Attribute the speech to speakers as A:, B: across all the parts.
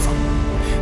A: 方，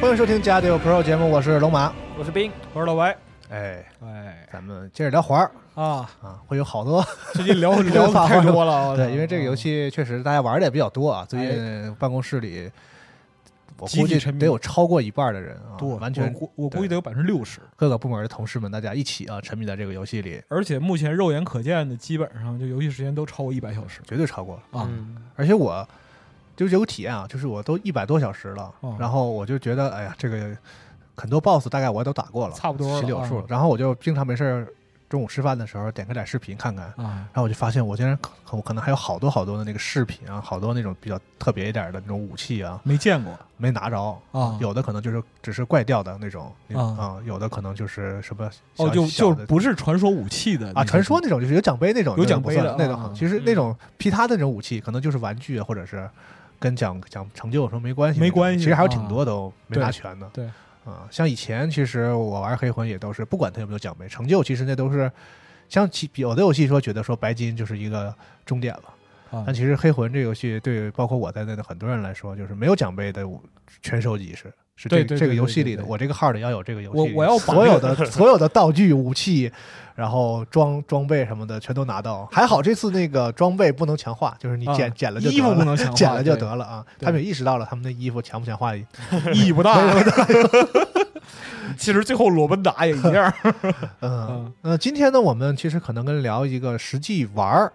B: 欢迎收听《加迪有 Pro》节目，我是龙马。
C: 我是冰，我是老白。
B: 哎，
C: 哎
B: 咱们接着聊环儿
C: 啊，
B: 啊，会有好多
C: 最近 聊聊
B: 聊
C: 的
B: 得
C: 太
B: 太
C: 多
B: 多
C: 了。
B: 对，因为这个游戏确实大家玩的也比较多啊。最近办公室里，我
C: 集
B: 估
C: 体
B: 计
C: 沉迷
B: 得有超过一半的人啊，
C: 多，
B: 完全
C: 我估我估计
B: 对
C: 得有百分之六十，
B: 各个部门的同事们大家一起啊，沉迷在这个游戏里，
C: 而且目前肉眼可见的，基本上就游戏时间都超过一百小时
B: 绝对超过了。
C: 啊。
B: 而且我就是有个体验啊，就是我都一百多小时了
C: 哦，
B: 然后我就觉得，哎呀，这个很多 BOSS 大概我都打过了，
C: 差不多了
B: 心里有数
C: 啊
B: 了。然后我就经常没事儿，中午吃饭的时候点开点视频看看。
C: 啊，
B: 然后我就发现，我竟然可我可能还有好多好多的那个饰品啊，好多那种比较特别一点的那种武器啊，
C: 没见过啊
B: 没拿着。
C: 啊
B: 有的可能就是只是怪掉的那种那种
C: 啊
B: 啊，有的可能就是什么小
C: 哦，就
B: 小
C: 就
B: 的
C: 不是传说武器的那
B: 啊，
C: 些
B: 传说那种就是有奖杯那种，
C: 有
B: 那
C: 奖
B: 种不
C: 杯
B: 算
C: 的
B: 那
C: 啊
B: 种，其实那种其他的那种武器可能就是玩具啊，或者是跟奖奖成就有什么没关系那
C: 没
B: 种，
C: 关系
B: 其实还有
C: 啊
B: 挺多都没
C: 对
B: 拿全的。
C: 对
B: 啊，像以前其实我玩黑魂也都是，不管它有没有奖杯成就，其实那都是像其有的游戏说觉得说白金就是一个终点了。
C: 啊
B: 但其实《黑魂》这个游戏对包括我在内的很多人来说，就是没有奖杯的我全收集是是
C: 对
B: 这
C: 对
B: 这
C: 对
B: 个游
C: 对
B: 戏
C: 对
B: 里的，
C: 对
B: 我这个号里要有这个游戏
C: 我
B: 里
C: 我要把
B: 所有的所有的道具、武器，然后装装备什么的全都拿到。还好这次那个装备不能强化，就是你
C: 啊
B: 捡捡了就
C: 衣服
B: 得
C: 不
B: 了，
C: 能强化，
B: 捡了就
C: 对
B: 得了啊！
C: 对
B: 他们也意识到了他们的衣服强不强化
C: 意义不大。 其实最后裸奔打也一样。
B: 嗯，呃，今天呢，我们其实可能跟聊一个实际玩儿，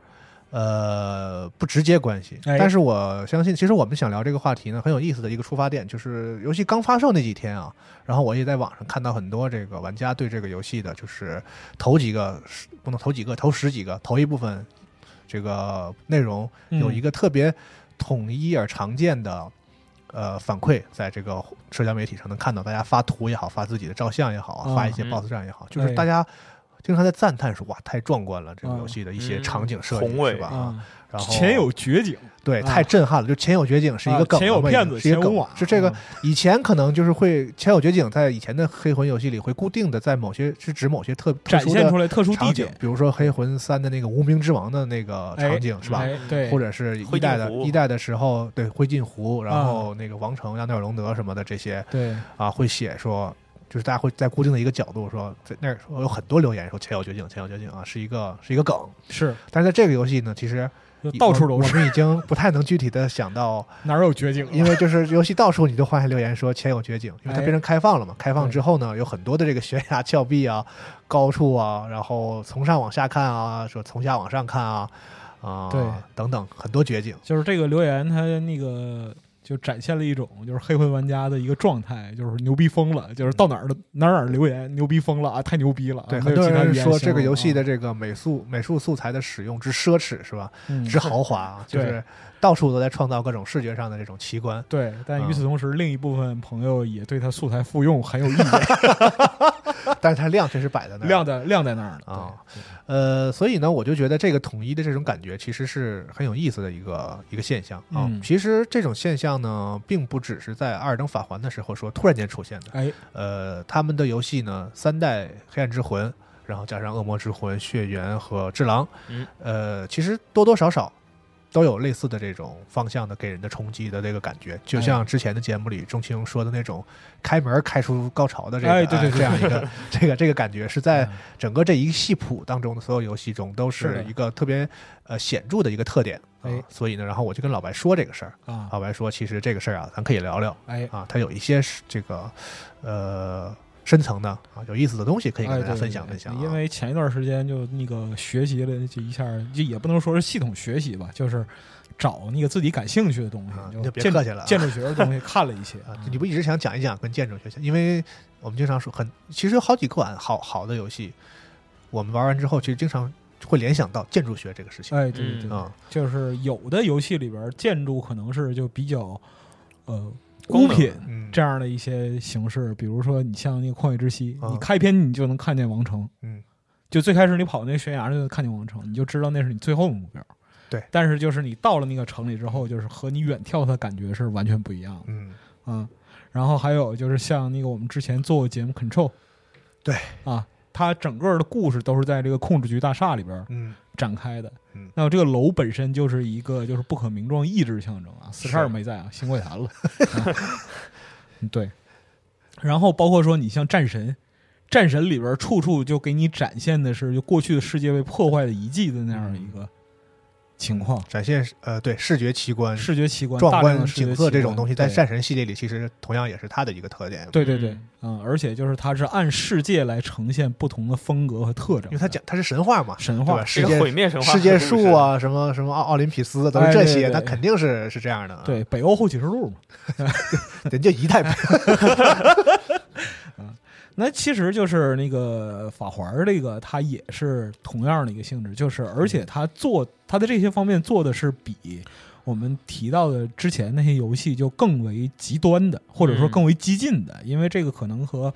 B: 呃，不直接关系。
C: 哎
B: 但是我相信，其实我们想聊这个话题呢，很有意思的一个出发点，就是游戏刚发售那几天啊，然后我也在网上看到很多这个玩家对这个游戏的，就是头几个十不能头几个，头十几个，头一部分这个内容有一个
C: 个
B: 特别统一而常见的。呃，反馈在这个社交媒体上能看到，大家发图也好，发自己的照相也好啊，
C: 嗯
B: 发一些
D: 嗯
B: BOSS 战也好，就是
C: 哎
B: 大家经常在赞叹说哇，太壮观了，这个
C: 嗯
B: 游戏的一些
D: 嗯
B: 场景设计、
D: 宏伟
B: 是吧？啊
C: 啊，
B: 然后
C: 前有绝景，
B: 对，
C: 啊
B: 太震撼了，就前有绝景是一
C: 啊
B: 个梗了嘛，
C: 前有骗子，
B: 是一
C: 前
B: 个
C: 有
B: 梗
C: 瓦，
B: 是这个
C: 啊
B: 以前可能就是会前有绝景，在以前的黑魂游戏里会固定的在某些是指某些特特
C: 展
B: 殊
C: 现
B: 的
C: 出来特殊地
B: 场景
C: 点，，
B: 比如说黑魂三的那个无名之王的那个
C: 哎
B: 场景、是吧？
C: 哎对，
B: 或者是一代的
D: 灰烬湖
B: 一代的时候，对灰烬湖，
C: 啊
B: 然后那个王城、亚内尔隆德什么的这些
C: 对
B: 啊，会写说，就是大家会在固定的一个角度说，在那儿说有很多留言说前有绝境，前有绝境啊，是一个是一个梗。
C: 是
B: 但是在这个游戏呢，其实
C: 就
B: 已
C: 到处都
B: 我
C: 是，
B: 们已经不太能具体的想 到，
C: 哪儿有绝景啊？
B: 因为就是游戏到处你都发现留言说前有绝境，因为它
C: 哎
B: 变成开放了嘛。开放之后呢，有很多的这个悬崖峭壁啊、高处啊，然后从上往下看啊，说从下往上看啊。啊，
C: 对，啊
B: 等等，很多绝境，
C: 就是这个留言，它那个就展现了一种就是黑魂玩家的一个状态，就是牛逼疯了，就是到哪儿都哪儿哪儿留言牛逼疯了啊，太牛逼了啊。
B: 对，
C: 没
B: 很
C: 有
B: 多
C: 其他
B: 人
C: 语言
B: 说
C: 形
B: 这个
C: 容
B: 游戏
C: 啊
B: 的这个美术美术素材的使用之奢侈是吧？
C: 嗯
B: 之豪华 啊，就
C: 对
B: 是到处都在创造各种视觉上的这种奇 观。
C: 对，但
B: 嗯
C: 与此同时，另一部分朋友也对他素材复用很有 意见，
B: 但是它量确实摆在那儿，
C: 晾在晾在那儿呢。
B: 啊，呃，所以呢，我就觉得这个统一的这种感觉其实是很有意思的一个一个现象啊。
C: 嗯
B: 其实这种现象呢，并不只是在《阿尔登法环》的时候说突然间出现的。
C: 对，哎，
B: 呃，他们的游戏呢，三代《黑暗之魂》，然后加上《恶魔之魂》、《血缘》和《只狼》，
A: 嗯，
B: 呃，其实多多少少。都有类似的这种方向的给人的冲击的这个感觉，就
C: 哎
B: 像之前的节目里钟情说的那种开门开出高潮的这个、呃
C: 哎对对对
B: 这样一 个这个这个感觉是在
C: 嗯
B: 整个这一个系谱当中的所有游戏中都
C: 是
B: 是
C: 的
B: 一个特别呃显著的一个特点。啊
C: 哎
B: 所以呢，然后我就跟老白说这个事儿，
C: 啊，
B: 老白说其实这个事儿啊，咱可以聊聊
C: 哎，
B: 啊，它有一些是这个呃深层的啊有意思的东西可以跟
C: 哎
B: 大家
C: 对对
B: 分享
C: 对
B: 分享啊。
C: 因为前一段时间就那个学习了这一下，就也不能说是系统学习吧，就是找那个自己感兴趣的东西
B: 啊，你
C: 就
B: 就别
C: 建
B: 客气了啊
C: 建筑学的东西看了一些
B: 啊，你不一直想讲一讲跟建筑学相，因为我们经常说很，其实有好几款好好的游戏，我们玩完之后其实经常会联想到建筑学这个事情
C: 哎，对对
A: 嗯
C: 对，
B: 啊。
C: 就是有的游戏里边建筑可能是就比较呃
A: 功
C: 物
A: 能
C: 品
B: 嗯，
C: 这样的一些形式，比如说你像那个《旷野之息》，
B: 啊
C: 你开篇你就能看见王城，
B: 嗯，
C: 就最开始你跑那悬崖上就能看见王城，你就知道那是你最后的目标。
B: 对
C: 但是就是你到了那个城里之后，就是和你远眺的感觉是完全不一样的
B: 嗯，
C: 啊、然后还有就是像那个我们之前做过节目《Control》，
B: 对
C: 啊，它整个的故事都是在这个控制局大厦里边
B: 嗯
C: 展开的。
B: 嗯
C: 那这个楼本身就是一个就是不可名状意志象征啊，四十二没在啊，新怪 谈了、啊对，然后包括说你像战神，战神里边处处就给你展现的是就过去的世界被破坏的遗迹的那样一
B: 嗯
C: 个情况，
B: 展现呃对视觉奇观
C: 视觉奇观、
B: 壮
C: 大量
B: 观
C: 的视觉
B: 景色
C: 奇观
B: 这种东西，在
C: 对
B: 战神系列里其实同样也是它的一个特点。，
C: 对对对，嗯，而且就是它是按世界来呈现不同的风格和特征的，
B: 因为它讲它是神话嘛，
C: 神
B: 对
C: 话
B: 吧？
A: 这
B: 世
A: 个
B: 界
A: 毁灭 神话
B: 世界
A: 的故事
B: 树，啊，什么什么奥奥林匹斯都是
C: 哎
B: 这
C: 对
B: 些，
C: 对
B: 那肯定是是这样的。，啊
C: 对北欧后启示录嘛，
B: 人家一 代不
C: 那其实就是那个法环儿这个，它也是同样的一个性质，就是而
B: 嗯
C: 且它做它的这些方面做的是比我们提到的之前那些游戏就更为极端的，或者说
A: 嗯
C: 更为激进的，因为这个可能和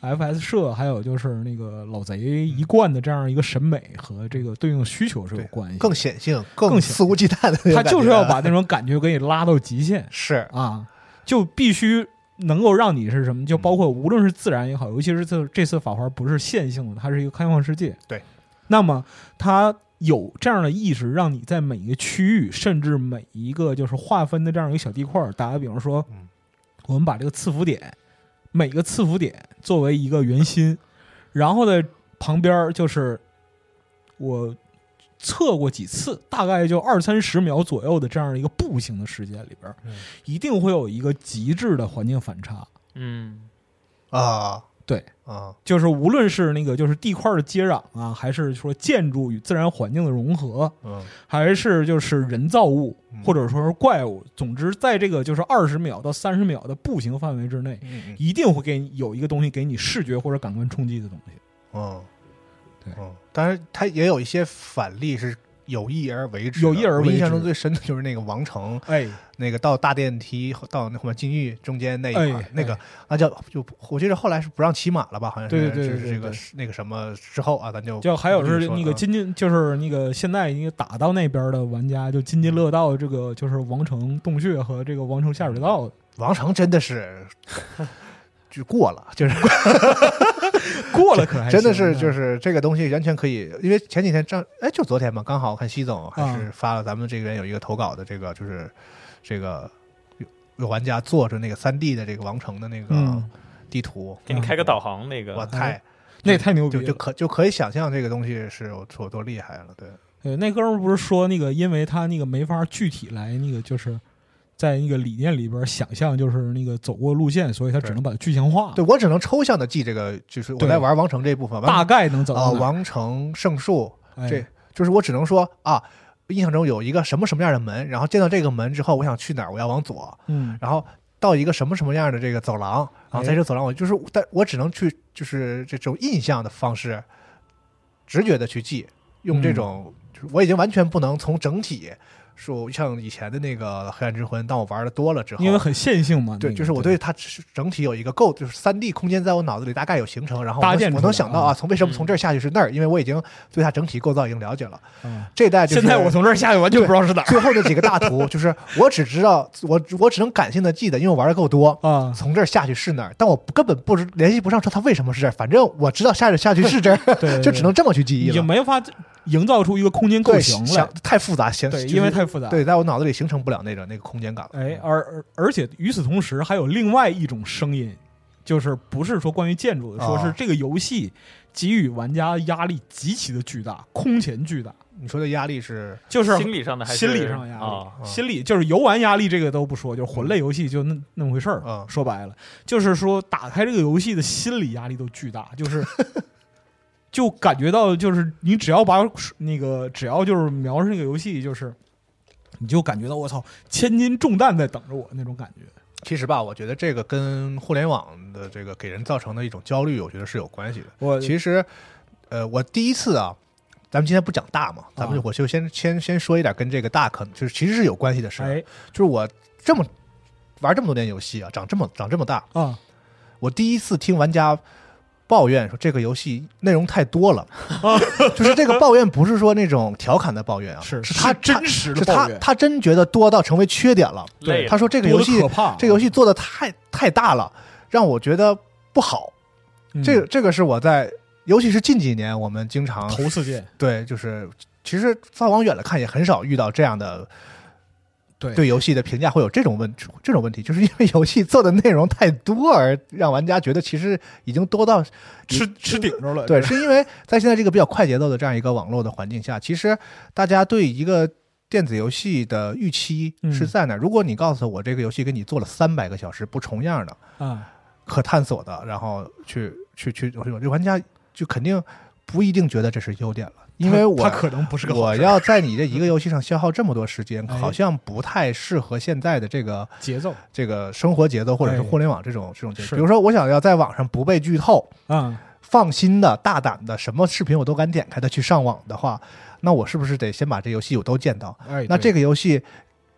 C: FS 社还有就是那个老贼一贯的这样一个审美和这个对应的需求是有
B: 嗯对
C: 关系的。
B: 更显性、
C: 更显
B: 肆无忌惮的那种
C: 他
B: 感觉。啊
C: 就是要把那种感觉给你拉到极限
B: 是
C: 啊，就必须。能够让你是什
B: 嗯
C: 么？就包括无论是自然也好，尤其是这这次法环不是线性的，它是一个开放世界。
B: 对，
C: 那么它有这样的意识，让你在每一个区域，甚至每一个就是划分的这样一个小地块儿。打个比方说
B: 嗯，
C: 我们把这个赐福点，每个赐福点作为一个圆心，然后呢旁边儿就是我测过几次，大概就二三十秒左右的这样一个步行的时间里边儿，
B: 嗯
C: 一定会有一个极致的环境反差。
A: 嗯，
B: 啊，
C: 对
B: 啊，
C: 就是无论是那个就是地块的接壤啊，还是说建筑与自然环境的融合，
B: 嗯
C: 还是就是人造物
B: 嗯
C: 或者说是怪物，总之在这个就是二十秒到三十秒的步行范围之内，
B: 嗯
C: 一定会给你有一个东西给你视觉或者感官冲击的东西。
B: 嗯，
C: 对
B: 嗯，当然它也有一些反例是有意而为之的。
C: 有意而为
B: 我印象
C: 之
B: 中最深的就是那个王城，
C: 哎，
B: 那个到大电梯后到那后面禁欲中间那一块，
C: 哎
B: 那个那叫就我记得后来是不让骑马了吧？好像是
C: 对对对
B: 是
C: 对
B: 这个
C: 对
B: 那个什么之后啊，咱就
C: 就还有是
B: 不
C: 那
B: 去
C: 个
B: 说
C: 津津，就是那个现在已经打到那边的玩家，就津津乐道这个就是王城洞穴和这个王城下 水道，
B: 王城真的是 就过了，就是
C: 过了可还
B: 真的是就是是这个东西完全可以，因为前几天正哎就昨天嘛，刚好我看西总还
C: 啊
B: 是发了咱们这边有一个投稿的这个就是这个有有玩家做着那个三 D 的这个王城的那个
C: 嗯，哎
B: 地图，
A: 给你开个导航那
B: 哇
A: 个，
B: 太
C: 那也太牛逼
B: 就
C: 了，
B: 就可就可以想象这个东西是有有多厉害了，对。
C: 对，呃那哥们儿不是说那个，因为他那个没法具体来那个，就是在那个理念里边儿想象，就是那个走过路线，所以他只能把它具象化，
B: 对，我只能抽象的记这个，就是我
C: 对
B: 在玩王城这部分，
C: 大
B: 王
C: 概能走
B: 啊、
C: 到哪儿、
B: 王城圣树，
C: 哎
B: 这就是我只能说啊，印象中有一个什么什么样的门，然后见到这个门之后，我想去哪儿，我要往左，
C: 嗯，
B: 然后到一个什么什么样的这个走廊，然
C: 哎
B: 后在这走廊我就是，但我只能去就是这种印象的方式，直觉的去记，用
C: 嗯
B: 这种、就是我已经完全不能从整体说像以前的那个黑暗之魂，当我玩的多了之后，
C: 因为很线性嘛，
B: 对，
C: 那个
B: 就是我对它整体有一个构，就是三 D 空间在我脑子里大概有形成，然后我
C: 搭建
B: 能我
C: 出来
B: 能想到
C: 啊
B: 啊，从为什么从这儿下去是那儿，因为我已经对它整体构造已经了解了。这代就是
C: 嗯现在我从这儿下去完全不知道是哪儿
B: 最后那几个大图，就是我只知道我我只能感性的记得，因为我玩的够多。
C: 啊。
B: 从这儿下去是哪儿，但我根本不知联系不上说它为什么是这儿，反正我知道下去下去是这儿，
C: 对对
B: 就只能这么去记忆
C: 已
B: 了。
C: 经没法营造出一个空间构
B: 对，
C: 型
B: 想
C: 来，
B: 太复杂，想
C: 对，
B: 就是
C: 因为太复杂。，
B: 对，在我脑子里形成不了那个那个空间感了。
C: 哎，而而而且与此同时，还有另外一种声音，就是不是说关于建筑的，
B: 哦
C: 说是这个游戏给予玩家压力极其的巨大，空前巨大，
B: 你说的压力是
C: 就是
D: 心理上的还是
C: 心理上的压力
D: 啊嗯
B: 啊
C: 心理就是游玩压力这个都不说，就是魂类游戏就那那么回事儿。
B: 嗯
C: 说白了，就是说打开这个游戏的心理压力都巨 大，就是就感觉到就是你只要把那个只要就是瞄上这个游戏，就是你就感觉到我操，千斤重担在等着我那种感觉。
B: 其实吧，我觉得这个跟互联网的这个给人造成的一种焦虑，我觉得是有关系的。
C: 我
B: 其实，呃，我第一次啊，咱们今天不讲大嘛，咱们
C: 啊
B: 就我就先先先说一点跟这个大可能就是其实是有关系的事儿，
C: 哎
B: 就是我这么玩这么多年游戏啊，长这么长这么大，
C: 啊
B: 我第一次听玩家。抱怨说这个游戏内容太多 了，就是这个抱怨不是说那种调侃的抱怨啊，
C: 是
B: 是他
C: 真
B: 他
C: 实
B: 是
C: 的抱
B: 他
C: 怨，
B: 他真觉得多到成为缺点了。
D: 累
A: 嗯
D: 了
B: 他说这个
C: 多
B: 游
C: 得
B: 戏
C: 可怕，啊
B: 这个游戏做的太太大了，让我觉得不好。
C: 嗯
B: 这个这个是我在，尤其是近几年，我们经常
C: 头次见，
B: 对，就是其实再往远了看，也很少遇到这样的
C: 对
B: 对游戏的评价会有这种问这种问题，就是因为游戏做的内容太多，而让玩家觉得其实已经多到
C: 吃吃顶着了，
B: 对，是因为在现在这个比较快节奏的这样一个网络的环境下，其实大家对一个电子游戏的预期
C: 嗯
B: 是在哪儿？如果你告诉我这个游戏给你做了三百个小时不重样的、
C: 啊，
B: 可探索的，然后去去去，我这玩家就肯定不一定觉得这是优点了，因为
C: 他
B: 我
C: 他可能不是个好
B: 我
C: 事儿
B: 要在你这一个游戏上消耗这么多时间，
C: 哎
B: 好像不太适合现在的这个
C: 节奏
B: 这个生活节奏，或者是
C: 哎
B: 互联网这种这种节奏。
C: 是
B: 比如说，我想要在网上不被剧透。
C: 啊，
B: 放心的、大胆的，什么视频我都敢点开的去上网的话，那我是不是得先把这游戏我都见到？
C: 哎，
B: 那
C: 对
B: 这个游戏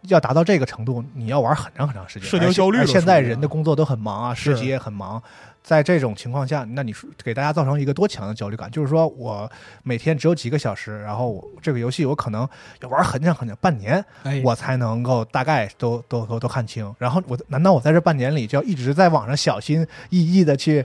B: 要达到这个程度，你要玩很长很长时间。
C: 社交焦虑
B: 而
C: 了
B: 且而现在
C: 属于啊
B: 人的工作都很忙啊，
C: 是
B: 实习也很忙，在这种情况下，那你说给大家造成一个多强的焦虑感？就是说我每天只有几个小时，然后我这个游戏我可能要玩很长很长，半年
C: 哎
B: 我才能够大概都都都都看清。然后我难道我在这半年里就要一直在网上小心翼翼的去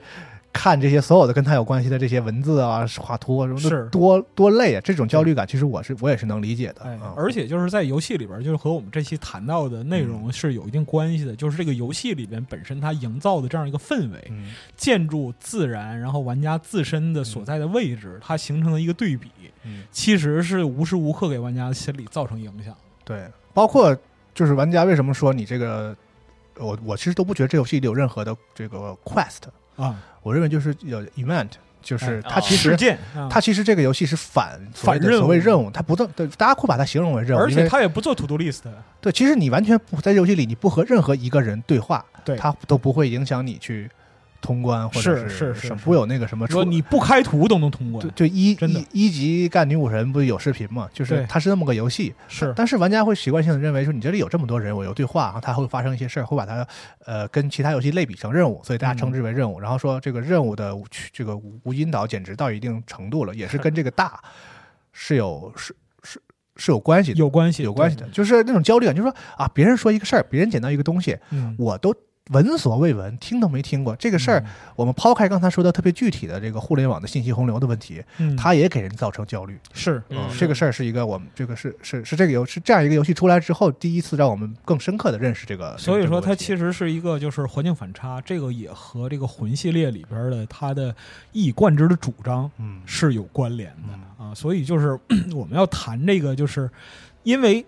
B: 看这些所有的跟他有关系的这些文字啊、画图啊什么的，
C: 是
B: 多多累啊！这种焦虑感，其实我是我也是能理解的。
C: 哎
B: 啊，
C: 而且就是在游戏里边儿，就是和我们这期谈到的内容是有一定关系的。就是这个游戏里边本身它营造的这样一个氛围，
B: 嗯
C: 建筑、自然，然后玩家自身的所在的位置，它形成的一个对比，
B: 嗯，
C: 其实是无时无刻给玩家的心理造成影响。
B: 对，包括就是玩家为什么说你这个，我我其实都不觉得这游戏里有任何的这个 quest，
C: 啊，
B: 我认为就是有 event，就是
D: 哎
B: 它
D: 哦
B: 其实、
C: 事件，啊
B: 它其实这个游戏是反所谓的
C: 反任务
B: 所谓任务，它不断对大家会把它形容为任务，
C: 而
B: 因
C: 且
B: 为
C: 它也不做 to do list，
B: 对，其实你完全不在游戏里，你不和任何一个人对话，
C: 对
B: 它都不会影响你去通关或者
C: 是是是
B: 什么
C: 是
B: 不会有那个什么
C: 说
B: 出
C: 你不开图都能通
B: 对
C: 关，
B: 就一
C: 真的
B: 一一级干女武神不是有视频嘛？就是
C: 对
B: 它是那么个游戏，
C: 是
B: 但是玩家会习惯性的认为说你这里有这么多人，我有对话，然后它会发生一些事儿，会把它呃跟其他游戏类比成任务，所以大家称之为任
C: 嗯
B: 务。然后说这个任务的无趣这个无无引导简直到一定程度了，也是跟这个大是有是是是有关系的，
C: 有关系，
B: 有关系的，就是那种焦虑感，就是说啊，别人说一个事儿，别人捡到一个东西，
C: 对，嗯，
B: 我都闻所未闻，听都没听过这个事儿。我们抛开刚才说的特别具体的这个互联网的信息洪流的问题，
C: 嗯，嗯，
B: 它也给人造成焦虑。
C: 是
D: 嗯
B: 这个事儿是一个我们这个是是是这个游是这样一个游戏出来之后，第一次让我们更深刻的认识这个。
C: 所以说，它
B: 实
C: 其实是一个就是环境反差，这个也和这个魂系列里边的它的一以贯之的主张
B: 嗯
C: 是 有关联的啊。所以就是我们要谈这个，就是因为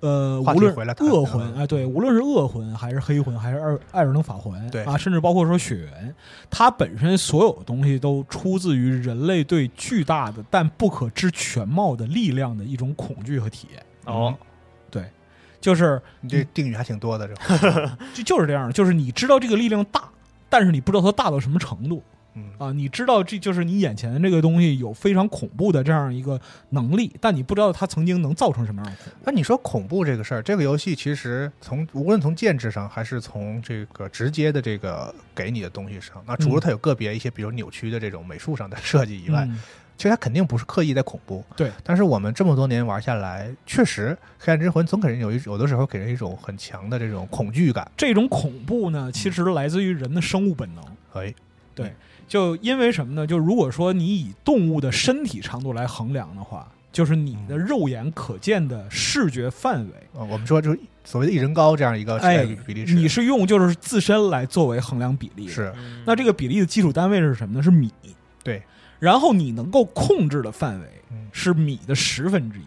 C: 呃，
B: 话题
C: 无论
B: 回来谈
C: 恶魂
B: 嗯
C: 哎，对，无论是恶魂还是黑魂还是艾艾尔登法环，
B: 对
C: 啊，甚至包括说血缘，它本身所有东西都出自于人类对巨大的但不可知全貌的力量的一种恐惧和体验。
D: 哦，
C: 对，就是
B: 你嗯这定语还挺多的，这会儿
C: 就就是这样的，就是你知道这个力量大，但是你不知道它大到什么程度
B: 嗯，
C: 啊。你知道这就是你眼前这个东西有非常恐怖的这样一个能力，但你不知道它曾经能造成什么样的恐怖。
B: 那你说恐怖这个事儿，这个游戏其实从无论从建制上，还是从这个直接的这个给你的东西上，那除了它有个别一些比如扭曲的这种美术上的设计以外，
C: 嗯
B: 其实它肯定不是刻意在恐怖。
C: 对，
B: 但是我们这么多年玩下来，确实《黑暗之魂》总给人有一有的时候给人一种很强的这种恐惧感。
C: 这种恐怖呢，其实来自于人的生物本能。
B: 哎，
C: 就因为什么呢？就如果说你以动物的身体长度来衡量的话，就是你
B: 嗯
C: 的肉眼可见的视觉范围，
B: 呃我们说就是所谓的一人高这样一个时代
C: 哎
B: 比比例尺，
C: 你是用就是自身来作为衡量比例的。
B: 是
C: 那这
D: 个
C: 个比例的基础单位是什么呢？是米。
B: 对，
C: 然后你能够控制的范围
B: 嗯
C: 是米的十分之一，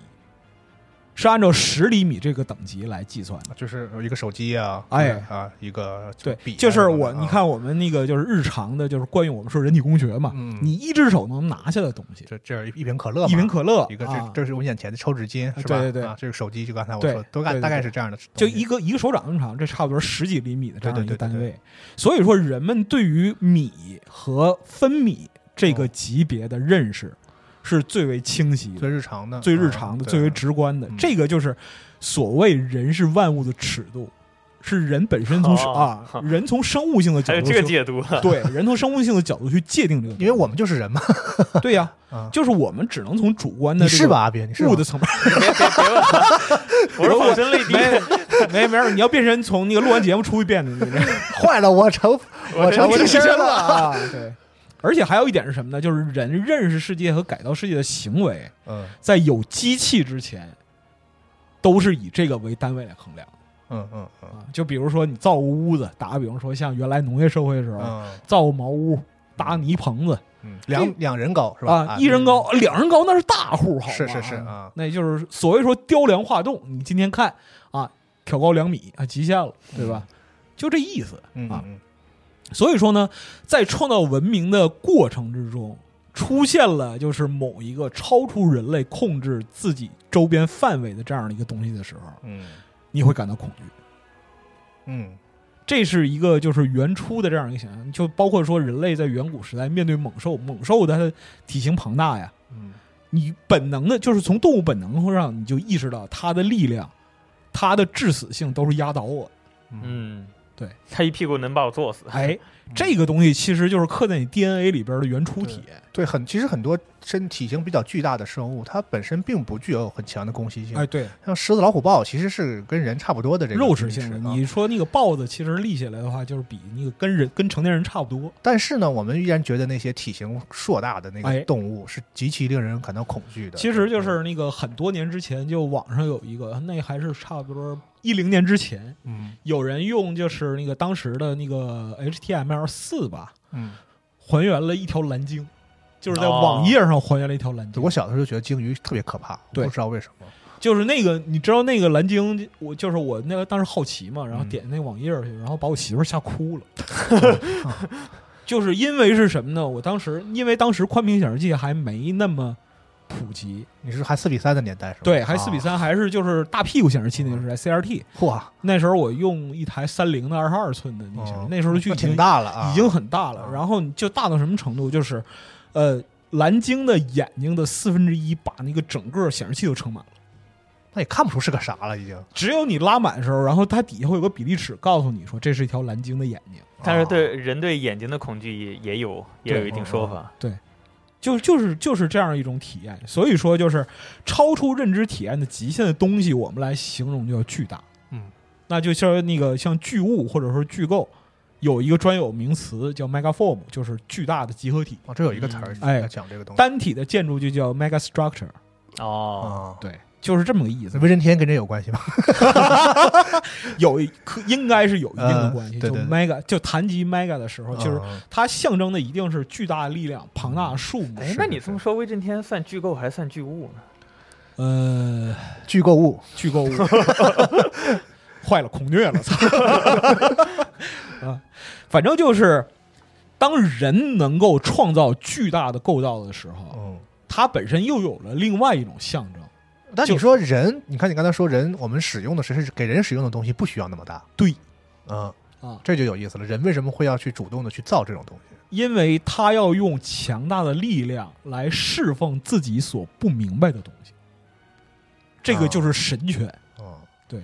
C: 是按照十厘米这个等级来计算的。
B: 就是有一个手机啊，
C: 哎
B: 啊一个
C: 对
B: 笔，啊
C: 就是
B: 什么的
C: 我，
B: 啊
C: 你看我们那个就是日常的，就是惯用我们说人体工学嘛，
B: 嗯
C: 你一只手能拿下的东西，
B: 这这儿一一瓶可乐嘛，
C: 一瓶可乐，
B: 一个
C: 啊
B: 这这是我眼前的抽纸巾是吧？
C: 对对对
B: 啊，这个手机就刚才我
C: 对
B: 说，都概
C: 对对
B: 大概是这样的东西，
C: 就一个一个手掌那么长，这差不多十几厘米的这样一个
B: 对对对
C: 单
B: 对
C: 位。所以说，人们对于米和分米这
B: 哦
C: 个级别的认识是最为清晰的
B: 最、日常的、
C: 最日常的、
B: 嗯
C: 最为。直观的
B: 嗯。
C: 这个就是所谓人是万物的尺度，是人本身从
D: 哦
C: 啊，人从生物性的角
D: 还有
C: 度
D: 这个
C: 去
D: 解读，啊
C: 对人从生物性的角度去界定这个东西，
B: 对因为我们就是人嘛，
C: 对 呀
B: 啊，
C: 就是我们只能从主观的
B: 你
C: 这
B: 是
C: 个
B: 吧，阿斌？你是吧
C: 物的层面。
D: 别别别 问，我是放声泪滴，
C: 没没事儿，你要变身从那个录完节目出去变的，你这
B: 坏了， 我成
D: 我
B: 成
D: 我
B: 替
D: 替
B: 身
D: 身
B: 了
C: 啊，对。而且还有一点是什么呢？就是人认识世界和改造世界的行为，
B: 嗯
C: 在有机器之前，都是以这个为单位来衡量
B: 嗯嗯嗯
C: 啊。就比如说你造个屋子，打个比方说，像原来农业社会的时候，
B: 嗯
C: 造个茅屋、搭泥棚子
B: 嗯，两两人高是吧？嗯
C: 啊，一人高、两人高那是大户，好吗
B: 是是是啊，
C: 那就是所谓说雕梁画栋。你今天看啊，挑高两米啊，极限了，对吧？就这意思
B: 嗯
C: 啊。
B: 嗯
C: 所以说呢，在创造文明的过程之中，出现了就是某一个超出人类控制自己周边范围的这样的一个东西的时候，
B: 嗯
C: 你会感到恐惧。
B: 嗯
C: 这是一个就是原初的这样一个想象，就包括说人类在远古时代面对猛兽，猛兽它的体型庞大呀，
B: 嗯
C: 你本能的就是从动物本能上你就意识到它的力量，它的致死性都是压倒我的。
D: 嗯，
C: 对，
D: 他一屁股能把我坐死，
C: 哎，这个东西其实就是刻在你 DNA 里边的原初体。
B: 对，很其实很多身体型比较巨大的生物，它本身并不具有很强的攻击性
C: 哎，，对，
B: 像狮子、老虎、豹其实是跟人差不多的这个
C: 肉食
B: 性
C: 性的。你说那个豹子，其实立起来的话，就是比那个跟人跟成年人差不多。
B: 但是呢，我们依然觉得那些体型硕大的那
C: 哎
B: 个动物是极其令人感到恐惧的。
C: 其实就是那个很多年之前，就网上有一个，那还是差不多一零年之前，
B: 嗯
C: 有人用就是那个当时的那个 HTML 四吧，
B: 嗯，
C: 还原了一条蓝鲸，就是在
D: 哦
C: 网页上还原了一条蓝
B: 就
C: 鲸。
B: 我小的时候就觉得鲸鱼特别可怕，我
C: 对
B: 不知道为什么。
C: 就是那个，你知道那个蓝鲸，我就是我那个当时好奇嘛，然后
B: 嗯
C: 点那网页去，然后把我媳妇儿吓哭了。 就是因为是什么呢？我当时因为当时宽屏显示器还没那么普及，
B: 你是还四比三的年代是吧？
C: 对，还四比
B: 啊，
C: 三，还是就是大屁股显示器那个时代 CRT。
B: 哇，
C: 那时候我用一台三零的二十二寸的那个显示器，
B: 哦
C: 那时候就
B: 那
C: 已经
B: 挺大了啊，
C: 已经很大了
B: 啊。
C: 然后你就大到什么程度？就是，呃，蓝鲸的眼睛的四分之一把那个整个显示器都撑满了。
B: 那也看不出是个啥了，已经。
C: 只有你拉满的时候，然后它底下会有个比例尺告诉你说这是一条蓝鲸的眼睛，
D: 但是
B: 啊
D: 对人对眼睛的恐惧也也有也有一定
B: 嗯
D: 说法，
C: 就就是就是这样一种体验。所以说，就是超出认知体验的极限的东西，我们来形容就叫巨大。
B: 嗯，
C: 那就像那个像巨物或者说巨构，有一个专有名词叫 megaform，就是巨大的集合体。
B: 哦，这有一个词儿
D: 嗯
C: 哎
B: 要讲这个东西
C: 单体的建筑就叫 megastructure，
D: 哦，
B: 啊。
C: 对，就是这么个意思
B: 那。威震天跟这有关系 吗？
C: 有可应该是有一定的关系，
B: 呃对
C: 就
B: 对嗯
C: mega 就谈及 mega 的时候，就是
B: 啊
C: 它象征的一定是巨大的力量、庞大的数目。
D: 哎，那你这么说，威震天算巨构还是算巨物呢？
C: 呃，
B: 巨购物，
C: 巨购物，坏了，恐虐了，操！啊，反正就是，当人能够创造巨大的构造的时候，
B: 嗯。
C: 它本身又有了另外一种象征。
B: 但
C: 就
B: 你说人，你看你刚才说人，我们使用的谁是给人使用的东西不需要那么大，
C: 对，
B: 嗯
C: 啊
B: 这就有意思了。人为什么会要去主动的去造这种东西？
C: 因为他要用强大的力量来侍奉自己所不明白的东西，这个
B: 啊
C: 就是神权，
B: 嗯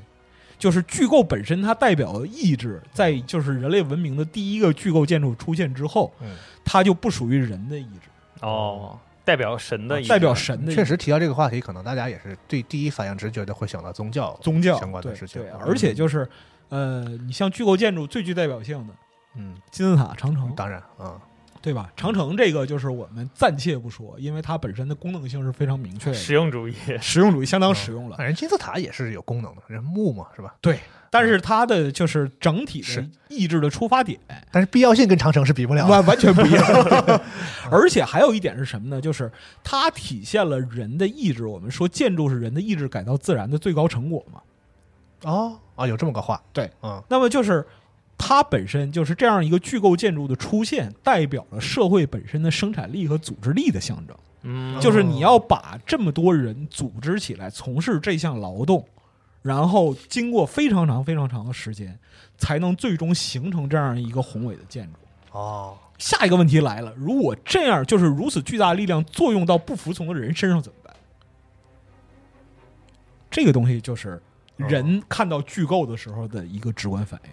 C: 就是巨构本身它代表的意志，在就是人类文明的第一个巨构建筑出现之后，
B: 嗯，
C: 它就不属于人的意志，
D: 哦，代表神的意思，
C: 代表神的意志
B: 确实提到这个话题，可能大家也是对第一反应直觉的会想到宗教，
C: 宗教
B: 相关的
C: 对
B: 事情
C: 对
B: 嗯
C: 而且就是呃，你像巨构建筑最具代表性的
B: 嗯，
C: 金字塔、长城，
B: 当然啊，
C: 对吧？长城这个就是我们暂且不说，因为它本身的功能性是非常明确的，
D: 实用主义，嗯
C: 实用主义相当实用了。
B: 嗯人金字塔也是有功能的，人木嘛是吧？
C: 对，但是它的就是整体的
B: 是
C: 意志的出发点
B: 但是必要性跟长城是比不了的。
C: 完完全不 一样， 而且还有一点是什么呢？就是它体现了人的意志。我们说建筑是人的意志改造自然的最高成果嘛。
B: 哦啊，有这么个话，
C: 对，
B: 嗯
C: 那么就是它本身就是这样一个巨构建筑的出现，代表了社会本身的生产力和组织力的象征。
D: 嗯，
C: 就是你要把这么多人组织起来从事这项劳动，然后经过非常长、非常长的时间，才能最终形成这样一个宏伟的建筑。
B: 哦，
C: 下一个问题来了，如果这样就是如此巨大的力量作用到不服从的人身上怎么办？这个东西就是人看到巨构的时候的一个直观反应。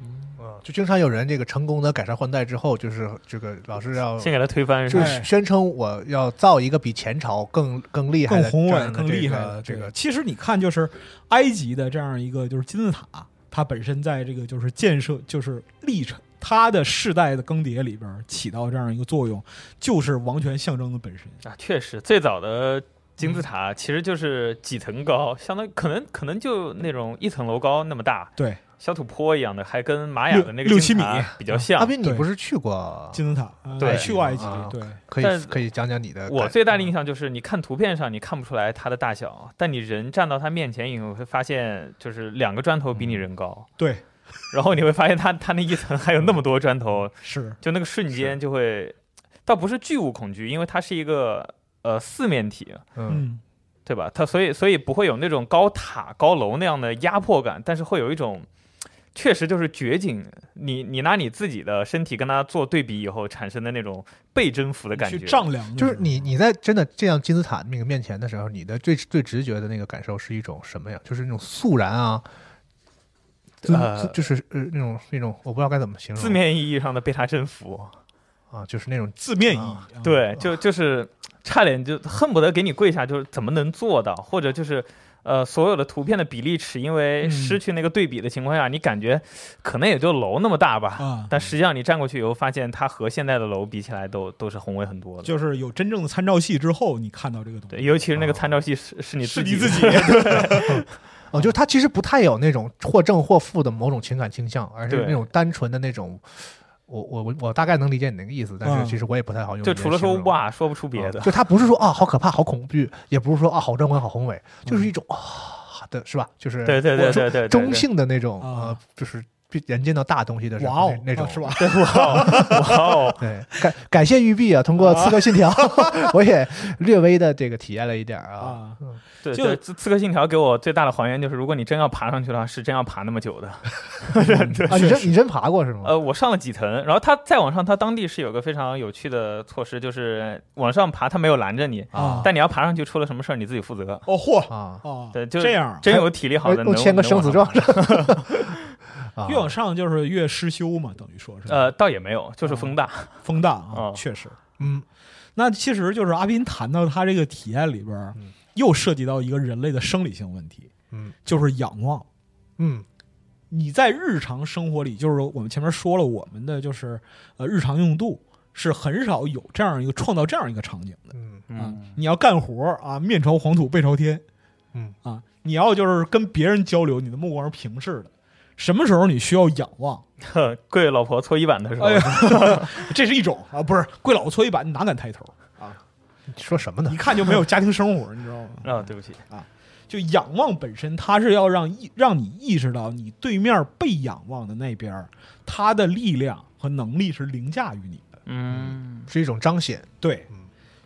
B: 嗯，就经常有人这个成功的改朝换代之后，就是这个老是要
D: 先给他推翻，是
B: 就
D: 吧
C: 哎
B: 是宣称我要造一个比前朝更更厉害的、
C: 更宏
B: 这
C: 伟
B: 样、的
C: 更
B: 这
C: 厉害
B: 个这
C: 对
B: 个
C: 其实你看，就是埃及的这样一个就是金字塔，它本身在这个就是建设就是历程。它的世代的更迭里边儿起到这样一个作用，就是王权象征的本身。
D: 啊，确实，最早的金字塔其实就是几层高，相当于可能可能就那种一层楼高那么大，
C: 对，
D: 小土坡一样的，还跟玛雅
C: 六
D: 的那个
C: 六
D: 金字
C: 七
D: 塔
C: 米
D: 比较像
B: 阿。斌，你
C: 对
B: 不是去过？
C: 金字塔，呃
D: 对
C: 去过埃及
B: 啊，
C: 对，
B: 可
D: 但
B: 以可以讲讲你
C: 呃
B: 的感。
D: 我最大
C: 嗯
D: 的印象就是，你看图片上你看不出来它的大小，但你人站到它面前以后，会发现就是两个砖头比你人高，
C: 嗯对，
D: 然后你会发现它它那一层还有那么多砖头，
C: 嗯是，
D: 就那个瞬间就会，倒不是巨物恐惧，因为它是一个呃四面体，
B: 嗯，
C: 嗯，
D: 对吧？它所以所以不会有那种高塔高楼那样的压迫感，但是会有一种。确实就是绝景，你你拿你自己的身体跟它做对比以后产生的那种被征服的感觉
C: 去，丈量的
B: 就是
C: 时候
B: 你你在真的这样金字塔那个面前的时候，你的最最直觉的那个感受是一种什么呀？就是那种肃然啊，尊
D: 呃
B: 尊就是呃那种那种我不知道该怎么形容
D: 字面意义上的被它征
C: 哦
D: 服。
B: 啊，就是那种
C: 字面意义，
B: 啊
C: 啊，
D: 对，就就是差点就恨不得给你跪下，就是怎么能做到？或者就是呃，所有的图片的比例尺，因为
C: 嗯
D: 失去那个对比的情况下，你感觉可能也就楼那么大吧。
C: 啊，
D: 但实际上你站过去以后，发现它和现在的楼比起来都都是宏伟很多的。
C: 就是有真正的参照系之后，你看到这个东
D: 对，
C: 西，
D: 尤其是那个参照系是是你
C: 哦是
D: 自
C: 你
D: 己
C: 自
D: 的
C: 己，
B: 哦，就是它其实不太有那种或正或负的某种情感倾向，而是
D: 对
B: 那种单纯的那种。我我我我大概能理解你那个意思，但
C: 嗯哦
B: 是其实我也不太好用语
D: 就
B: 言形容。
D: 除了说哇，说不出别的
B: 啊。就它不是说啊好可怕、好恐惧，也不是说啊好壮观、好宏伟，就是一种啊的是吧？就是
D: 嗯对对对
B: 我说
D: 对对，对
B: 中。性的那种
C: 啊
B: 呃，就是比人见到大东西的时
C: 哇
B: 候
C: 哦
B: 那，那种
C: 啊是？吧？
D: 对哇哦哇 哦，
B: 对，感感谢玉碧啊，通过《刺客信条》 我也略微的这个体验了一点儿啊。
C: 啊，
D: 对，
C: 就
D: 对刺刺客信条给我最大的还原就是，如果你真要爬上去的话，是真要爬那么久的。
B: 啊，你真你真爬过是吗？
D: 呃，我上了几层，然后它再往上，它当地是有个非常有趣的措施，就是往上爬，它没有拦着你，
C: 啊
D: 但你要爬上去出了什么事儿，你自己负责。
C: 哦嚯
B: 啊，
D: 呃
C: 啊，
D: 对，就
C: 这样啊，
D: 真有体力好的
B: 又
D: 能
B: 哎签个生死。状
D: 能往上
B: 是吧？ 啊
C: 越往上就是越失修嘛，等于说是
D: 呃，倒也没有，就是风大。
C: 风大啊
D: 哦，
C: 确实。
B: 嗯，
C: 那其实就是阿斌谈到他这个体验里边儿
B: 嗯，
C: 又涉及到一个人类的生理性问题，
B: 嗯，
C: 就是仰望。
B: 嗯
C: 你在日常生活里，就是我们前面说了，我们的就是呃日常用度是很少有这样一个创造这样一个场景的
B: 嗯
C: 啊
D: 嗯，。
C: 你要干活儿啊，面朝黄土背朝天，
B: 嗯
C: 啊，你要就是跟别人交流，你的目光是平视的。什么时候你需要仰望？
D: 呵跪老婆搓衣板的时候
C: 哎，呀，这是一种啊，不是跪老搓衣板，你哪敢抬头啊？
B: 你说什么呢
C: 一？看就没有家庭生活，你知道吗？
D: 啊，对不起，
C: 就仰望本身，它是要让意让你意识到，你对面被仰望的那边儿，他的力量和能力是凌驾于你的。
D: 嗯，
B: 是一种彰显。
C: 对
B: 嗯，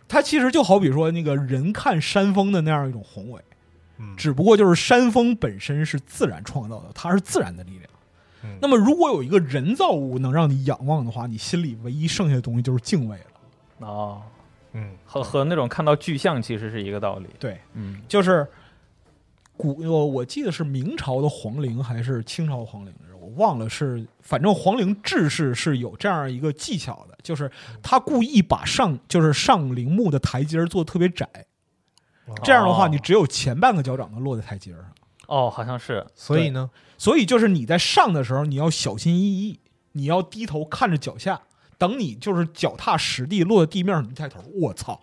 C: 它其实就好比说那个人看山峰的那样一种宏伟，
B: 嗯，
C: 只不过就是山峰本身是自然创造的，它是自然的力量。
B: 嗯
C: 那么，如果有一个人造物能让你仰望的话，你心里唯一剩下的东西就是敬畏了。
D: 哦，
B: 嗯
D: 和和那种看到巨像其实是一个道理，
C: 对，
D: 嗯
C: 就是古我我记得是明朝的皇陵还是清朝皇陵来着，我忘了是，反正皇陵制式是有这样一个技巧的，就是他故意把上就是上陵墓的台阶儿做得特别窄，这样的话
D: 哦
C: 你只有前半个脚掌能落在台阶儿上，
D: 哦，好像是，
B: 所以呢，
C: 所以就是你在上的时候你要小心翼翼，你要低头看着脚下。等你就是脚踏实地落在地面上，你一抬头，我操！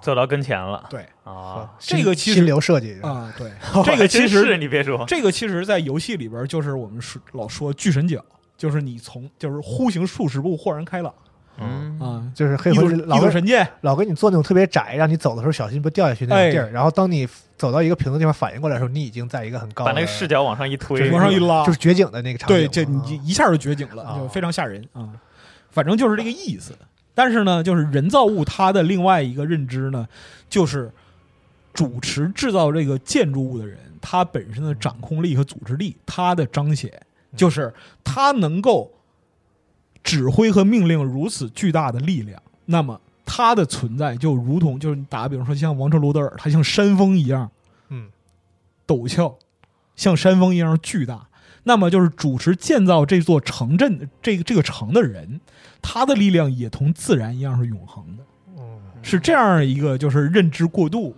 D: 走到跟前了，
C: 对
D: 啊，，
B: 新
C: 这个其实
B: 新流设计，
C: 啊，对 这
D: 还
C: 个
D: 真
C: 其实
D: 是你别说，
C: 这个其实，在游戏里边，就是我们说老说巨神脚，就是你从就是忽行数十步，豁然开朗
D: 嗯
C: 啊。
B: 就是黑
C: 一
B: 魂
C: 走
B: 老
C: 一走神剑，
B: 老给你做那种特别窄，让你走的时候小心不掉下去那种地儿。然后当你走到一个平的地方反应过来的时候，你已经在一个很高
D: 把
B: 的
D: 那个视角往上一推，
B: 对
C: 往上一拉，
B: 就是绝景的那个场景嘛。
C: 对，这你
B: 啊
C: 一下就绝景了，
B: 啊
C: 就非常吓人啊。反正就是这个意思。但是呢，就是人造物它的另外一个认知呢，就是主持制造这个建筑物的人，他本身的掌控力和组织力，他的彰显
B: 嗯
C: 就是他能够指挥和命令如此巨大的力量，那么。它的存在就如同，就是你打个比方说，像王车罗德尔，他像山峰一样，
B: 嗯
C: 陡峭，像山峰一样巨大。那么就是主持建造这座城镇、这个这个城的人，他的力量也同自然一样是永恒的，
B: 嗯
C: 是这样一个就是认知过渡。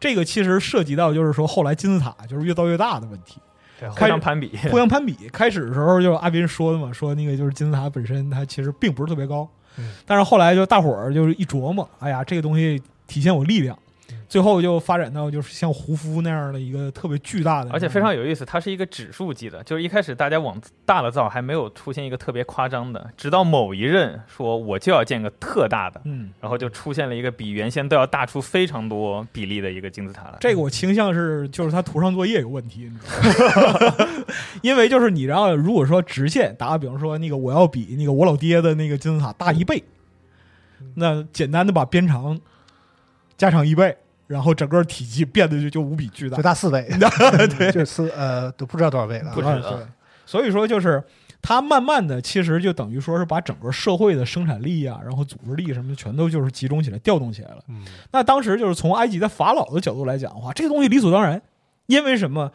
C: 这个其实涉及到就是说后来金字塔就是越造越大的问题，
B: 对
D: 互相攀比，
C: 互相攀比。开始的时候就是阿斌说的嘛，说那个就是金字塔本身它其实并不是特别高，
B: 嗯
C: 但是后来就大伙儿就是一琢磨，哎呀，这个东西体现我力量
B: 嗯，
C: 最后就发展到就是像胡夫那样的一个特别巨大的，
D: 而且非常有意思，它是一个指数级的，就是一开始大家往大了造，还没有出现一个特别夸张的，直到某一任说我就要建个特大的，
C: 嗯。
D: 然后就出现了一个比原先都要大出非常多比例的一个金字塔来。
C: 这个我倾向是，就是他图上作业有问题，你知道吗？ 因为就是你，然后如果说直线，打个比方说，那个我要比那个我老爹的那个金字塔大一倍，那简单的把边长加长一倍，然后整个体积变得就就无比巨大
B: 就，大四 倍，就是四呃都不知道多少倍了
D: 不。止
C: 啊
D: 啊
C: 对，所以说就是它慢慢的，其实就等于说是把整个社会的生产力啊，然后组织力什么的，全都就是集中起来，调动起来了。
B: 嗯
C: 那当时就是从埃及的法老的角度来讲的话，这个东西理所当然，因为什么？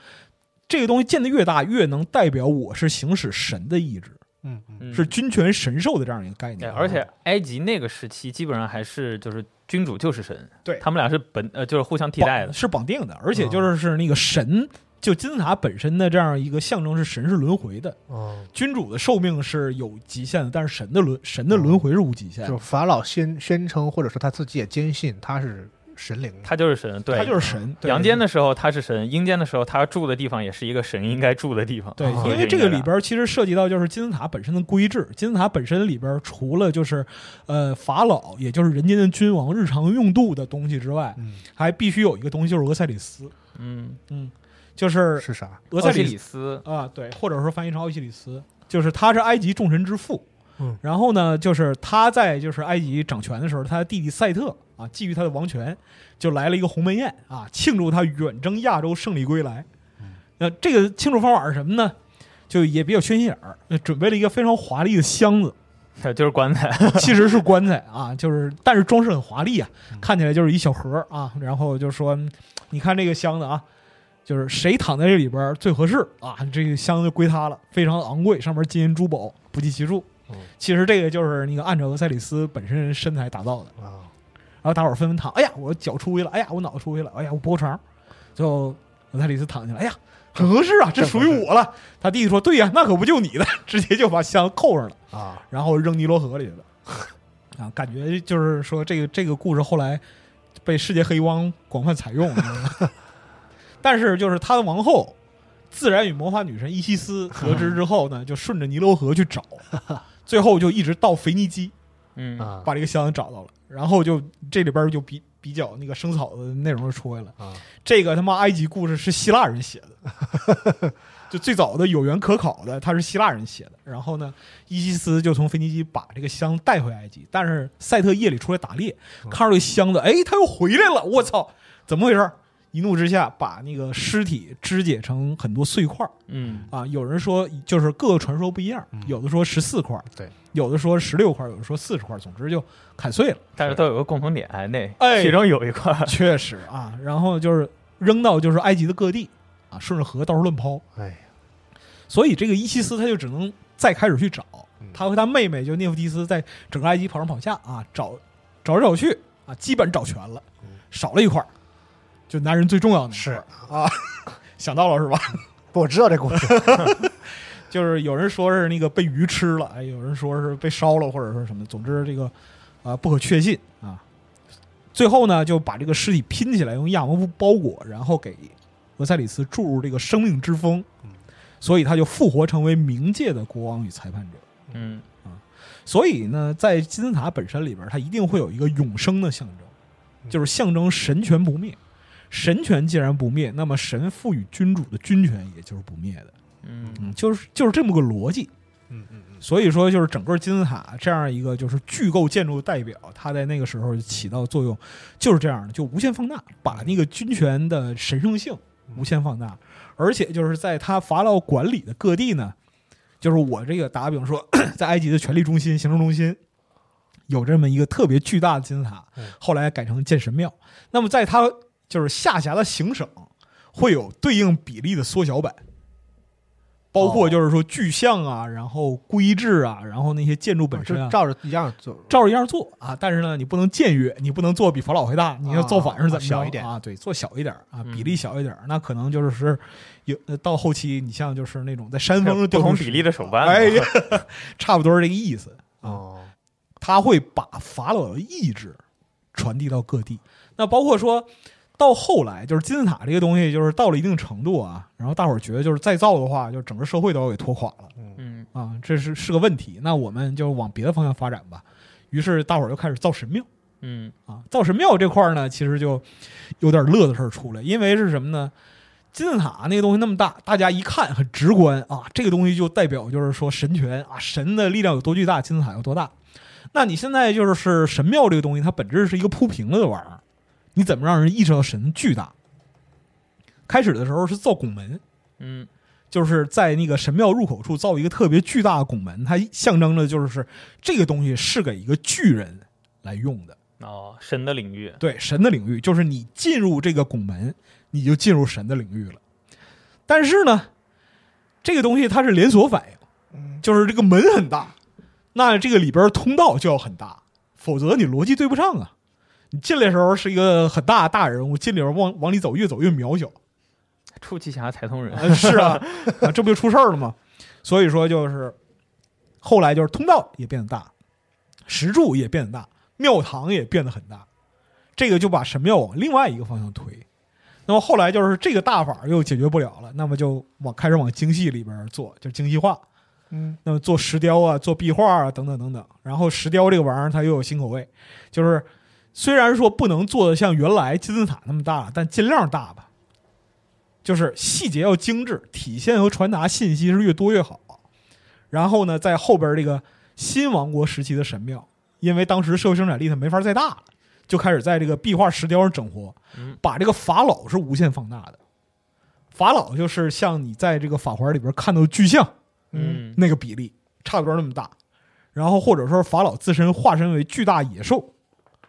C: 这个东西建得越大，越能代表我是行使神的意志，
B: 嗯嗯
D: 嗯
C: 是君权神授的这样一个概
D: 对，
C: 念。啊
D: 而且埃及那个时期基本上还是就是君主就是神，
C: 对
D: 他们俩是本呃就是互相替
C: 绑
D: 代的。嗯
C: 是绑定的，而且就是是那个神，就金字塔本身的这样一个象征是神是轮回的，
B: 哦，
C: 君主的寿命是有极限的，但是神的轮神的
D: 哦
C: 轮回是无极限的
B: 就。法老宣宣称，或者说他自己也坚信他是神灵，
D: 他就是神，对，
C: 他就是神。对
D: 阳间的时候他是神，阴间的时候他住的地方也是一个神应该住的地方。
C: 对，
B: 啊
D: 所以
C: 因为这
D: 应该
C: 个
D: 的
C: 里边其实涉及到就是金字塔本身的规制。金字塔本身里边除了就是呃法老，也就是人间的君王日常用度的东西之外，
B: 嗯，
C: 还必须有一个东西就是俄塞里斯，
D: 嗯，
C: 嗯，就是
B: 是啥？
C: 俄
D: 奥
C: 塞
D: 西
C: 里
D: 里斯，
C: 啊，对，或者说翻译成奥西里斯，就是他是埃及众神之父。
B: 嗯，
C: 然后呢，就是他在就是埃及掌权的时候，他的弟弟赛特啊，觊觎他的王权，就来了一个鸿门宴啊，庆祝他远征亚洲胜利归来。那这个庆祝方法是什么呢？就也比较缺心眼儿，那准备了一个非常华丽的箱子，
D: 就是棺材，
C: 其实是棺材啊，就是但是装饰很华丽啊，看起来就是一小盒儿啊，然后就说，嗯你看这个箱子啊，就是谁躺在这里边儿最合适啊，这个箱子就归他了，非常昂贵，上面金银珠宝不计其数
B: 嗯。
C: 其实这个就是那个按照俄塞里斯本身身材打造的，
B: 啊，
C: 然后大伙儿纷纷躺，哎呀，我脚出去了，哎呀，我脑袋出去了，哎呀，我脖肠，最后俄塞里斯躺下了，哎呀，很合适啊，这属于我了。他弟弟说，对呀、那可不就你的， 直接就把箱子扣上了。
B: 啊，
C: 然后扔尼罗河里了。啊，感觉就是说这个这个故事后来被世界黑帮广泛采用了但是就是他的王后，自然与魔法女神伊西斯得知之后呢，就顺着尼罗河去找，最后就一直到腓尼基
D: 嗯
B: 啊，
C: 把这个箱子找到了，然后就这里边就比比较那个生草的内容就出来了。
B: 啊，
C: 这个他妈埃及故事是希腊人写的， 就最早的有源可考的，他是希腊人写的。然后呢，伊西斯就从腓尼基把这个箱带回埃及，但是赛特夜里出来打猎，
B: 嗯
C: 看到这箱子，哎，他又回来了，我操，怎么回事？一怒之下，把那个尸体肢解成很多碎块儿
D: 嗯，
C: 啊！有人说，就是各个传说不一样，
B: 嗯
C: 有的说十四块儿，
B: 对
C: 有的说十六块儿，有的说四十块儿，总之就砍 碎了。
D: 但是都有个共同点，那
C: 哎
D: 其中有一块，
C: 确实啊，然后就是扔到就是埃及的各地啊，顺着河到处乱抛。
B: 哎，
C: 所以这个伊西斯他就只能再开始去找
B: 嗯，
C: 他和他妹妹就涅夫提斯在整个埃及跑上跑下啊，找找来找去啊，基本找全了
B: 嗯，
C: 少了一块儿，就男人最重要的那
B: 是
C: 一块儿啊，想到了是吧？
B: 不，我知道这故 事，
C: 就是有人说是那个被鱼吃了，哎，有人说是被烧了，或者说什么，总之这个啊、不可确信啊。最后呢，就把这个尸体拼起来，用亚麻布包裹，然后给俄塞里斯注入这个生命之风
B: 嗯，
C: 所以他就复活成为冥界的国王与裁判者。
D: 嗯
C: 所以呢，在金字塔本身里边，它一定会有一个永生的象征，就是象征神权不灭。神权既然不灭，那么神赋予君主的君权也就是不灭的。
D: 嗯
C: 嗯，就是就是这么个逻辑。
B: 嗯嗯嗯，
C: 所以说，就是整个金字塔这样一个就是巨构建筑的代表，它在那个时候起到作用，就是这样的，就无限放大，把那个军权的神圣性
B: 嗯
C: 无限放大，而且就是在它法老管理的各地呢，就是我这个打个比方说，在埃及的权力中心、行政中心。有这么一个特别巨大的金字塔
B: 嗯，
C: 后来改成建神庙。那么在它就是下辖的行省，会有对应比例的缩小版，包括
B: 哦
C: 就是说巨像啊，然后规制啊，然后那些建筑本身
B: 就
C: 啊，
B: 照着一样做，
C: 照着样做啊。但是呢，你不能僭越，你不能做比法老还大，你要造反是怎么着、
B: 啊小一点
C: 啊？对，做小一点啊，
D: 嗯
C: 比例小一点，那可能就是是有呃到后期，你像就是那种在山峰上
D: 不
C: 雕
D: 同
C: 成
D: 比例的手办嘛，
C: 哎呀，差不多是这个意思。
B: 哦，
C: 他会把法老的意志传递到各地。那包括说到后来，就是金字塔这个东西，就是到了一定程度啊，然后大伙儿觉得就是再造的话，就是整个社会都要给拖垮了
D: 嗯
C: 啊，这是是个问题。那我们就往别的方向发展吧。于是大伙儿就开始造神庙
D: 嗯
C: 啊，造神庙这块儿呢，其实就有点乐的事儿出来，因为是什么呢？金字塔那个东西那么大，大家一看很直观啊，这个东西就代表就是说神权啊，神的力量有多巨大，金字塔有多大。那你现在就是神庙这个东西，它本质是一个铺平了的玩意儿，你怎么让人意识到神巨大？开始的时候是造拱门，
D: 嗯
C: 就是在那个神庙入口处造一个特别巨大的拱门，它象征着就是这个东西是给一个巨人来用的。
D: 哦，神的领域，
C: 对神的领域，就是你进入这个拱门，你就进入神的领域了。但是呢，这个东西它是连锁反应，就是这个门很大，那这个里边儿通道就要很大，否则你逻辑对不上啊。你进来的时候是一个很大的大人物，进里边儿往往里走，越走越渺小。
D: 出奇侠财通人，
C: 啊，是啊，啊，这不就出事儿了吗？所以说就是后来就是通道也变得大，石柱也变得大，庙堂也变得很大，这个就把神庙往另外一个方向推。那么后来就是这个大法儿又解决不了了，那么就往开始往精细里边儿做，就是精细化。
B: 嗯，
C: 那么做石雕啊，做壁画啊，等等等等。然后石雕这个玩意儿它又有新口味，就是虽然说不能做的像原来金字塔那么大，但尽量大吧。就是细节要精致，体现和传达信息是越多越好。然后呢，在后边这个新王国时期的神庙，因为当时社会生产力它没法再大了，就开始在这个壁画、石雕上整活
D: 嗯，
C: 把这个法老是无限放大的。法老就是像你在这个法环里边看到的巨像，
D: 嗯
C: 那个比例，差不多那么大。然后或者说法老自身化身为巨大野兽，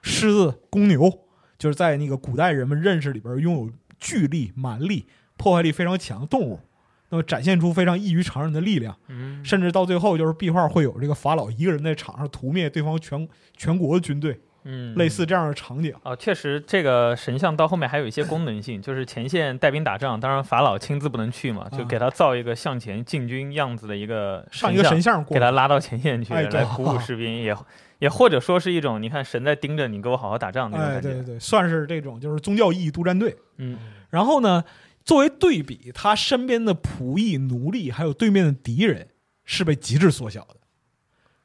C: 狮子、公牛，就是在那个古代人们认识里边拥有巨力、蛮力、破坏力非常强的动物，那么展现出非常异于常人的力量。
D: 嗯，
C: 甚至到最后就是壁画会有这个法老一个人在场上屠灭对方全全国的军队，
D: 嗯
C: 类似这样的场景。
D: 哦，确实，这个神像到后面还有一些功能性，就是前线带兵打仗，当然法老亲自不能去嘛，就
C: 啊
D: 给他造一个向前进军样子的一个
C: 上一个神像过
D: 给
C: 来，
D: 他拉到前线去，
C: 哎对
D: 来鼓舞士兵，也也或者说是一种，你看神在盯着你，给我好好打仗那种
C: 哎，
D: 感觉。
C: 对对对，算是这种就是宗教意义督战队。
D: 嗯
C: 然后呢，作为对比，他身边的仆役、奴隶，还有对面的敌人，是被极致缩小的。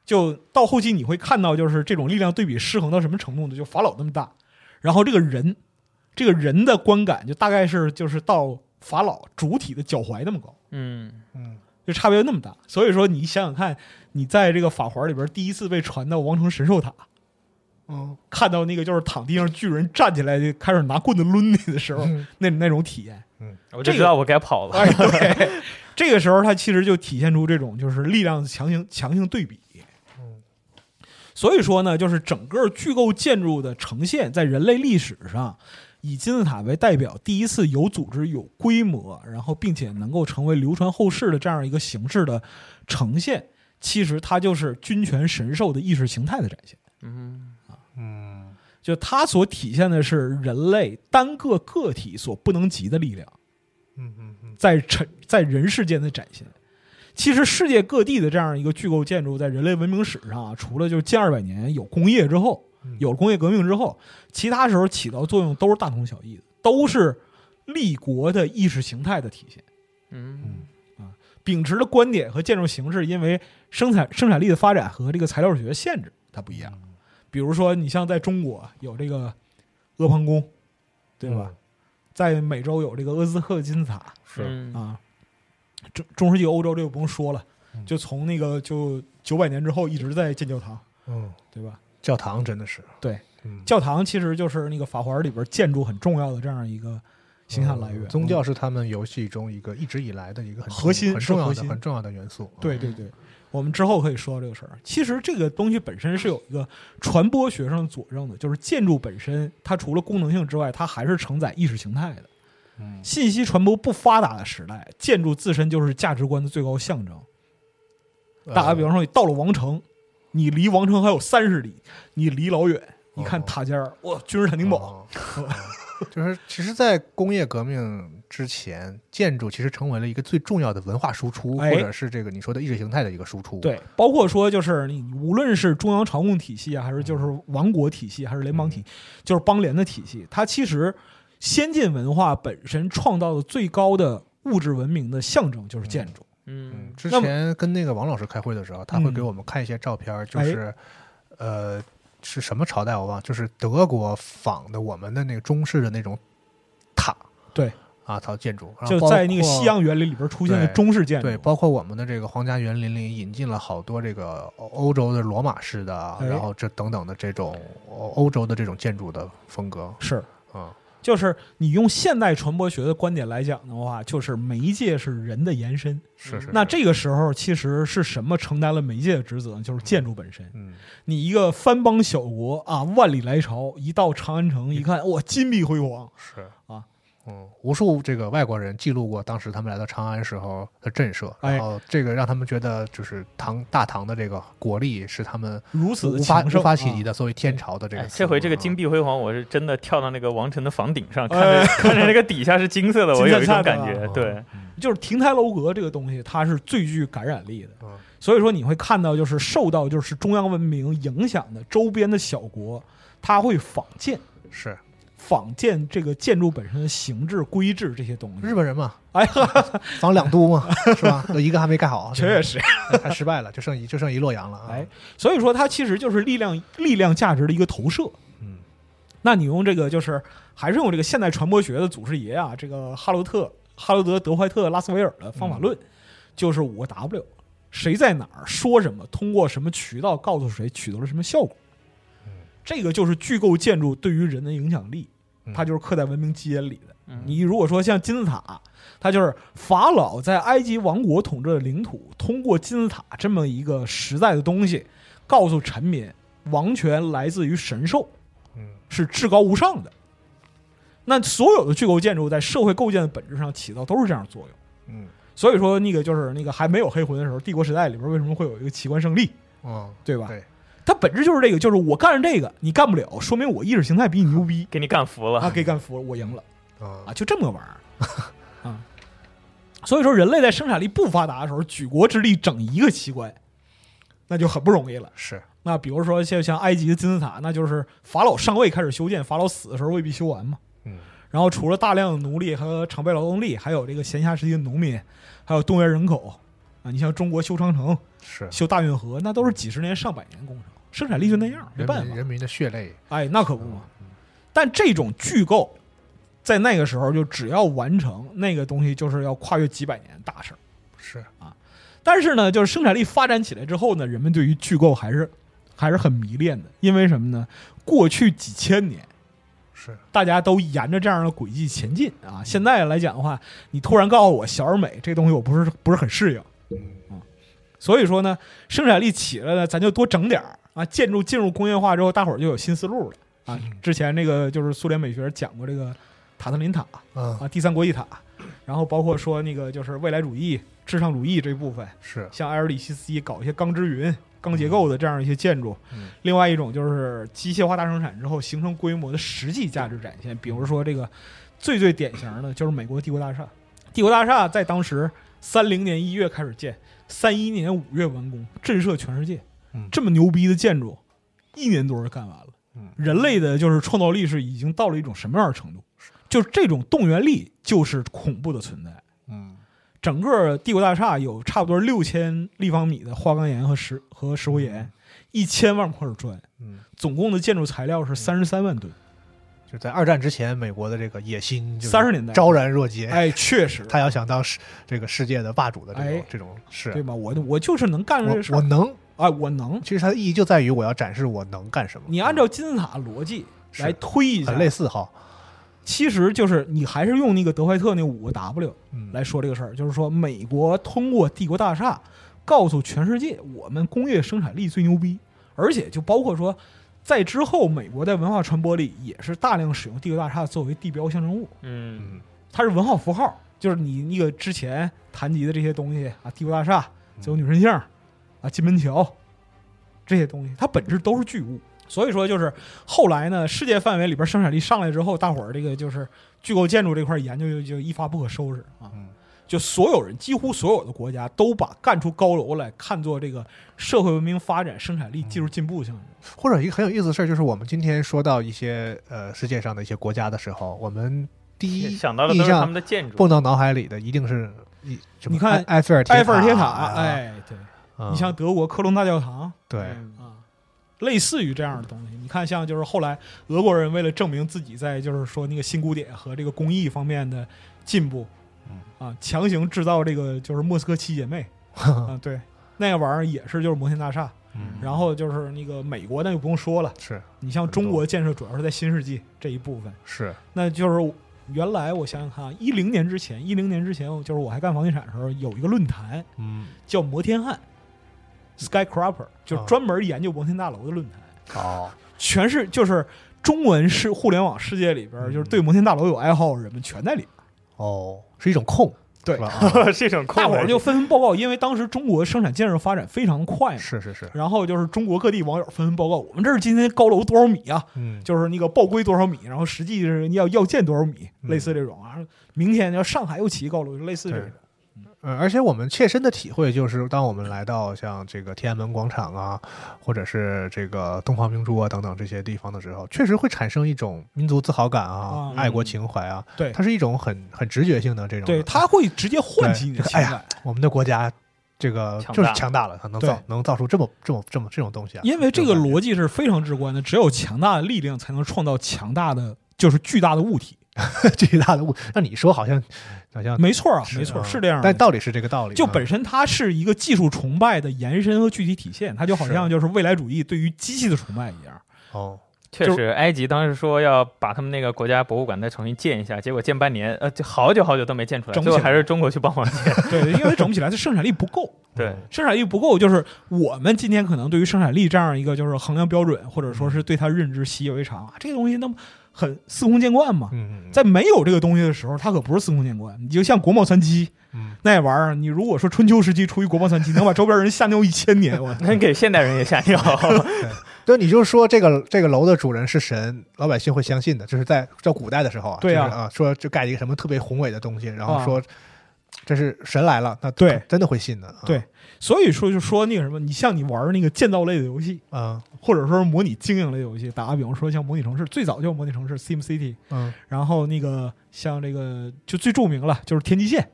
C: 就到后期你会看到，就是这种力量对比失衡到什么程度呢？就法老那么大，然后这个人，这个人的观感就大概是就是到法老主体的脚踝那么高，
D: 嗯，
B: 嗯，
C: 就差别那么大。所以说你想想看，你在这个法环里边第一次被传到王城神兽塔，
B: 嗯，
C: 看到那个就是躺地上巨人站起来就开始拿棍子抡你的时候，
B: 嗯
C: 那那种体验。
D: 我就知道我该跑了。
C: 哎，对，这个时候它其实就体现出这种就是力量的强行强行对比。所以说呢，就是整个巨构建筑的呈现，在人类历史上，以金字塔为代表，第一次有组织、有规模，然后并且能够成为流传后世的这样一个形式的呈现，其实它就是君权神授的意识形态的展现。
D: 嗯，
B: 嗯，
C: 就它所体现的是人类单个个体所不能及的力量。
B: 嗯嗯嗯，
C: 在尘在人世间的展现。其实世界各地的这样一个巨构建筑，在人类文明史上啊，除了就是近二百年有工业之后，
B: 嗯
C: 有了工业革命之后，其他时候起到作用都是大同小异的，都是立国的意识形态的体现。
D: 嗯，
C: 秉持的观点和建筑形式，因为生产生产力的发展和这个材料学的限制，它不一样。比如说，你像在中国有这个阿房宫，对吧？
B: 嗯
C: 在美洲有这个鄂斯克金字塔，
B: 是，
D: 嗯
C: 啊，中中世纪欧洲这个不用说了，
B: 嗯
C: 就从那个就九百年之后一直在建教堂，
B: 嗯，
C: 对吧？
B: 教堂真的是，
C: 对，
B: 嗯，
C: 教堂其实就是那个法环里边建筑很重要的这样一个形象来源，
B: 哦嗯宗教是他们游戏中一个一直以来的一个很
C: 核心
B: 很重要的、
C: 是核心
B: 很重要的元素。
C: 对对
B: 嗯
C: 对，我们之后可以说到这个事儿。其实这个东西本身是有一个传播学上的佐证的，就是建筑本身它除了功能性之外，它还是承载意识形态的。
B: 嗯，
C: 信息传播不发达的时代，建筑自身就是价值观的最高象征。
B: 呃
C: 打个比方，说，你到了王城，你离王城还有三十里，你离老远，一看
B: 哦
C: 塔尖儿，哇，君士坦丁堡，
B: 哦， 哦就是其实，在工业革命之前，建筑其实成为了一个最重要的文化输出，
C: 哎
B: 或者是这个你说的意识形态的一个输出。，嗯
C: 对，包括说就是你无论是中央朝贡体系啊，还是就是王国体系，还是联邦
B: 嗯
C: 体，就是邦联的体系，它其实先进文化本身创造的最高的物质文明的象征就是建筑。
B: 嗯
D: 嗯，
B: 之
C: 那么
B: 前跟那个王老师开会的时候，他会
C: 嗯哎
B: 给我们看一些照片儿，就是、呃是什么朝代我忘了，就是德国仿的我们的那个中式的那种塔，
C: 对
B: 啊，套建筑，然后
C: 就
B: 包
C: 在那个
B: 括
C: 西。洋园林里边出现的
B: 对
C: 中式建筑，
B: 对，包括我们的这个皇家园林里引进了好多这个欧欧洲的罗马式的啊，
C: 哎
B: 然后这等等的这种欧欧洲的这种建筑的风格
C: 是
B: 啊，
C: 就是你用现代传播学的观点来讲的话，就是媒介是人的延伸。
B: 是是。
C: 嗯那
B: 是
C: 这个时候其实是什么承担了媒介的职责呢？就是建筑本身。
B: 嗯，
C: 你一个藩邦小国啊，万里来朝，一到长安城一看，哇，金碧辉煌。
B: 是
C: 啊，
B: 嗯，无数这个外国人记录过当时他们来到长安时候的震慑，
C: 哎
B: 然后这个让他们觉得就是唐大唐的这个国力是他们
C: 如此的
B: 无法
C: 强盛啊
B: 无法企及
C: 的、
B: 的，所谓天朝的这个
D: 哎
B: 词啊
D: 这回这个
B: 嘛
D: 金碧辉煌，我是真的跳到那个王城的房顶上，看
C: 哎
D: 着看着那个底下是金色的，我有一种感
C: 金灿灿
D: 觉
B: 的啊，
D: 对，
C: 就是亭台楼阁这个东西，它是最具感染力的。
B: 嗯
C: 所以说你会看到，就是受到就是中央文明影响的周边的小国，它会仿建
B: 是
C: 仿建这个建筑本身的形制、规制这些东西。
B: 日本人嘛，
C: 哎呀，
B: 防两都嘛，是吧？有一个还没盖好，
C: 确实，
B: 还失败了，就剩一就剩一洛阳了啊。
C: 哎，所以说它其实就是力量力量价值的一个投射。
B: 嗯，
C: 那你用这个就是还是用这个现代传播学的祖师爷啊，这个哈罗特、哈罗德、德怀特、拉斯维尔的方法论，就是五个 W，谁在哪儿说什么，通过什么渠道告诉谁，取得了什么效果。这个就是巨构建筑对于人的影响力，
B: 嗯
C: 它就是刻在文明基因里的。
D: 嗯
C: 你如果说像金字塔，它就是法老在埃及王国统治的领土，通过金字塔这么一个实在的东西，告诉臣民，王权来自于神授，
B: 嗯
C: 是至高无上的。那所有的巨构建筑在社会构建的本质上起到都是这样的作用。
B: 嗯
C: 所以说，那个就是那个还没有黑魂的时候，帝国时代里边为什么会有一个奇观胜利，
B: 嗯，
C: 对吧？
B: 对
C: 它本质就是这个，就是我干这个，你干不了，说明我意识形态比你牛逼
D: 给你干服
C: 啊，
D: 了，
C: 给干服了，我赢了
B: 啊
C: 啊，就这么个玩意儿 啊。所以说，人类在生产力不发达的时候，举国之力整一个奇观，那就很不容易了。
B: 是
C: 那比如说，像像埃及的金字塔，那就是法老上位开始修建，法老死的时候未必修完嘛。
B: 嗯
C: 然后除了大量的奴隶和常备劳动力，还有这个闲暇时期的农民，还有动员人口啊，你像中国修长城、
B: 是
C: 修大运河，那都是几十年、上百年的工程，生产力就那样，没
B: 人
C: 办
B: 民
C: 法。
B: 人民的血泪
C: 哎，那可不嘛。但这种巨构，在那个时候就只要完成那个东西，就是要跨越几百年的大事儿。
B: 是
C: 但是呢，就是生产力发展起来之后呢，人们对于巨构还是还是很迷恋的，因为什么呢？过去几千年。
B: 是，
C: 大家都沿着这样的轨迹前进啊。现在来讲的话，你突然告诉我小而美这东西，我不是不是很适应啊。所以说呢，生产力起来了，咱就多整点儿啊。建筑进入工业化之后，大伙儿就有新思路了啊。之前那个就是苏联美学讲过这个塔特林塔
B: 嗯，
C: 啊，第三国际塔，然后包括说那个就是未来主义、至上主义这部分，
B: 是
C: 像埃尔里希斯基搞一些钢之云、钢结构的这样一些建筑。
B: 嗯
C: 另外一种就是机械化大生产之后形成规模的实际价值展现，比如说这个最最典型的就是美国帝国大厦。帝国大厦在当时三零年一月开始建，三一年五月完工，震慑全世界。
B: 嗯
C: 这么牛逼的建筑，一年多就干完了。
B: 嗯
C: 人类的就是创造力是已经到了一种什么样的程度？就是这种动员力就是恐怖的存在。
B: 嗯
C: 整个帝国大厦有差不多六千立方米的花岗岩和石和石灰岩，一千万块砖，
B: 嗯，
C: 总共的建筑材料是三十三万吨。
B: 就在二战之前，美国的这个野心就是
C: 30年代
B: 昭然若揭，
C: 哎，确实，
B: 他要想当世这个世界的霸主的这种、
C: 哎
B: 这种
C: 对
B: 是，
C: 吧？我我就是能干这事
B: 我我嗯
C: 儿，
B: 能，
C: 哎，我能。
B: 其实它的意义就在于我要展示我能干什么。
C: 你按照金字塔逻辑来推一下
B: 很，类似哈，
C: 其实就是你还是用那个德怀特那五个 W
B: 嗯，
C: 来说这个事儿，就是说美国通过帝国大厦告诉全世界，我们工业生产力最牛逼，而且就包括说。在之后，美国在文化传播里也是大量使用帝国大厦作为地标象征物。
D: 嗯，
B: 嗯，
C: 它是文化符号，就是你那个之前谈及的这些东西啊，帝国大厦、自由女神像啊、金门桥这些东西，它本质都是巨物。所以说，就是后来呢，世界范围里边生产力上来之后，大伙儿这个就是巨构建筑这块研究就就一发不可收拾啊
B: 嗯！
C: 就所有人，几乎所有的国家都把干出高楼来看作这个社会文明发展、生产力、技术进步的象征。
B: 或者一个很有意思的事儿，就是我们今天说到一些呃世界上的一些国家的时候，我们第一
D: 想到的
B: 印
D: 都是他
B: 象
D: 们的建筑，
B: 嗯蹦到脑海里的一定是一什么
C: 你看
B: 埃埃菲尔
C: 埃菲尔
B: 尔
C: 铁
B: 铁
C: 塔，
B: 啊，
C: 哎，对
B: 嗯
C: 你像德国科隆大教堂，
B: 对
D: 嗯
C: 啊，类似于这样的东西。你看，像就是后来俄国人为了证明自己在就是说那个新古典和这个工艺方面的进步，啊，强行制造这个就是莫斯科七姐妹啊，对，那个玩意儿也是就是摩天大厦。
B: 嗯
C: 然后就是那个美国那就不用说了，
B: 是
C: 你像中国建设主要是在新世纪这一部分，
B: 是
C: 那就是。原来我想想看啊，一零年之前，一零年之前，就是我还干房地产的时候，有一个论坛，
B: 嗯
C: 叫摩天汉 （Skycropper），就是专门研究摩天大楼的论坛，
B: 哦
C: 全是就是中文是互联网世界里边儿，
B: 嗯
C: 就是对摩天大楼有爱好的人们全在里边儿。
B: 哦是一种控
C: 对
B: 是 吧？啊
D: 是一种
C: 大
D: 空
C: 伙
D: 白
C: 儿就纷纷报告，因为当时中国生产建设发展非常快嘛，
B: 是是是
C: 然后就是中国各地网友纷纷报告，我们这儿今天高楼多少米啊？
B: 嗯
C: 就是那个报规多少米，然后实际是要要建多少米，
B: 嗯
C: 类似这种啊。明天要上海又起一高楼，就类似这
B: 对
C: 种。
B: 呃，而且我们切身的体会就是，当我们来到像这个天安门广场啊，或者是这个东方明珠啊等等这些地方的时候，确实会产生一种民族自豪感啊、
C: 啊
B: 爱国情怀啊。
C: 对
B: 它是一种很很直觉性的这种。
C: 对，它会直接唤
B: 对
C: 起你的
B: 这个
C: 情
B: 哎呀
C: 感，
B: 我们的国家这个
D: 强
B: 就是
D: 大
B: 强大了，它能
C: 对
B: 造能造出这么这么这么这种东西啊。
C: 因为这个
B: 种感觉
C: 逻辑是非常直观的，只有强大的力量才能创造强大的，就是巨大的物体。
B: 巨大的 物，让你说好像好像
C: 没错啊，
B: 是
C: 没错，
B: 啊
C: 是这样的。
B: 但道理是这个道理啊。
C: 就本身它是一个技术崇拜的延伸和具体体现，它就好像就是未来主义对于机器的崇拜一样。
B: 哦，
D: 确
C: 就
D: 实，埃及当时说要把他们那个国家博物馆再重新建一下，结果建半年，呃，就好久好久都没建出来，
C: 整
D: 最后
C: 起来
D: 还是中国去帮忙建。
C: 对，因为它整不起来，它生产力不够。
D: 对，
C: 生产力不够，就是我们今天可能对于生产力这样一个就是衡量标准，或者
B: 嗯
C: 说是对它认知习以为常啊，这个东西那么很司空见惯嘛。
B: 嗯，嗯
C: 在没有这个东西的时候，它可不是司空见惯。你就像国贸三期
B: 嗯
C: 那玩意儿，你如果说春秋时期出于国贸三期，能把周边人吓尿一千年， 我
D: 那给现代人也吓尿。
B: 对，你就说这个这个楼的主人是神，老百姓会相信的。这是在在古代的时候啊，
C: 对
B: 啊
C: 啊
B: 啊，说就盖一个什么特别宏伟的东西，然后
C: 啊
B: 说这是神来了，那
C: 对
B: 真的会信的。啊
C: 对所以说就说那个什么，你像你玩那个建造类的游戏，
B: 嗯
C: 或者说是模拟经营类游戏，打个比方说像模拟城市，最早就有模拟城市 Sim City，
B: 嗯，
C: 然后那个像这个就最著名了，就是天际线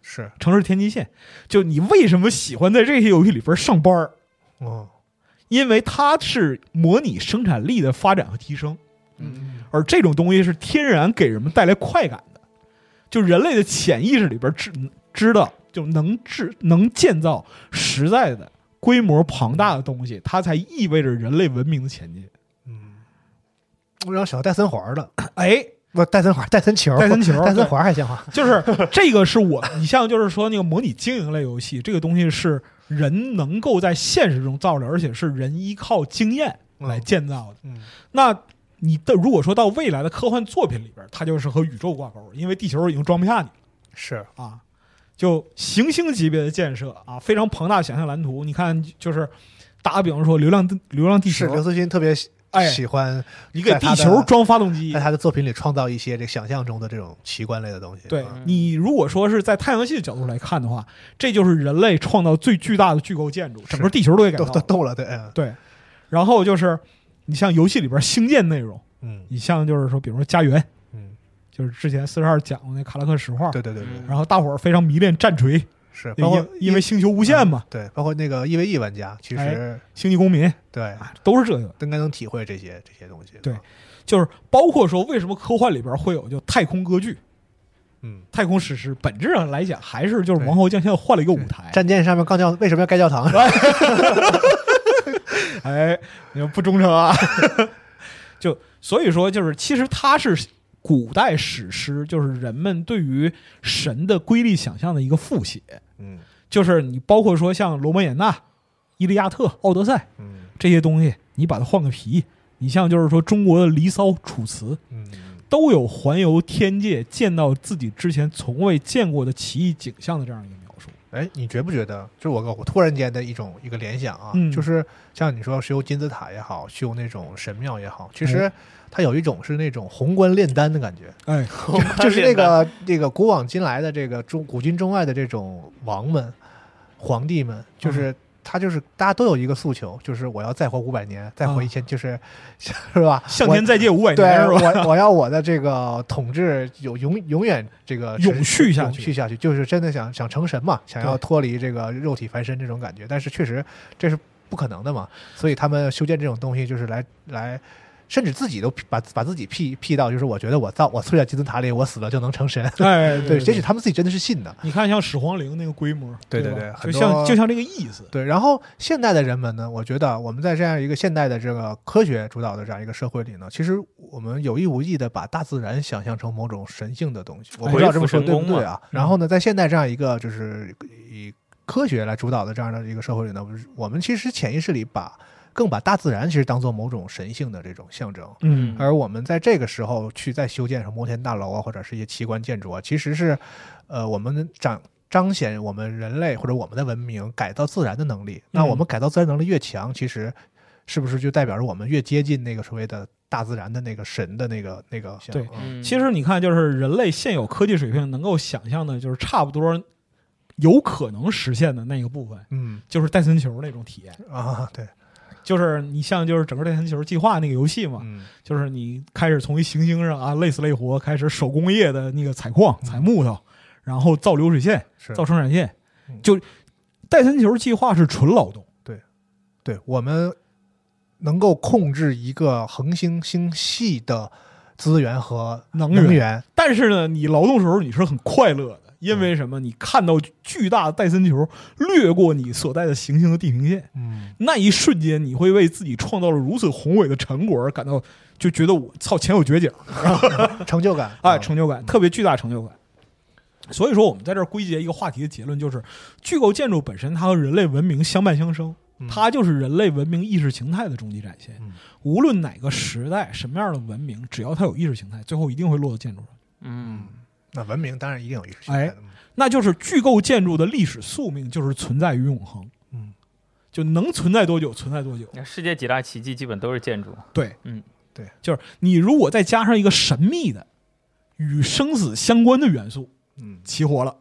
B: 是
C: 城市天际线，就你为什么喜欢在这些游戏里边上班儿？
B: 嗯
C: 因为它是模拟生产力的发展和提升，
B: 嗯，
C: 而这种东西是天然给人们带来快感的，就人类的潜意识里边知知道，就能制能建造实在的规模庞大的东西，它才意味着人类文明的前进。
B: 嗯我让小戴森环了，
C: 哎，
B: 不，戴森环，戴森球，
C: 戴森球
B: 戴
C: 对
B: 森环还像啊话。
C: 就是这个是我，你像就是说那个模拟经营类游戏，这个东西是人能够在现实中造出来，而且是人依靠经验来建造的。
B: 嗯
C: 那你的如果说到未来的科幻作品里边，它就是和宇宙挂钩，因为地球已经装不下你
B: 是，
C: 了啊。就行星级别的建设啊，非常庞大的想象蓝图。你看，就是打个比方说，《流浪地流浪地球
B: 是》刘慈欣特别喜
C: 哎
B: 喜欢
C: 你给
B: 在
C: 地
B: 他的
C: 球装发 动机
B: 在，他的作品里创造一些这想象中的这种奇观类的东西。
C: 对
B: 嗯
C: 你如果说是在太阳系的角度来看的话，这就是人类创造最巨大的巨构建筑，整个地球都给改
B: 都
C: 造
B: 都
C: 了。
B: 动了，对，嗯
C: 对，然后就是你像游戏里边星舰内容，
B: 嗯
C: 你像就是说，比如说家园，
B: 嗯，
C: 就是之前四十二讲过那卡拉克石化，
B: 对对对对，
D: 嗯
C: 然后大伙儿非常迷恋战锤，
B: 是，包括
C: 因因为哎星球无限嘛，
B: 对，包括那个 EVE 玩家，其实
C: 星际公民
B: 对
C: 啊，都是这个。
B: 都应该能体会这些这些东西。
C: 对就是包括说，为什么科幻里边会有就太空歌剧、
B: 嗯，
C: 太空史诗？本质上来讲，还是就是
B: 对
C: 王侯将相换了一个舞台。
B: 战舰上面刚教为什么要盖教堂？
C: 哎，你们不忠诚啊！ 就所以说，就是其实它是古代史诗，就是人们对于神的瑰丽想象的一个复写。
B: 嗯
C: 就是你包括说像《罗摩衍那》《伊利亚特》《奥德赛》
B: 嗯
C: 这些东西，你把它换个皮，你像就是说中国的《离骚》《楚辞》
B: 嗯，
C: 都有环游天界、见到自己之前从未见过的奇异景象的这样一个描述。
B: 哎，你觉不觉得？就是我我突然间的一种一个联想啊，
C: 嗯
B: 就是像你说修金字塔也好，修那种神庙也好，其实它有一种是那种宏观炼丹的感觉，
C: 哎，
B: 就是那个这个古往今来的这个中古今中外的这种王们、皇帝们，
C: 嗯
B: 就是。他就是大家都有一个诉求，就是我要再活五百年，再活
C: 啊
B: 一千，就是 是吧？
C: 向
B: 我
C: 天再借五百
B: 对
C: 年是吧？
B: 我我要我的这个统治有永永远这个
C: 永
B: 持
C: 续下去
B: 永续下去，就是真的想想成神嘛，想要
C: 对
B: 脱离这个肉体凡身这种感觉，但是确实这是不可能的嘛，所以他们修建这种东西就是来来。甚至自己都把把自己 P P 到，就是我觉得我造我睡在金字塔里，我死了就能成神。
C: 哎，
B: 对，也许他们自己真的是信的。
C: 你看，像始皇陵那个规模，
B: 对
C: 对
B: 对
C: 吧
B: 对很多
C: 就像就像这个意思，
B: 对，然后现代的人们呢，我觉得啊我们在这样一个现代的这个科学主导的这样一个社会里呢，其实我们有意无意的把大自然想象成某种神性的东西，我不知道这么说对不对啊。然后呢，在现代这样一个就是以科学来主导的这样的一个社会里呢，我们其实潜意识里把更把大自然其实当做某种神性的这种象征。
C: 嗯
B: 而我们在这个时候去再修建什么摩天大楼啊，或者是一些奇观建筑啊，其实是，呃，我们彰彰显我们人类或者我们的文明改造自然的能力。那
C: 嗯
B: 我们改造自然能力越强，其实是不是就代表着我们越接近那个所谓的大自然的那个神的那个那个像？
C: 对
B: 嗯
C: 其实你看，就是人类现有科技水平能够想象的，就是差不多有可能实现的那个部分，
B: 嗯
C: 就是戴森球那种体验。
B: 啊，对，
C: 就是你像就是整个戴森球计划那个游戏嘛，
B: 嗯
C: 就是你开始从一行星上啊累死累活开始手工业的那个采矿、
B: 嗯
C: 采木头，然后造流水线、
B: 是
C: 造生产线
B: 嗯，
C: 就戴森球计划是纯劳动。
B: 对，我们能够控制一个恒星星系的资源和
C: 能源
B: 能源
C: 但是呢，你劳动时候你是很快乐的，因为什么？你看到巨大的戴森球掠过你所在的行星的地平线，
B: 嗯，
C: 那一瞬间，你会为自己创造了如此宏伟的成果而感到，就觉得我操前有绝景
B: 成就感
C: 啊，
B: 啊
C: 成就感特别巨大，成就感。所以说，我们在这儿归结一个话题的结论，就是巨构建筑本身它和人类文明相伴相生，
B: 嗯
C: 它就是人类文明意识形态的终极展现
B: 嗯。
C: 无论哪个时代、什么样的文明，只要它有意识形态，最后一定会落到建筑上。
D: 嗯，
B: 那文明当然一定有意识
C: 哎
B: 形态的嘛，
C: 那就是巨构建筑的历史宿命就是存在于永恒，
B: 嗯，
C: 就能存在多久存在多久。
D: 你看世界几大奇迹基本都是建筑，
C: 对，
D: 嗯，
B: 对，
C: 就是你如果再加上一个神秘的与生死相关的元素，
B: 嗯
C: 齐活了，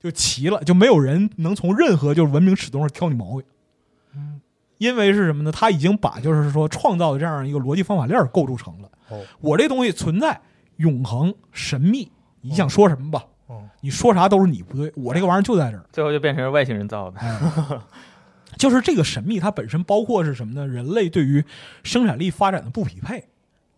C: 就齐了，就没有人能从任何就是文明尺度上挑你毛病。
B: 嗯，
C: 因为是什么呢？他已经把就是说创造的这样一个逻辑方法链儿构筑成了。
B: 哦
C: 我这东西存在、永恒、神秘，你想说什么吧？
B: 哦
C: 你说啥都是你不对，我这个玩意儿就在这儿。
D: 最后就变成了外星人造的。
C: 就是这个神秘，它本身包括是什么呢？人类对于生产力发展的不匹配，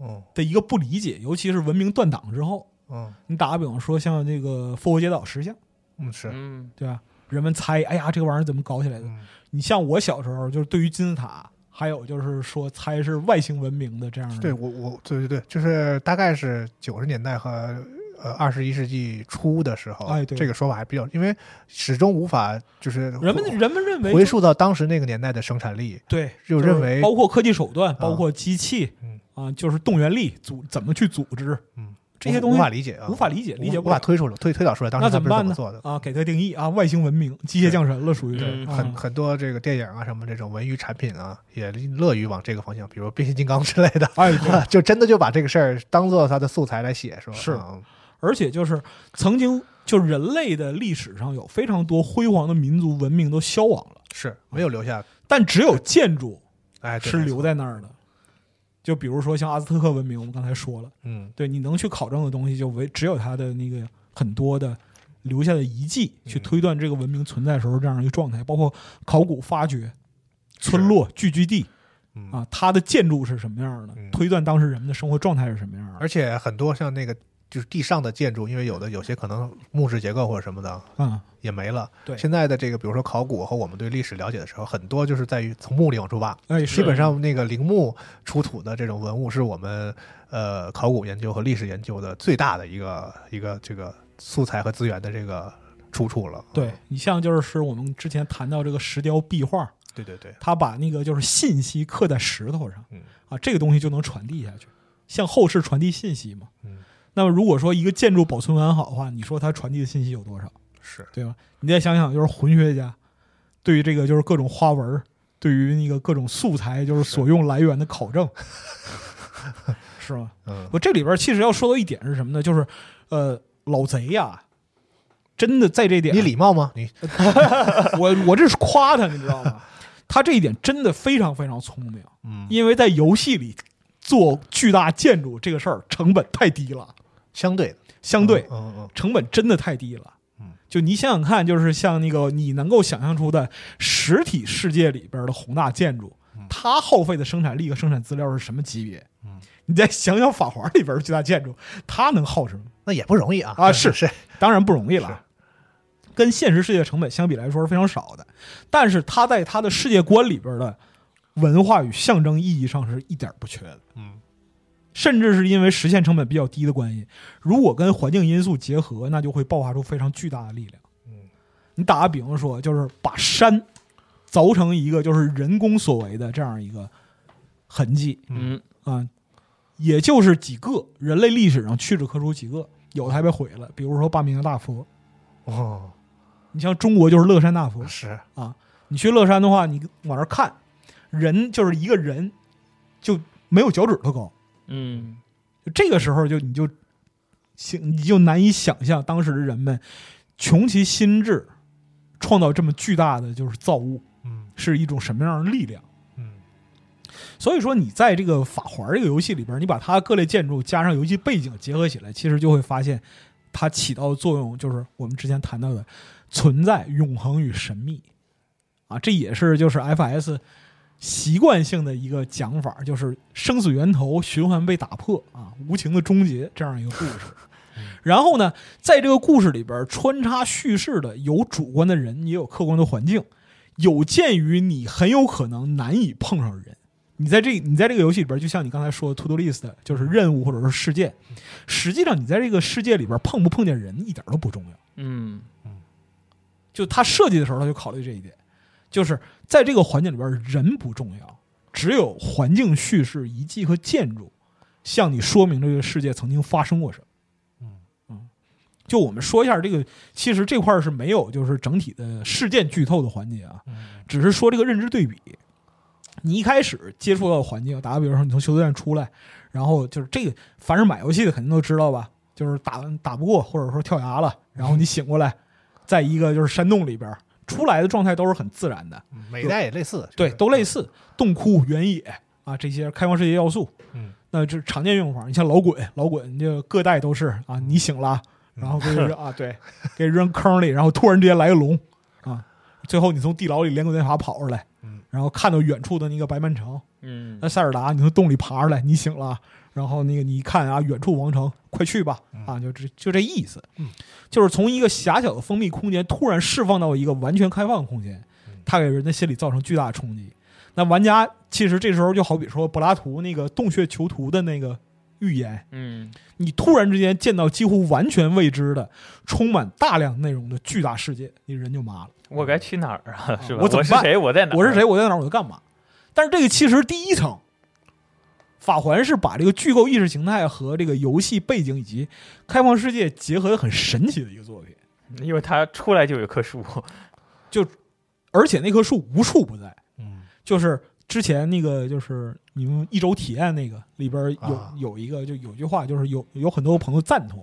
B: 嗯
C: 的一个不理解，尤其是文明断档之后。
B: 嗯
C: 你打个比方说，像这个复活节岛石像，
B: 嗯是，
D: 嗯，
C: 对吧？人们猜，哎呀，这个玩意儿怎么搞起来的？
B: 嗯
C: 你像我小时候，就是对于金字塔，还有就是说猜是外星文明的这样的，
B: 对我我对对对，就是大概是九十年代和呃二十一世纪初的时候，
C: 哎对
B: 这个说法还比较，因为始终无法就是
C: 人们人们认为
B: 回溯到当时那个年代的生产力，
C: 对，
B: 就是认为
C: 包括科技手段，包括机器
B: 嗯
C: 啊，就是动员力组怎么去组织
B: 嗯
C: 这些
B: 无
C: 东西
B: 无法理解啊，
C: 无法理解理解
B: 无
C: 不
B: 法
C: 了
B: 推出推推导出来当时
C: 那
B: 他
C: 怎么
B: 们是
C: 办
B: 怎
C: 呢
B: 么做的。
C: 啊，给它定义啊，外星文明、机械降神了，属于
D: 嗯
C: 是啊
B: 很很多这个电影啊，什么这种文娱产品啊，也乐于往这个方向，比如变形金刚之类的，
C: 哎，对
B: 就真的就把这个事儿当做他的素材来写，是吧？
C: 是
B: 嗯
C: 而且就是曾经就人类的历史上有非常多辉煌的民族文明都消亡了，
B: 是没有留下，
C: 但只有建筑
B: 哎，对
C: 是
B: 没
C: 留
B: 错
C: 在那儿的。就比如说像阿兹特克文明，我们刚才说了，
B: 嗯
C: 对，你能去考证的东西，就唯只有它的那个很多的留下的遗迹，去
B: 嗯
C: 推断这个文明存在时候这样一个状态，包括考古发掘、村落、聚居地
B: 嗯
C: 啊，它的建筑是什么样的，
B: 嗯
C: 推断当时人们的生活状态是什么样的
B: 而且很多像那个就是地上的建筑，因为有的有些可能木质结构或者什么的
C: 啊、
B: 也没了。
C: 对
B: 现在的这个比如说考古和我们对历史了解的时候，很多就是在于从墓里往出挖。
C: 哎，
B: 基
C: 是
B: 本上那个陵墓出土的这种文物，是我们呃考古研究和历史研究的最大的一个一个这个素材和资源的这个出处了。嗯
C: 对你像就是我们之前谈到这个石雕壁画，
B: 对对对，
C: 它把那个就是信息刻在石头上
B: 嗯
C: 啊，这个东西就能传递下去，向后世传递信息嘛。
B: 嗯
C: 那么如果说一个建筑保存完好的话，你说它传递的信息有多少，
B: 是
C: 对吧？你再想想，就是魂学家对于这个就是各种花纹儿，对于那个各种素材就是所用来源的 考证，是吧？
B: 嗯
C: 我这里边其实要说到一点是什么呢？就是呃，老贼呀、真的在这点，
B: 你礼貌吗？你
C: 我我这是夸他，你知道吗？ 他这一点真的非常非常聪明，
B: 嗯
C: 因为在游戏里做巨大建筑这个事儿成本太低了，
B: 相对的
C: 相对
B: 嗯嗯
C: 成本真的太低了
B: 嗯。
C: 就你想想看，就是像那个你能够想象出的实体世界里边的宏大建筑
B: 嗯，
C: 它耗费的生产力和生产资料是什么级别？
B: 嗯，
C: 你再想想《法环》里边巨大建筑，它能耗什么？
B: 那也不容易啊
C: 啊
B: 是是
C: 当然不容易了，跟现实世界成本相比来说是非常少的，但是它在它的世界观里边的文化与象征意义上是一点儿不缺的，
B: 嗯
C: 甚至是因为实现成本比较低的关系，如果跟环境因素结合，那就会爆发出非常巨大的力量。
B: 嗯
C: 你打个比方说，就是把山凿成一个就是人工所为的这样一个痕迹，
D: 嗯，
C: 啊，也就是几个人类历史上屈指可数几个，有的还被毁了，比如说巴米扬大佛。
B: 哦
C: 你像中国就是乐山大佛，
B: 是
C: 你去乐山的话，你往那儿看，人就是一个人就没有脚趾头高，
D: 嗯，
C: 就这个时候就你就想你就难以想象当时的人们穷其心智创造这么巨大的就是造物
B: 嗯
C: 是一种什么样的力量。
B: 嗯
C: 所以说，你在这个法环这个游戏里边，你把它各类建筑加上游戏背景结合起来，其实就会发现它起到的作用就是我们之前谈到的存在、永恒与神秘啊，这也是就是 FS 习惯性的一个讲法，就是生死源头循环被打破啊，无情的终结这样一个故事。然后呢，在这个故事里边穿插叙事的有主观的人，也有客观的环境，有鉴于你很有可能难以碰上人。你在这你在这个游戏里边，就像你刚才说的 to do list，就是任务或者是事件，实际上你在这个世界里边碰不碰见人一点都不重要。
D: 嗯，
C: 就他设计的时候，他就考虑这一点，就是在这个环境里边，人不重要，只有环境叙事、遗迹和建筑，向你说明这个世界曾经发生过什么。
B: 嗯
C: 就我们说一下这个，其实这块儿是没有就是整体的事件剧透的环节啊，
B: 嗯
C: 只是说这个认知对比。你一开始接触到的环境，打个比方说，你从修道院出来，然后就是这个，凡是买游戏的肯定都知道吧，就是打打不过，或者说跳崖了，然后你醒过来，在一个就是山洞里边儿出来的状态都是很自然的，
B: 嗯每代也类似
C: 对，都类
B: 似
C: 似洞窟、原野啊这些开放世界要素，
B: 嗯，
C: 那这是常见用法。你像老滚，老滚就各代都是啊，你醒了，
B: 嗯
C: 然后给扔 啊，对，给扔坑里，然后突然之间来个龙啊，最后你从地牢里连滚带爬跑出来，
B: 嗯，
C: 然后看到远处的那个白曼城，
D: 嗯
C: 那塞尔达你从洞里爬出来，你醒了，然后那个你一看啊，远处王城，快去吧，啊，就这就这意思，
B: 嗯
C: 就是从一个狭小的封闭空间突然释放到一个完全开放的空间
B: 嗯，
C: 它给人的心理造成巨大的冲击。那玩家其实这时候就好比说柏拉图那个洞穴囚徒的那个预言，
D: 嗯
C: 你突然之间见到几乎完全未知的、充满大量内容的巨大世界，你人就麻了。
D: 我该去哪儿啊？是吧？
C: 我怎么
D: 是
C: 办
D: 谁？我在哪儿？
C: 我是谁？我在哪儿？我就干嘛？但是这个其实第一层，法环是把这个虚构意识形态和这个游戏背景以及开放世界结合的很神奇的一个作品，
D: 因为他出来就有一棵树，
C: 而且那棵树无处不在。
B: 嗯
C: 就是之前那个，就是你们一周体验那个里边有、
B: 啊
C: 有一个，就有句话，就是有有很多朋友赞同，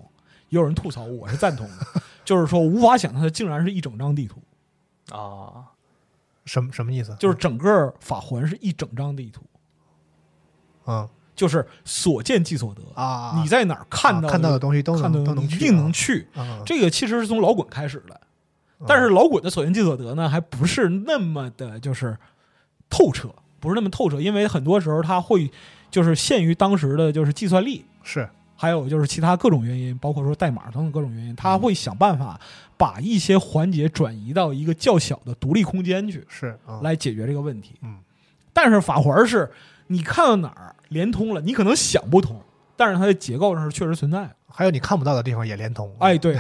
C: 也有人吐槽，我是赞同的，就是说无法想象它竟然是一整张地图，
D: 啊，
B: 什么什么意思？
C: 就是整个法环是一整张地图，
B: 嗯
C: 就是所见即所得。
B: 啊，
C: 你在哪儿看到
B: 啊
C: 的、
B: 看到的东西都
C: 看
B: 能
C: 到
B: 都能
C: 一
B: 去
C: 定能
B: 啊
C: 去。
B: 嗯，
C: 这个其实是从老滚开始的，
B: 嗯
C: 但是老滚的所见即所得呢，还不是那么的，就是透彻，不是那么透彻，因为很多时候它会就是限于当时的就是计算力，
B: 是
C: 还有就是其他各种原因，包括说代码等等各种原因，它
B: 嗯
C: 会想办法把一些环节转移到一个较小的独立空间去
B: 是啊，
C: 来解决这个问题。
B: 嗯，
C: 但是法环是你看到哪儿连通了，你可能想不通，但是它的结构上是确实存在的。
B: 还有你看不到的地方也连通。
C: 哎，，对，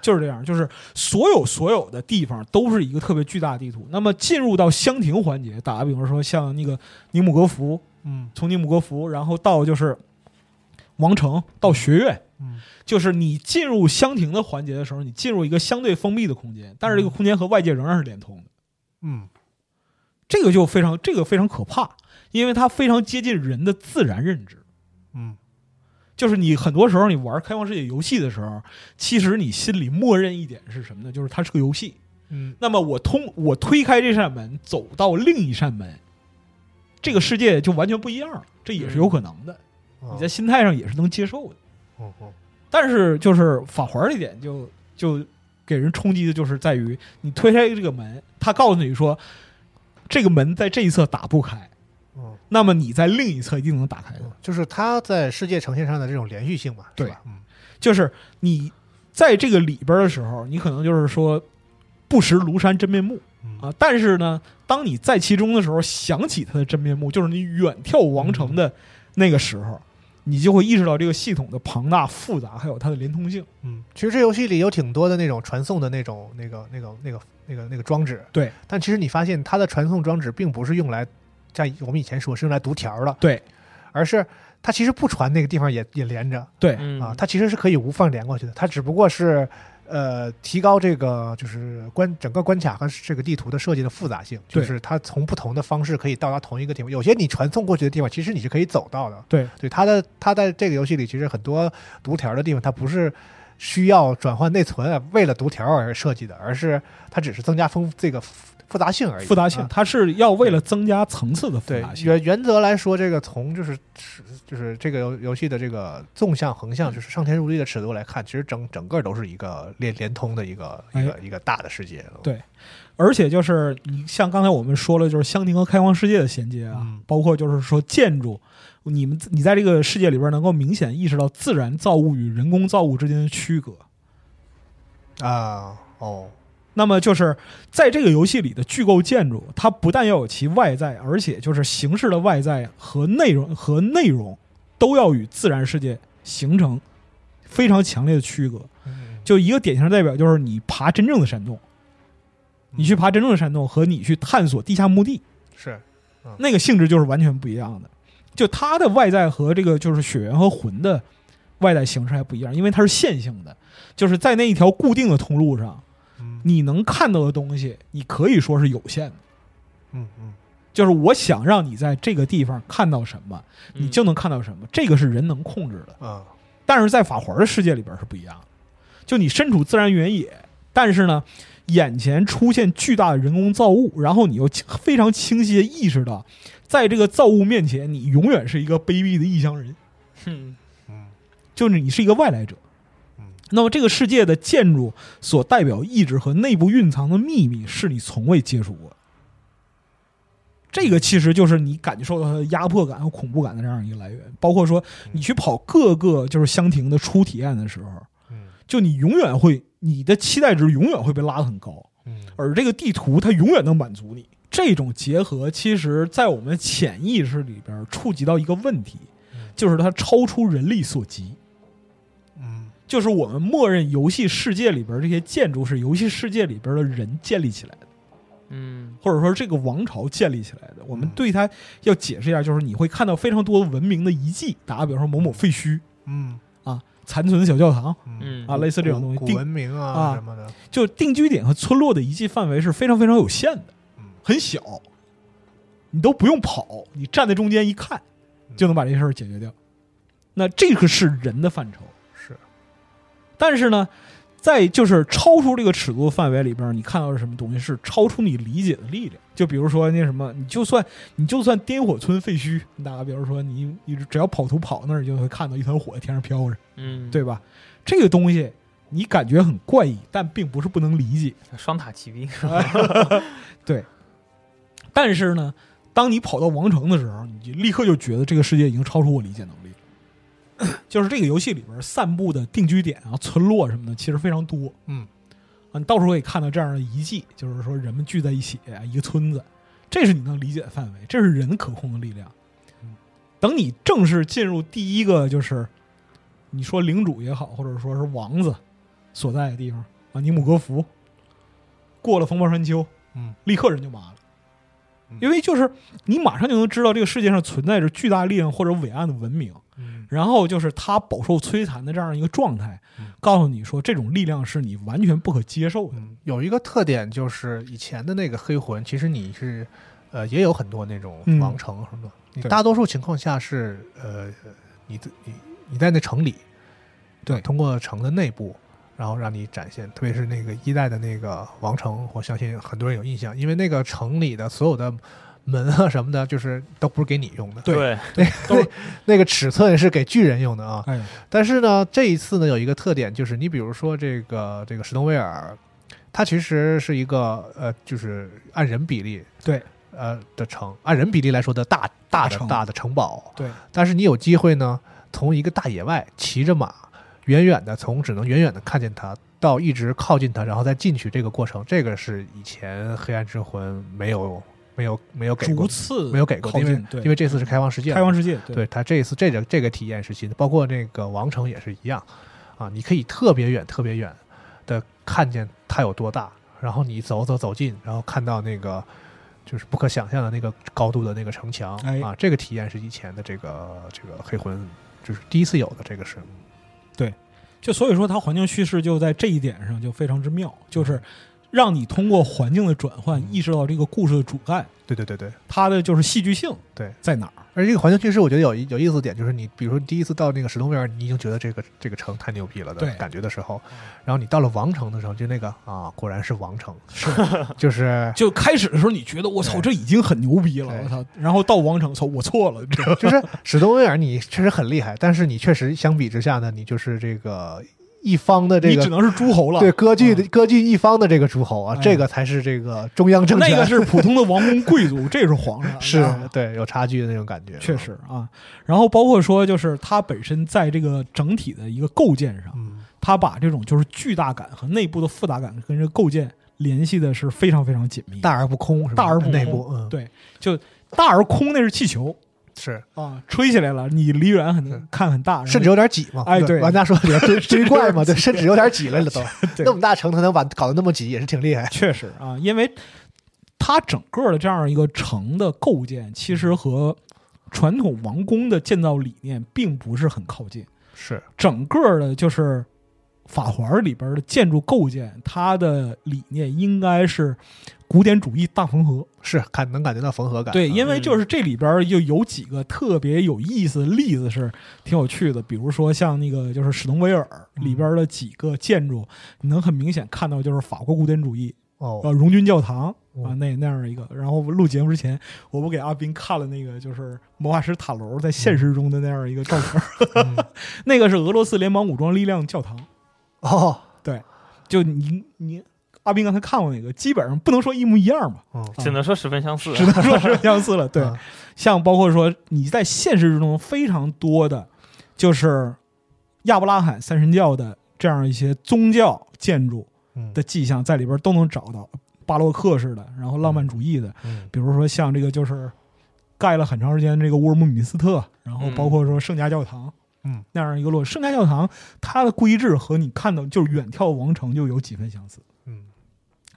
C: 就是这样，就是所有所有的地方都是一个特别巨大的地图。那么进入到箱庭环节，打个比方说，像那个尼姆格福，
B: 嗯
C: 从尼姆格福，然后到就是王城，到学院，
B: 嗯
C: 就是你进入箱庭的环节的时候，你进入一个相对封闭的空间，但是这个空间和外界仍然是连通的。
B: 嗯，
C: 这个就非常，这个非常可怕，因为它非常接近人的自然认知。
B: 嗯
C: 就是你很多时候你玩开放世界游戏的时候，其实你心里默认一点是什么呢？就是它是个游戏。
B: 嗯
C: 那么我通我推开这扇门，走到另一扇门，这个世界就完全不一样了。这也是有可能的，
B: 嗯，
C: 你在心态上也是能接受的。
B: 嗯嗯
C: 但是就是法环这点就就给人冲击的就是在于你推开这个门，他告诉你说这个门在这一侧打不开，
B: 嗯
C: 那么你在另一侧一定能打开的。
B: 嗯，就是它在世界呈现上的这种连续性嘛，是
C: 对
B: 吧？嗯
C: 就是你在这个里边的时候，你可能就是说不识庐山真面目
B: 嗯
C: 啊。但是呢，当你在其中的时候，想起它的真面目，就是你远眺王城的那个时候，你就会意识到这个系统的庞大、复杂，还有它的连通性。
B: 嗯，其实这游戏里有挺多的那种传送的那种那个那个那个那个那个装置，
C: 对。
B: 但其实你发现它的传送装置并不是用来，像我们以前说是用来读条的，
C: 对
B: 而是它其实不传那个地方也也连着
C: 对，
D: 嗯
B: 啊，它其实是可以无缝连过去的，它只不过是。呃，提高这个就是关整个关卡和这个地图的设计的复杂性，就
C: 对
B: 是它从不同的方式可以到达同一个地方。有些你传送过去的地方，其实你是可以走到的。
C: 对，
B: 对，它的它在这个游戏里，其实很多读条的地方，它不是需要转换内存啊，为了读条而设计的，而是它只是增加丰这个复复杂性而已。
C: 复杂性
B: 啊
C: 它是要为了增加层次的复
B: 对
C: 杂性。
B: 原原则来说，这个从就是尺就是这个游游戏的这个纵向、横
C: 嗯
B: 向，就是上天入地的尺度来看，其实整整个都是一个连连通的一个一个、一个大的世界。
C: 哎对而且就是你像刚才我们说了，就是香庭和开放世界的衔接啊，
B: 嗯
C: 包括就是说建筑，你们你在这个世界里边能够明显意识到自然造物与人工造物之间的区隔。
B: 啊，哦，
C: 那么就是在这个游戏里的巨构建筑，它不但要有其外在，而且就是形式的外在和内容和内容都要与自然世界形成非常强烈的区隔。
B: 嗯
C: 就一个典型的代表就是你爬真正的山洞，你去爬真正的山洞和你去探索地下墓地，
B: 是
C: 那个性质就是完全不一样的。就它的外在和这个就是血缘和魂的外在形式还不一样，因为它是线性的，就是在那一条固定的通路上，
B: 嗯
C: 你能看到的东西，你可以说是有限的。
B: 嗯嗯
C: 就是我想让你在这个地方看到什么，
D: 嗯
C: 你就能看到什么，这个是人能控制的。
B: 啊
C: 但是在法环的世界里边是不一样的，就你身处自然原野，但是呢，眼前出现巨大的人工造物，然后你又清非常清晰的意识到，在这个造物面前，你永远是一个卑鄙的异乡人，
D: 嗯
B: 嗯
C: 就是你是一个外来者
B: 嗯。
C: 那么这个世界的建筑所代表意志和内部蕴藏的秘密，是你从未接触过的。这个其实就是你感受到它的压迫感和恐怖感的这样一个来源。包括说你去跑各个就是箱庭的初体验的时候，
B: 嗯
C: 就你永远会你的期待值永远会被拉得很高，
B: 嗯
C: 而这个地图它永远能满足你。这种结合，其实在我们潜意识里边触及到一个问题
B: 嗯，
C: 就是它超出人力所及。
B: 嗯
C: 就是我们默认游戏世界里边这些建筑是游戏世界里边的人建立起来的，
D: 嗯
C: 或者说这个王朝建立起来的。我们
B: 嗯
C: 对它要解释一下，就是你会看到非常多文明的遗迹，打个比方说某某废墟
B: 嗯
C: 啊、残存小教堂
B: 嗯
D: 嗯
C: 啊，类似这种
B: 古
C: 东西。
B: 古
C: 定
B: 文明
C: 啊
B: 啊什么的，
C: 就定居点和村落的遗迹范围是非常非常有限的
B: 嗯，
C: 很小，你都不用跑，你站在中间一看
B: 嗯
C: 就能把这事儿解决掉。那这个是人的范畴，
B: 是
C: 但是呢，在就是超出这个尺度范围里边儿，你看到的什么东西是超出你理解的力量。就比如说那什么，你就算你就算颠火村废墟，你打个比方说，你你只要跑图跑那儿，你就会看到一团火在天上飘着，
D: 嗯，
C: 对吧？这个东西你感觉很怪异，但并不是不能理解。
D: 双塔奇兵，
C: 但是呢，当你跑到王城的时候，你就立刻就觉得这个世界已经超出我理解能力了。 就是这个游戏里边散布的定居点啊、村落什么的，其实非常多。
B: 嗯，
C: 啊，你到处可以看到这样的遗迹，就是说人们聚在一起，啊一个村子，这是你能理解的范围，这是人可控的力量
B: 嗯。
C: 等你正式进入第一个，就是你说领主也好，或者说是王子所在的地方啊，尼姆格福，过了风暴山丘，
B: 嗯，
C: 立刻人就麻了
B: 嗯，
C: 因为就是你马上就能知道这个世界上存在着巨大力量或者伟岸的文明，
B: 嗯
C: 然后就是它饱受摧残的这样一个状态
B: 嗯，
C: 告诉你说这种力量是你完全不可接受的。
B: 嗯，有一个特点就是以前的那个黑魂，其实你是呃也有很多那种
C: 嗯
B: 王城什么的，你
C: 对
B: 大多数情况下是呃你的你你在那城里，呃
C: 对
B: 通过城的内部。然后让你展现，特别是那个一代的那个王城，我相信很多人有印象，因为那个城里的所有的门啊什么的，就是都不是给你用的，
C: 对，啊
B: 那个尺寸是给巨人用的啊。
C: 哎，
B: 但是呢，这一次呢有一个特点，就是你比如说这个这个史东威尔，它其实是一个呃，就是按人比例
C: 对
B: 呃的城，按人比例来说的大大
C: 大
B: 的
C: 城
B: 大的城堡。
C: 对，
B: 但是你有机会呢，从一个大野外骑着马，远远的从只能远远的看见它，到一直靠近它，然后再进去这个过程，这个是以前黑暗之魂没有没有没有给
C: 逐
B: 过。
C: 次
B: 没有给过的，
C: 靠
B: 因
C: 近
B: 为，
C: 对，
B: 因为这次是开放世界嘛，
C: 开放世界，
B: 对，它这一次这个这个体验是新的，包括那个王城也是一样啊，你可以特别远、特别远的看见它有多大，然后你走走走近，然后看到那个就是不可想象的那个高度的那个城墙、
C: 哎
B: 啊，这个体验是以前的这个这个黑魂就是第一次有的，这个是
C: 就所以说它环境叙事就在这一点上就非常之妙，就是让你通过环境的转换
B: 嗯
C: 意识到这个故事的主干，
B: 对对对对。
C: 它的就是戏剧性
B: 对
C: 在哪儿。
B: 而这个环境叙事，我觉得有一有意思的点就是你，比如说第一次到那个史东威尔，你已经觉得这个这个城太牛逼了的
C: 对
B: 感觉的时候，然后你到了王城的时候，就那个啊，果然是王城，是 就是
C: 就开始的时候，你觉得我操，
B: 对
C: 这已经很牛逼了，
B: 对
C: 我操！然后到王城，操，我错了，你知道吗？
B: 就是史东威尔，你确实很厉害，但是你确实相比之下呢，你就是这个一方的这
C: 你只
B: 个
C: 能是诸侯了。
B: 对割据的割据一方的这个诸侯啊，
C: 哎
B: 这个才是这个中央政权，
C: 那个是普通的王公贵族，这是皇 上，
B: 是
C: 啊
B: 对有差距的那种感觉，
C: 确，实啊。然后包括说，就是它本身在这个整体的一个构建上，
B: 嗯
C: 它把这种就是巨大感和内部的复杂感跟这个构建联系的是非常非常紧密。
B: 大而不空是吧？
C: 大而不空
B: 内部，嗯，
C: 对大而空那是气球
B: 是，
C: 啊，吹起来了，你离远很能
B: 是
C: 看很大，
B: 甚至有点挤嘛，
C: 哎对
B: 玩家说有点 堆堆怪嘛，
C: 甚
B: 对，
C: 至有点挤
B: 甚至有点挤了都，
C: 对
B: 那么大城他能把搞得那么挤，也是挺 厉害，
C: 确实啊，因为它整个的这样一个城的构建，其实和传统王宫的建造理念并不是很靠近。
B: 是，
C: 整个的就是法环里边的建筑构建，它的理念应该是古典主义大缝合。
B: 是看能感觉到缝合感，
C: 对，
B: 嗯
C: 因为就是这里边又有几个特别有意思的例子是挺有趣的，比如说像那个就是史东维尔里边的几个建筑，你能很明显看到就是法国古典主义，
B: 哦
C: 呃，荣军教堂
B: 嗯
C: 啊，那那样的一个。然后录节目之前，我不给阿斌看了那个就是魔法师塔楼在现实中的那样一个照片，
B: 嗯
C: 那个是俄罗斯联邦武装力量教堂。
B: 哦，
C: 就你你阿斌刚才看过那个，基本上不能说一模一 样吧，
B: 嗯
D: 只能说十分相似。啊
C: 只能说是相似了。对，
B: 嗯
C: 像包括说你在现实之中非常多的，就是亚伯拉罕三神教的这样一些宗教建筑
B: 嗯
C: 的迹象，在里边都能找到巴洛克式的，然后浪漫主义的，
B: 嗯
C: 比如说像这个就是盖了很长时间这个乌尔姆米斯特，然后包括说圣家教堂，
B: 嗯，
C: 那样一个落圣家教堂，它的规制和你看到就是远眺王城就有几分相似，
B: 嗯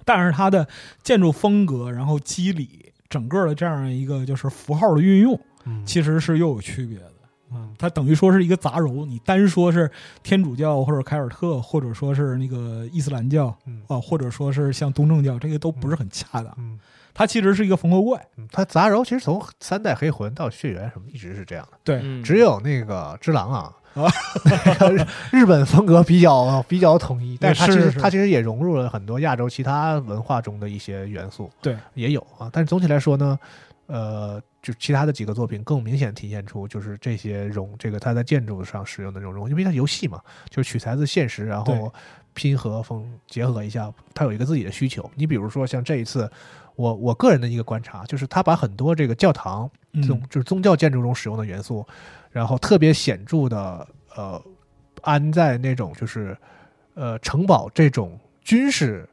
C: 但是它的建筑风格，然后肌理，整个的这样一个就是符号的运用，
B: 嗯，
C: 其实是又有区别的。
B: 嗯
C: 它等于说是一个杂糅，你单说是天主教或者凯尔特，或者说是那个伊斯兰教啊、
B: 嗯
C: 或者说是像东正教，这个都不是很恰当。
B: 嗯，
C: 它其实是一个缝合怪，
B: 嗯它杂糅其实从三代黑魂到血缘什么一直是这样的，
C: 对，
D: 嗯
B: 只有那个之狼啊
C: 啊。
B: 日本风格比较比较统一，但是它其
C: 是
B: 实
C: 是
B: 它其实也融入了很多亚洲其他文化中的一些元素，
C: 对，
B: 也有啊。但是总体来说呢，呃，就其他的几个作品更明显体现出就是这些融这个它在建筑上使用的这种融，因为它游戏嘛，就是取材自现实，然
C: 对
B: 后拼合风结合一下，它有一个自己的需求。你比如说像这一次，我我个人的一个观察就是，它把很多这个教堂
C: 嗯
B: 这种就是宗教建筑中使用的元素，然后特别显著的呃安在那种就是呃城堡这种军事。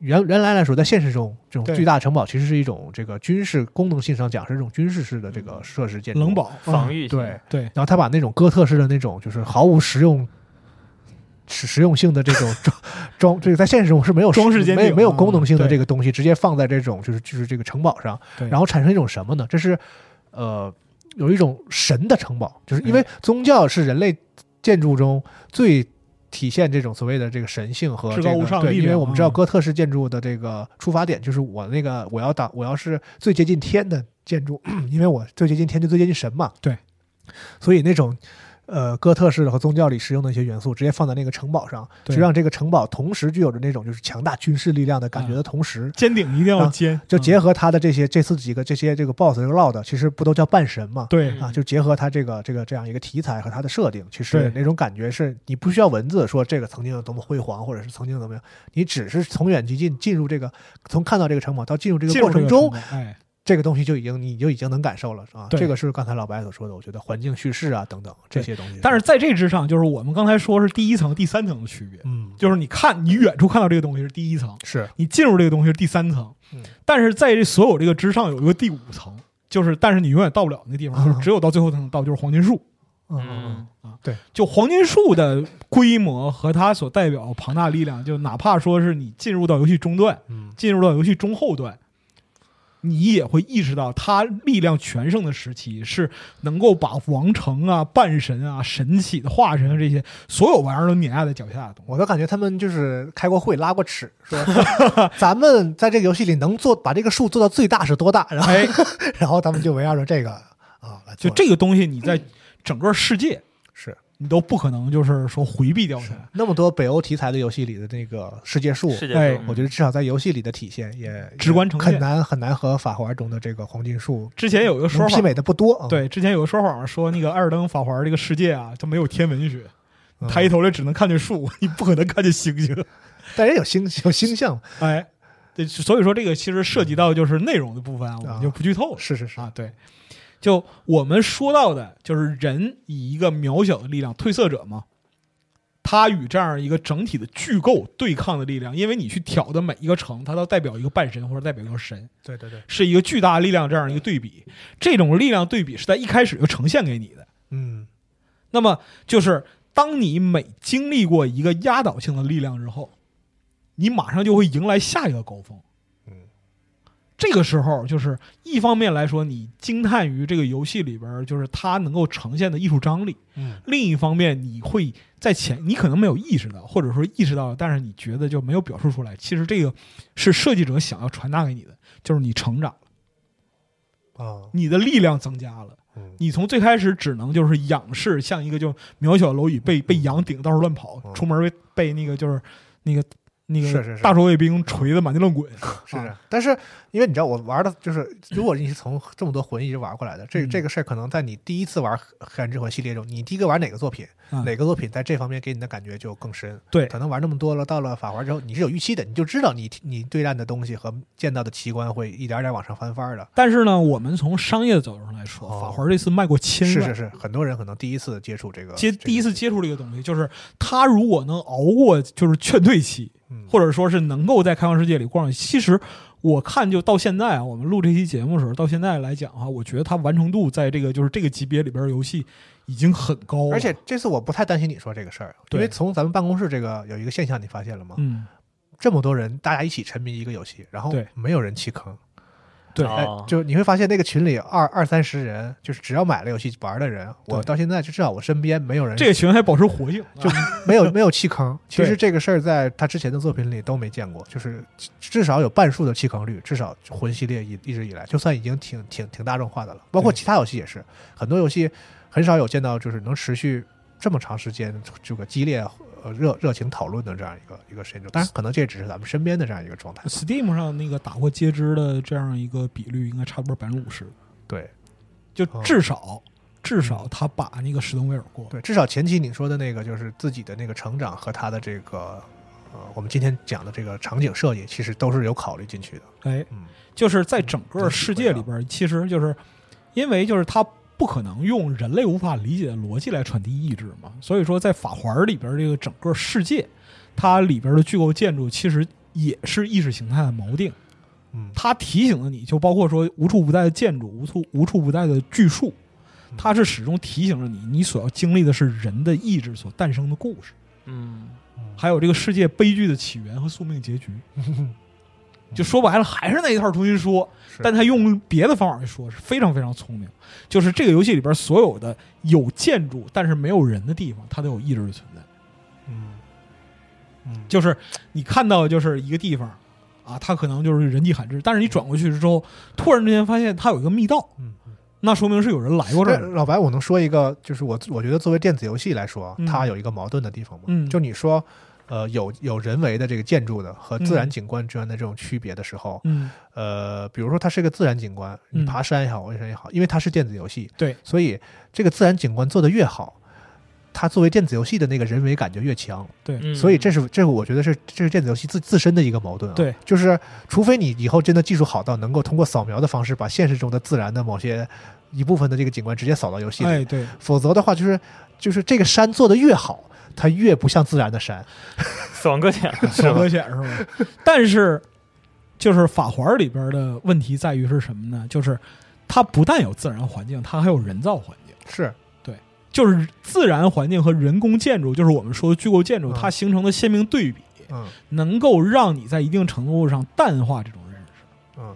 B: 原原来来说，在现实中，这种
C: 对
B: 巨大城堡其实是一种这个军事功能性上讲是一种军事式的这
C: 嗯
B: 个设施建筑。
C: 冷堡
D: 防
C: 御，
D: 御性
B: 啊对，
C: 对，
B: 然后他把那种哥特式的那种就是毫无实用、实实用性的这种装装，这个在现实中是没有
C: 装饰坚定
B: 没有没有
C: 嗯
B: 功能性的
C: 对
B: 这个东西，直接放在这种就是就是这个城堡上，
C: 对
B: 然后产生一种什么呢？这是呃有一种神的城堡，就是因为宗教是人类建筑中最。体现这种所谓的这个神性和
C: 至
B: 这
C: 高
B: 个
C: 无上
B: 对，
C: 力量
B: 因为我们知道
C: 嗯
B: 哥特式建筑的这个出发点就是我那个我要打我要是最接近天的建筑，因为我最接近天就最接近神嘛。
C: 对，
B: 所以那种呃哥特式的和宗教里使用的一些元素，直接放在那个城堡上，
C: 对
B: 就让这个城堡同时具有着那种就是强大军事力量的感觉的同时，
C: 尖顶一定要
B: 啊
C: 尖，
B: 就结
C: 嗯
B: 合他的这些这次几个这些这个 BOSS 这个 LOD，其实不都叫半神嘛？
C: 对
D: 嗯
B: 啊，就结合他这个这个这样一个题材和他的设定，其
C: 对
B: 实那种感觉是你不需要文字说这个曾经有多么辉煌，或者是曾经怎么样，你只是从远及近进入这个，从看到这个城堡到进入这个
C: 进入
B: 过
C: 这
B: 程
C: 个
B: 中，
C: 城堡哎，
B: 这个东西就已经你就已经能感受了啊。
C: 对
B: 这个是刚才老白所说的，我觉得环境叙事啊等等这些东西。
C: 但是在这之上，就是我们刚才说是第一层、第三层的区别，
B: 嗯，
C: 就是你看你远处看到这个东西是第一层，
B: 是
C: 你进入这个东西是第三层
B: 嗯，
C: 但是在这所有这个之上有一个第五层，就是但是你永远到不了那地方，
B: 嗯
C: 就是只有到最后才能到，就是黄金树。
B: 嗯，
C: 就黄金树的规模和它所代表庞大力量，就哪怕说是你进入到游戏中段，
B: 嗯
C: 进入到游戏中后段，你也会意识到它力量全盛的时期是能够把王城啊、半神啊、神启的化神啊这些所有玩意儿都碾压在脚下的东西。
B: 我都感觉他们就是开过会拉过尺， 说咱们在这个游戏里能做把这个数做到最大是多大，然后、
C: 哎，
B: 然后他们就围绕着这个啊来
C: 就
B: 做
C: 这个东西，你在整个世界
B: 是
C: 你都不可能就是说回避掉
B: 是
C: 它。
B: 那么多北欧题材的游戏里的那个世界树，嗯
D: 世界
C: 哎
D: 中
B: 我觉得至少在游戏里的体现也
C: 直观呈现
B: 很难很难和法环中的这个黄金树
C: 之前有一个说
B: 能
C: 法
B: 媲，美的不多啊。
C: 对，之前有个说法说那个《艾尔登法环》这个世界啊，它没有天文学，
B: 嗯
C: 抬头就只能看见树， 你不可能看见星星。
B: 但人有星有星象，
C: 哎，对，所以说这个其实涉及到就是内容的部分啊，我们就不剧透了
B: 是是是，
C: 啊。对，就我们说到的，就是人以一个渺小的力量，褪色者嘛，他与这样一个整体的巨构对抗的力量，因为你去挑的每一个城，它都代表一个半神或者代表一个神，
B: 对对对，
C: 是一个巨大力量这样一个对比。这种力量对比是在一开始就呈现给你的。
B: 嗯
C: 那么就是当你每经历过一个压倒性的力量之后，你马上就会迎来下一个高峰。
B: 嗯，
C: 这个时候就是一方面来说，你惊叹于这个游戏里边儿就是它能够呈现的艺术张力；
B: 嗯
C: 另一方面，你会在潜你可能没有意识到，或者说意识到了，但是你觉得就没有表述出来。其实这个是设计者想要传达给你的，就是你成长了，
B: 啊
C: 你的力量增加了。
B: 嗯
C: 你从最开始只能就是仰视，像一个就渺小蝼蚁被被羊顶到处乱跑，
B: 嗯
C: 出门被被那个就是那个那
B: 是
C: 个
B: 是是
C: 大守卫兵锤的满地乱滚。
B: 是
C: 啊
B: 的，但是因为你知道我玩的就是，如果你是从这么多魂一直玩过来的，这
C: 嗯
B: 这个事儿可能在你第一次玩《黑暗之魂》系列中，你第一个玩哪个作品，
C: 嗯
B: 哪个作品在这方面给你的感觉就更深。
C: 对
B: 可能玩那么多了，到了法环之后，你是有预期的，你就知道你你对战的东西和见到的奇观会一点点往上翻番儿的。
C: 但是呢，我们从商业的角度上来说，
B: 哦
C: 法环这次卖过千万，
B: 是是是，很多人可能第一次接触这个，
C: 接
B: 这个
C: 第一次接触这个东西，就是他如果能熬过就是劝退期，
B: 嗯
C: 或者说是能够在开放世界里逛，其实我看就到现在啊，我们录这期节目的时候，到现在来讲哈、我觉得它完成度在这个就是这个级别里边的游戏已经很高了，
B: 而且这次我不太担心你说这个事儿，因
C: 对
B: 为从咱们办公室这个有一个现象，你发现了吗？
C: 嗯，
B: 这么多人大家一起沉迷一个游戏，然后
C: 对
B: 没有人弃坑，
C: 对
B: 哎
D: 哦，
B: 就你会发现那个群里二二三十人，就是只要买了游戏玩的人，我
C: 对
B: 到现在就至少我身边没有人
C: 这个群还保持活性，
B: 就 没有没有弃 坑。其实
C: 对
B: 这个事儿在他之前的作品里都没见过，就是至少有半数的弃坑率，至少魂系列一一直以来，就算已经挺挺挺大众化的了，包括
C: 对
B: 其他游戏也是，很多游戏很少有见到就是能持续这么长时间这个激烈呃热热情讨论的这样一个一个时间轴。当然，可能这也只是咱们身边的这样一个状态。
C: Steam 上那个打过截肢的这样一个比率，应该差不多百分之五十，
B: 对
C: 就
B: 哦
C: 至少、至少他把那个史登威尔过了。
B: 对，至少前期你说的那个就是自己的那个成长和他的这个。呃，我们今天讲的这个场景设计，其实都是有考虑进去的。
C: 哎，
B: 嗯，
C: 就是在整个世界里边儿，其实就是因为就是它不可能用人类无法理解的逻辑来传递意志嘛，所以说在法环儿里边儿这个整个世界，它里边儿的巨构建筑其实也是意识形态的锚定，
B: 嗯，
C: 它提醒了你就包括说无处不在的建筑、无处无处不在的巨树，它是始终提醒着你，你所要经历的是人的意志所诞生的故事，
D: 嗯，
C: 还有这个世界悲剧的起源和宿命结局。就说白了，还是那一套重新说，
B: 是
C: 但他用别的方法来说是非常非常聪明。就是这个游戏里边所有的有建筑但是没有人的地方，它都有意志的存在。
B: 嗯嗯，
C: 就是你看到就是一个地方啊，它可能就是人迹罕至，但是你转过去之后，突然之间发现它有一个密道，
B: 嗯
C: 那说明是有人来过这
B: 这
C: 儿。
B: 老白，我能说一个，就是我我觉得作为电子游戏来说啊
C: 嗯，
B: 它有一个矛盾的地方吗？
C: 嗯
B: 就你说，呃，有有人为的这个建筑的和自然
C: 嗯
B: 景观之间的这种区别的时候，
C: 嗯，
B: 呃，比如说它是个自然景观，你
C: 嗯
B: 爬山也好，为山也好，因为它是电子游戏，
C: 对，
B: 所以这个自然景观做得越好，它作为电子游戏的那个人为感觉越强。
D: 嗯
B: 所以这是这是我觉得是这是电子游戏自自身的一个矛盾啊。
C: 对，
B: 就是除非你以后真的技术好到能够通过扫描的方式把现实中的自然的某些一部分的这个景观直接扫到游戏里，
C: 哎对，
B: 否则的话就是就是这个山做的越好，它越不像自然的山。
D: 死亡搁 浅了是
C: 小
D: 吧？
C: 搁浅是吧？但是就是法环里边的问题在于是什么呢？就是它不但有自然环境，它还有人造环境。
B: 是，
C: 就是自然环境和人工建筑，就是我们说的巨构建筑，
B: 嗯
C: 它形成的鲜明对比，
B: 嗯
C: 能够让你在一定程度上淡化这种认识。
B: 嗯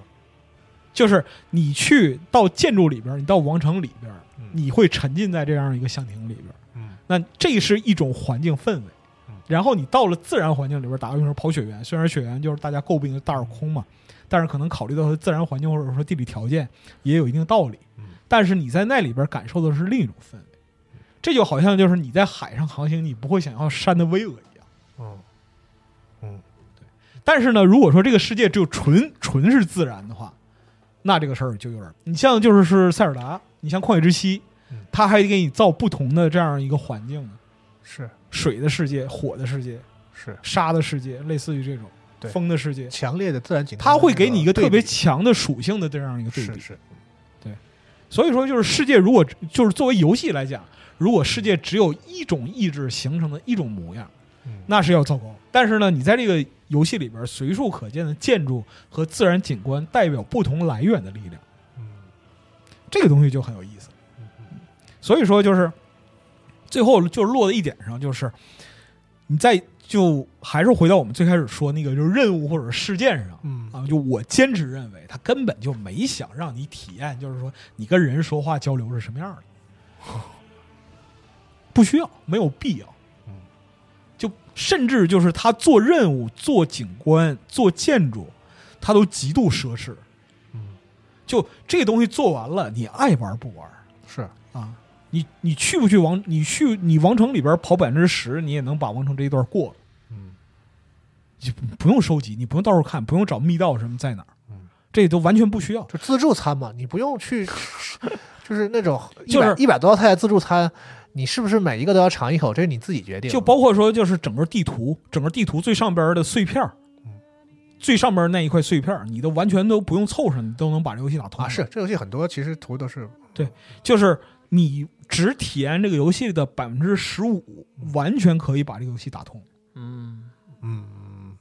C: 就是你去到建筑里边，你到王城里边，
B: 嗯
C: 你会沉浸在这样一个象亭里边，
B: 嗯
C: 那这是一种环境氛围
B: 嗯。
C: 然后你到了自然环境里边，打个比方说跑雪原，虽然雪原就是大家诟病的大耳空嘛，但是可能考虑到它自然环境或者说地理条件也有一定道理。
B: 嗯
C: 但是你在那里边感受的是另一种氛围，这就好像就是你在海上航行，你不会想要山的巍峨一样。
B: 嗯
C: 但是呢，如果说这个世界只有纯纯是自然的话，那这个事儿就有点儿，你像就是是塞尔达，你像旷野之息
B: 嗯，
C: 它还给你造不同的这样一个环境呢，
B: 是
C: 水的世界、火的世界、
B: 是，
C: 沙的世界，类似于这种
B: 对
C: 风的世界，
B: 强烈的自然景观，
C: 它会给你一个特别
B: 强
C: 强的属性的这样一个对
B: 是
C: 比。
B: 是，
C: 所以说，就是世界如果就是作为游戏来讲，如果世界只有一种意志形成的一种模样，
B: 嗯
C: 那是要糟糕。但是呢，你在这个游戏里边随处可见的建筑和自然景观，代表不同来源的力量，
B: 嗯
C: 这个东西就很有意思。
B: 嗯嗯
C: 所以说，就是最后就落在一点上，就是你在就还是回到我们最开始说那个，就是任务或者是事件上。
B: 嗯
C: 啊，就我坚持认为，他根本就没想让你体验，就是说你跟人说话交流是什么样的，不需要，没有必要
B: 嗯。
C: 就甚至就是他做任务、做景观、做建筑，他都极度奢侈。
B: 嗯
C: 就这东西做完了，你爱玩不玩
B: 是，
C: 啊？你你去不去王？你去你王城里边跑百分之十，你也能把王城这一段过了，
B: 嗯
C: 就不用收集，你不用到处看，不用找密道什么在哪儿
B: 嗯，
C: 这都完全不需要。
B: 就自助餐嘛，你不用去， 就是那种一
C: 就是
B: 百一百多道菜的自助餐，你是不是每一个都要尝一口，这是你自己决定的。
C: 就包括说，就是整个地图，整个地图最上边的碎片儿
B: 嗯，
C: 最上边那一块碎片儿，你都完全都不用凑上，你都能把这游戏打通
B: 啊，是这游戏很多其实图都是
C: 就是你只体验这个游戏的百分之十五，完全可以把这个游戏打通。
D: 嗯，
B: 嗯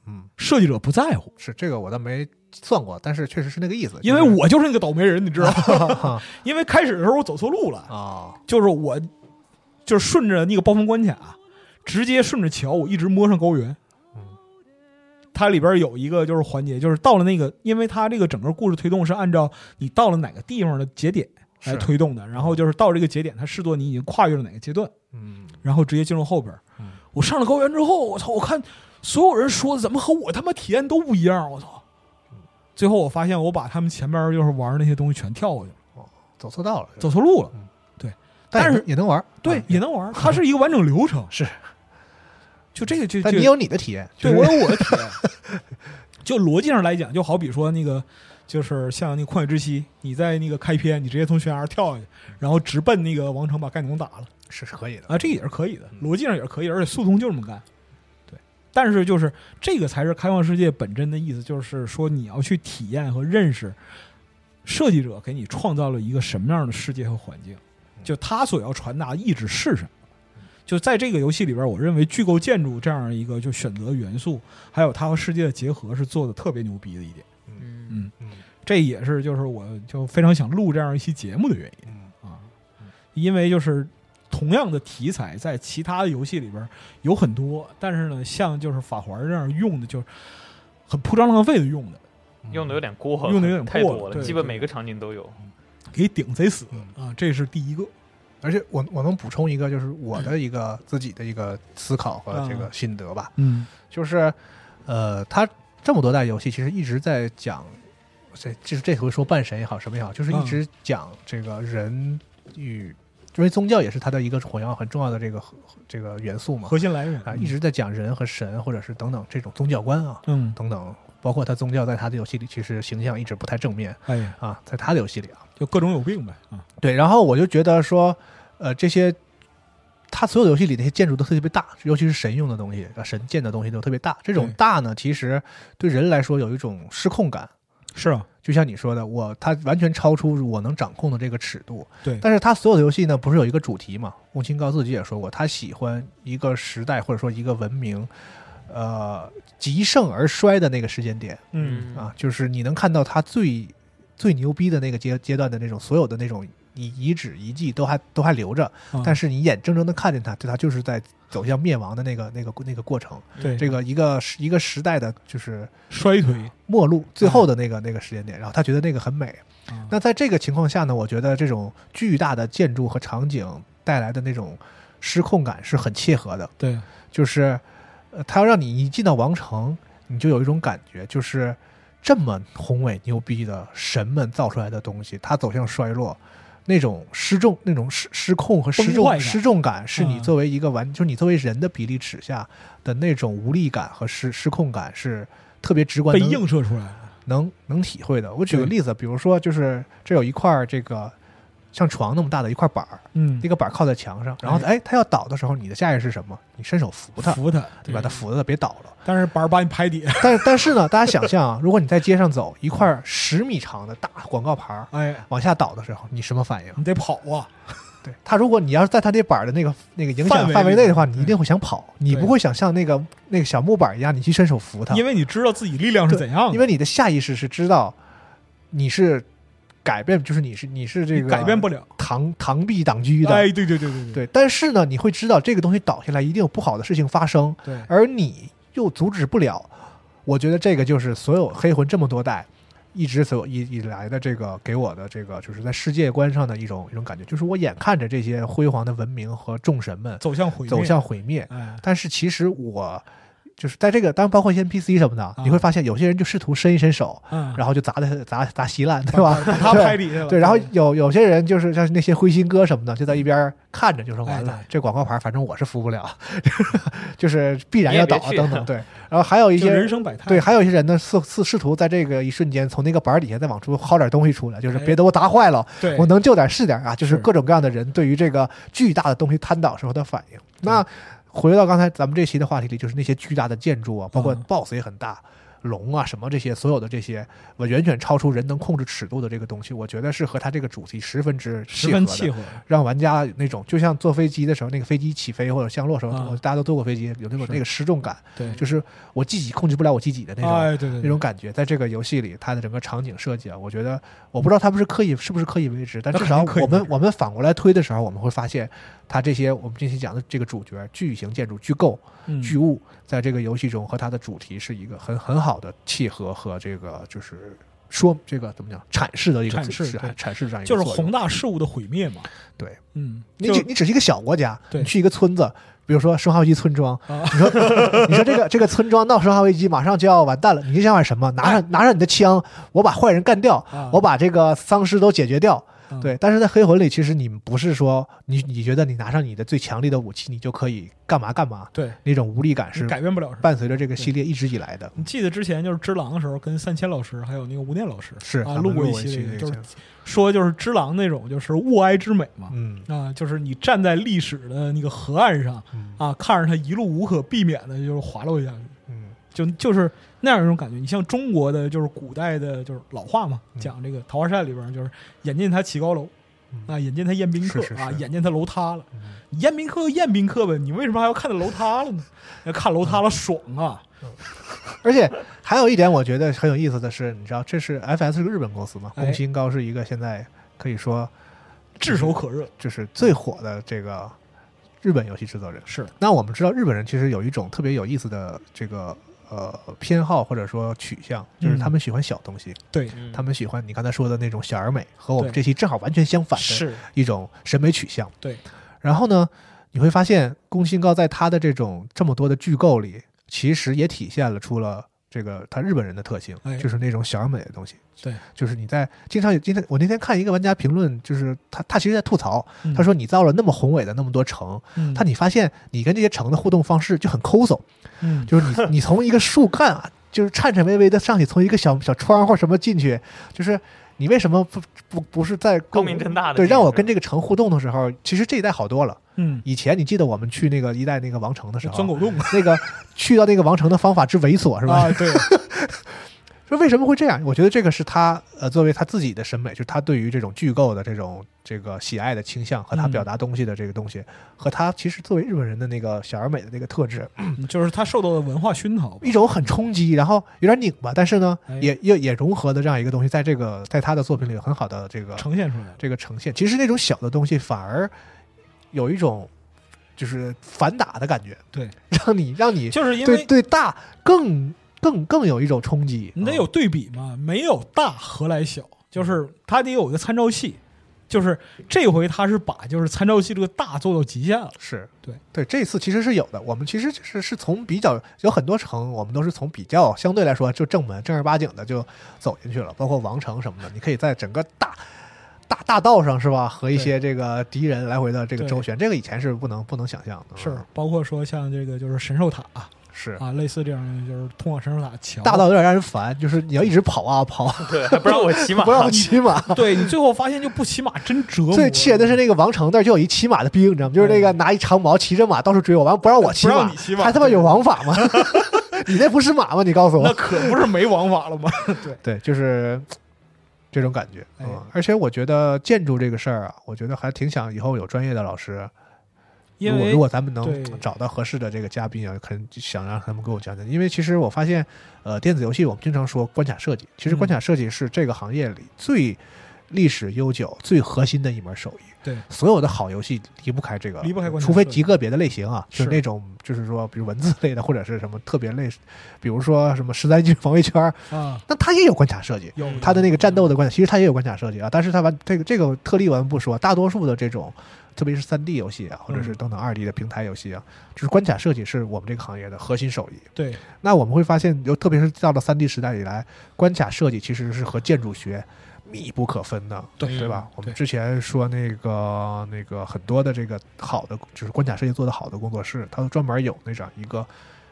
B: 嗯，
C: 设计者不在乎，
B: 是这个我倒没算过，但是确实是那个意思。
C: 因为我就是那个倒霉人，你知道吗？
B: 我
C: 因为开始的时候我走错路了，
B: 啊，
C: 就是我就是顺着那个暴风关卡，直接顺着桥，我一直摸上高原
B: 嗯。
C: 它里边有一个就是环节，就是到了那个，因为它这个整个故事推动是按照你到了哪个地方的节点来
B: 是
C: 推动的，然后就是到这个节点，它视作你已经跨越了哪个阶段，
B: 嗯
C: 然后直接进入后边。
B: 嗯
C: 我上了高原之后，我操！我看所有人说怎么和我他妈体验都不一样，我操！最后我发现我把他们前边就是玩的那些东西全跳过去了，
B: 走错道了，
C: 走错路了。
B: 但
C: 但
B: 也
C: 是
B: 能也能玩，
C: 对
B: 啊，
C: 也能玩儿，它是一个完整流程。
B: 是，
C: 就这个就
B: 但
C: 就
B: 你有你的体验，
C: 对
B: 就是
C: 我有我的体验。 就逻辑上来讲，就好比说那个，就是像那个《旷野之息》，你在那个开篇，你直接从悬崖上跳下去，然后直奔那个王城把盖农打了
B: 是是可以的。
C: 啊，这个也是可以的，
B: 嗯
C: 逻辑上也是可以，而且速通就这么干。对，但是就是这个才是开放世界本真的意思，就是说你要去体验和认识设计者给你创造了一个什么样的世界和环境，
B: 嗯
C: 就他所要传达的意志是什么。就在这个游戏里边，我认为巨构建筑这样一个就选择元素，还有它和世界的结合是做的特别牛逼的一点。
D: 嗯
C: 嗯，
B: 嗯
C: 这也是就是我就非常想录这样一期节目的原因。
B: 嗯
C: 啊，因为就是同样的题材在其他的游戏里边有很多，但是呢，像就是法环这样用的，就是很铺张浪费的用的，
D: 用的有点过，
C: 嗯用得有点
D: 太
C: 过了
D: 多了，
C: 对
D: 基本
C: 对
D: 每个场景都有。
C: 给顶贼死
B: 嗯
C: 啊，这是第一个。
B: 而且我我能补充一个，就是我的一个自己的一个思考和这个心得吧，
C: 嗯
B: 就是，呃，它这么多代游戏其实一直在讲，这就是这回说半神也好，什么也好，就是一直讲这个人与，因为宗教也是它的一个火药很重要的这个这个元素嘛，
C: 核心来源
B: 啊，一直在讲人和神或者是等等这种宗教观啊，
C: 嗯，
B: 等等，包括他宗教在他的游戏里其实形象一直不太正面
C: 哎呀，
B: 啊，在他的游戏里啊，
C: 就各种有病呗啊，
B: 对，然后我就觉得说，呃，这些它所有游戏里那些建筑都特别大，尤其是神用的东西啊，神建的东西都特别大。这种
C: 对
B: 大呢，其实对人来说有一种失控感，
C: 是啊，
B: 就像你说的，我它完全超出我能掌控的这个尺度。
C: 对
B: 但是它所有的游戏呢，不是有一个主题嘛？翁清高自己也说过，他喜欢一个时代或者说一个文明，呃，极盛而衰的那个时间点。
C: 嗯
B: 啊，就是你能看到他最最牛逼的那个阶阶段的那种所有的那种遗遗址遗迹都还都还留着，
C: 啊
B: 但是你眼睁睁的看见它，对它就是在走向灭亡的那个那个那个过程，
C: 对
B: 这个一个时一个时代的就是
C: 衰退
B: 末路最后的那个那个时间点，然后他觉得那个很美。
C: 啊，
B: 那在这个情况下呢，我觉得这种巨大的建筑和场景带来的那种失控感是很切合的，
C: 对
B: 就是，呃，他要让你一进到王城，你就有一种感觉，就是这么宏伟牛逼的神们造出来的东西，它走向衰落，那种失重、那种失失控和失
C: 崩坏
B: 重、
C: 感
B: 失重感，是你
C: 嗯
B: 作为一个完，就是你作为人的比例尺下的那种无力感和失失控感是。特别直观
C: 被
B: 能
C: 映射出来了，
B: 能能体会的。我举个
C: 对
B: 例子，比如说，就是这有一块儿这个像床那么大的一块板儿，
C: 嗯
B: 那，个板儿靠在墙上，然后哎，它要倒的时候，你的下意识是什么？你伸手扶它，
C: 扶他，
B: 对吧？它扶着它别倒了。
C: 但是板儿把你拍底，
B: 但但是 呢，大家想象啊，如果你在街上走，一块十米长的大广告牌儿
C: 哎，
B: 往下倒的时候，你什么反应？
C: 你得跑啊，
B: 对他，如果你要是在他那板儿的那个那个影
C: 范
B: 响
C: 围嗯
B: 范围内的话，
C: 里
B: 你一定会想跑，你不会想像那个那个小木板一样，你去伸手扶他，
C: 因为你知道自己力量是
B: 对
C: 怎样的，
B: 因为你的下意识是知道你是改变，就是你是你是这
C: 你
B: 个
C: 改变不了，
B: 螳螳臂挡车的，
C: 哎，对对对对对
B: 对。但是呢，你会知道这个东西倒下来一定有不好的事情发生，
C: 对，
B: 而你又阻止不了。我觉得这个就是所有黑魂这么多代，一直所有以以来的这个给我的这个，就是在世界观上的一种一种感觉，就是我眼看着这些辉煌的文明和众神们
C: 走向毁灭，
B: 走向毁灭，
C: 哎，
B: 但是其实我就是在这个，当然包括一些 NPC 什么的，
C: 啊
B: 你会发现有些人就试图伸一伸手，
C: 嗯，
B: 然后就砸的砸砸稀烂， 对吧？
C: 把他拍底 下了，
B: 对，然后有有些人就是像那些灰心哥什么的，就在一边看着，就说
C: 哎
B: 完了，
C: 对
B: 这广告牌反正我是扶不了， 就是必然
D: 你也
B: 要
D: 别
B: 倒啊
D: 去
B: 等 等。对，然后还有一
C: 就
B: 些
C: 人生百态，
B: 对，还有一些人呢，试试试图在这个一瞬间从那个板儿底下再往出薅点东西出来，就是
C: 哎
B: 别都砸坏了，
C: 对
B: 我能救点是点啊，就是
C: 是
B: 各种各样的人对于这个巨大的东西瘫倒时候的反应。
C: 嗯
B: 那回到刚才咱们这期的话题里，就是那些巨大的建筑啊，包括
C: 嗯
B: BOSS 也很大。龙啊，什么这些，所有的这些，我远远超出人能控制尺度的这个东西，我觉得是和它这个主题十分之
C: 十分
B: 契合的
C: 契合，
B: 让玩家有那种就像坐飞机的时候，那个飞机起飞或者降落的时候，
C: 啊
B: 我大家都坐过飞机，有那种
C: 是
B: 那个失重感，
C: 对，
B: 就是我自己控制不了我自己的那种、
C: 嗯哎，对对
B: 那种感觉，在这个游戏里，它的整个场景设计啊，我觉得我不知道他们是刻意是不是刻意为之，但
C: 那
B: 至
C: 肯
B: 少
C: 定刻意
B: 我
C: 为
B: 们
C: 之
B: 我们反过来推的时候，我们会发现，它这些我们近期讲的这个主角巨型建筑巨构
C: 嗯
B: 巨物，在这个游戏中和它的主题是一个很很好的契合和这个就是说这个怎么讲阐释的一个
C: 阐释
B: 是
C: 对
B: 阐释这样一个
C: 就是
B: 作用
C: 宏大事物的毁灭嘛，
B: 对，
C: 嗯，
B: 你
C: 就
B: 只你只是一个小国家，
C: 对
B: 你去一个村子，比如说《生化危机》村庄，
C: 啊
B: 你说 你说这个这个村庄闹《生化危机》，马上就要完蛋了，你想玩什么？拿上拿上你的枪，我把坏人干掉，
C: 啊
B: 我把这个丧尸都解决掉。
C: 嗯
B: 对，但是在黑魂里，其实你不是说你你觉得你拿上你的最强力的武器，你就可以干嘛干嘛，
C: 对，
B: 那种无力感
C: 你
B: 是
C: 改变不了什么。
B: 伴随着这个系列一直以来的。
C: 你记得之前就是《只狼》的时候，跟三千老师还有那个吴念老师
B: 是
C: 啊，
B: 咱们
C: 录过
B: 一
C: 一期
B: 期
C: 这个
B: 这
C: 就是
B: 个
C: 说，就是《只狼》那种就是物哀之美嘛，
B: 嗯
C: 啊，就是你站在历史的那个河岸上
B: 嗯
C: 啊，看着它一路无可避免的就是滑落下去，
B: 嗯
C: 就就是那样一种感觉。你像中国的就是古代的就是老话嘛，
B: 嗯
C: 讲这个桃花扇里边就是眼见他起高楼
B: 嗯
C: 啊，眼见他宴宾客
B: 是是是
C: 啊，眼见他楼塌了，
B: 嗯
C: 你宴宾客宴宾客呗，你为什么还要看那楼塌了呢？要看楼塌了爽啊！
B: 而且还有一点，我觉得很有意思的是，你知道，这是 FS 是个日本公司嘛？
C: 哎
B: 宫崎英高是一个现在可以说
C: 炙手可热
B: 就是最火的这个日本游戏制作人。
C: 是
B: 那我们知道，日本人其实有一种特别有意思的这个呃偏好或者说取向，就是
C: 嗯
B: 他们喜欢小东西，
C: 对，
D: 嗯
B: 他们喜欢你刚才说的那种小而美，和我们
C: 对
B: 这期正好完全相反的
C: 是
B: 一种审美取向。
C: 对，
B: 然后呢，你会发现宫崎英高在他的这种这么多的剧构里，其实也体现了出了这个他日本人的特性，
C: 哎
B: 就是那种小而美的东西。
C: 对，
B: 就是你在经常有今天我那天看一个玩家评论，就是他他其实在吐槽，
C: 嗯
B: 他说你造了那么宏伟的那么多城，
C: 嗯
B: 他你发现你跟这些城的互动方式就很抠 搜，
C: 嗯
B: 就是你你从一个树干啊，就是颤颤巍巍的上去，从一个小小窗或什么进去，就是你为什么不不不是在
D: 光明正大的
B: 对，
D: 进去
B: 让我跟这个城互动的时候，其实这一代好多了。
C: 嗯，
B: 以前你记得我们去那个一代那个王城的时
C: 钻
B: 候，
C: 狗洞
B: 那个去到那个王城的方法之猥琐是吧？
C: 啊，对，
B: 说为什么会这样？我觉得这个是他呃作为他自己的审美，就是他对于这种剧构的这种这个喜爱的倾向和他
C: 嗯
B: 表达东西的这个东西，和他其实作为日本人的那个小而美的那个特质，
C: 嗯就是他受到的文化熏陶吧，
B: 一种很冲击，然后有点拧巴，但是呢，
C: 哎
B: 也也也融合的这样一个东西，在这个在他的作品里有很好的这个
C: 呈现出来了。
B: 这个呈现。其实那种小的东西反而有一种就是反打的感觉，
C: 对，
B: 让你让你
C: 就是因
B: 对
C: 为
B: 对大更更更有一种冲击。嗯
C: 你得有对比嘛，没有大何来小？就是他得有一个参照系，就是这回他是把就是参照系这个大做到极限了。
B: 是
C: 对
B: 对，这次其实是有的。我们其实就是是从比较有很多城，我们都是从比较相对来说就正门正儿八经的就走进去了，包括王城什么的，你可以在整个大大大道上是吧，和一
C: 对
B: 些这个敌人来回的这个
C: 对
B: 周旋，这个以前是不能不能想象的。
C: 是
B: 嗯，
C: 包括说像这个就是神兽塔啊，
B: 是，
C: 类似这样的就是通往神兽塔的桥。
B: 大道有点让人烦，就是你要一直跑啊跑，
D: 对，还不让我 骑马，
B: 不让我骑马。
C: 对你最后发现就不骑马真折磨。
B: 最气人的是那个王城那儿就有一骑马的兵，你知道吗？就是那个拿一长矛骑着马到处追我，完了不让我骑
C: 不
B: 马，
C: 让你骑马
B: 还他妈有王法吗？ 你那不是马吗？你告诉我，
C: 那可不是没王法了吗？对，
B: 对，就是这种感觉。
C: 哎
B: 嗯，而且我觉得建筑这个事儿啊，我觉得还挺想以后有专业的老师，
C: 因
B: 如果
C: 为
B: 如果咱们
C: 对
B: 能找到合适的这个嘉宾啊，肯想让他们给我讲讲，因为其实我发现，呃，电子游戏我们经常说关卡设计，其实关
C: 嗯
B: 卡设计是这个行业里最。历史悠久、最核心的一门手艺。
C: 对，
B: 所有的好游戏离不开这个，
C: 离不开关键
B: 除非
C: 设计
B: 极个别的类型啊，就是是那种就是说，比如文字类的，或者是什么特别类，比如说什么十三军防卫圈儿，
C: 啊，
B: 那它也有关卡设计。
C: 有有
B: 嗯它的那个战斗的关卡，其实它也有关卡设计啊，但是它完这个这个特例我们不说，大多数的这种，特别是三 D 游戏啊，或者是等等二 D 的平台游戏啊，就是关卡设计是我们这个行业的核心手艺。
C: 对
B: 那我们会发现，尤特别是到了三 D 时代以来，关卡设计其实是和建筑学密不可分的，
C: 对
B: 对吧？我们
C: 嗯对
B: 之前说那个那个很多的这个好的，就是关卡设计做得好的工作室，它专门有那种一个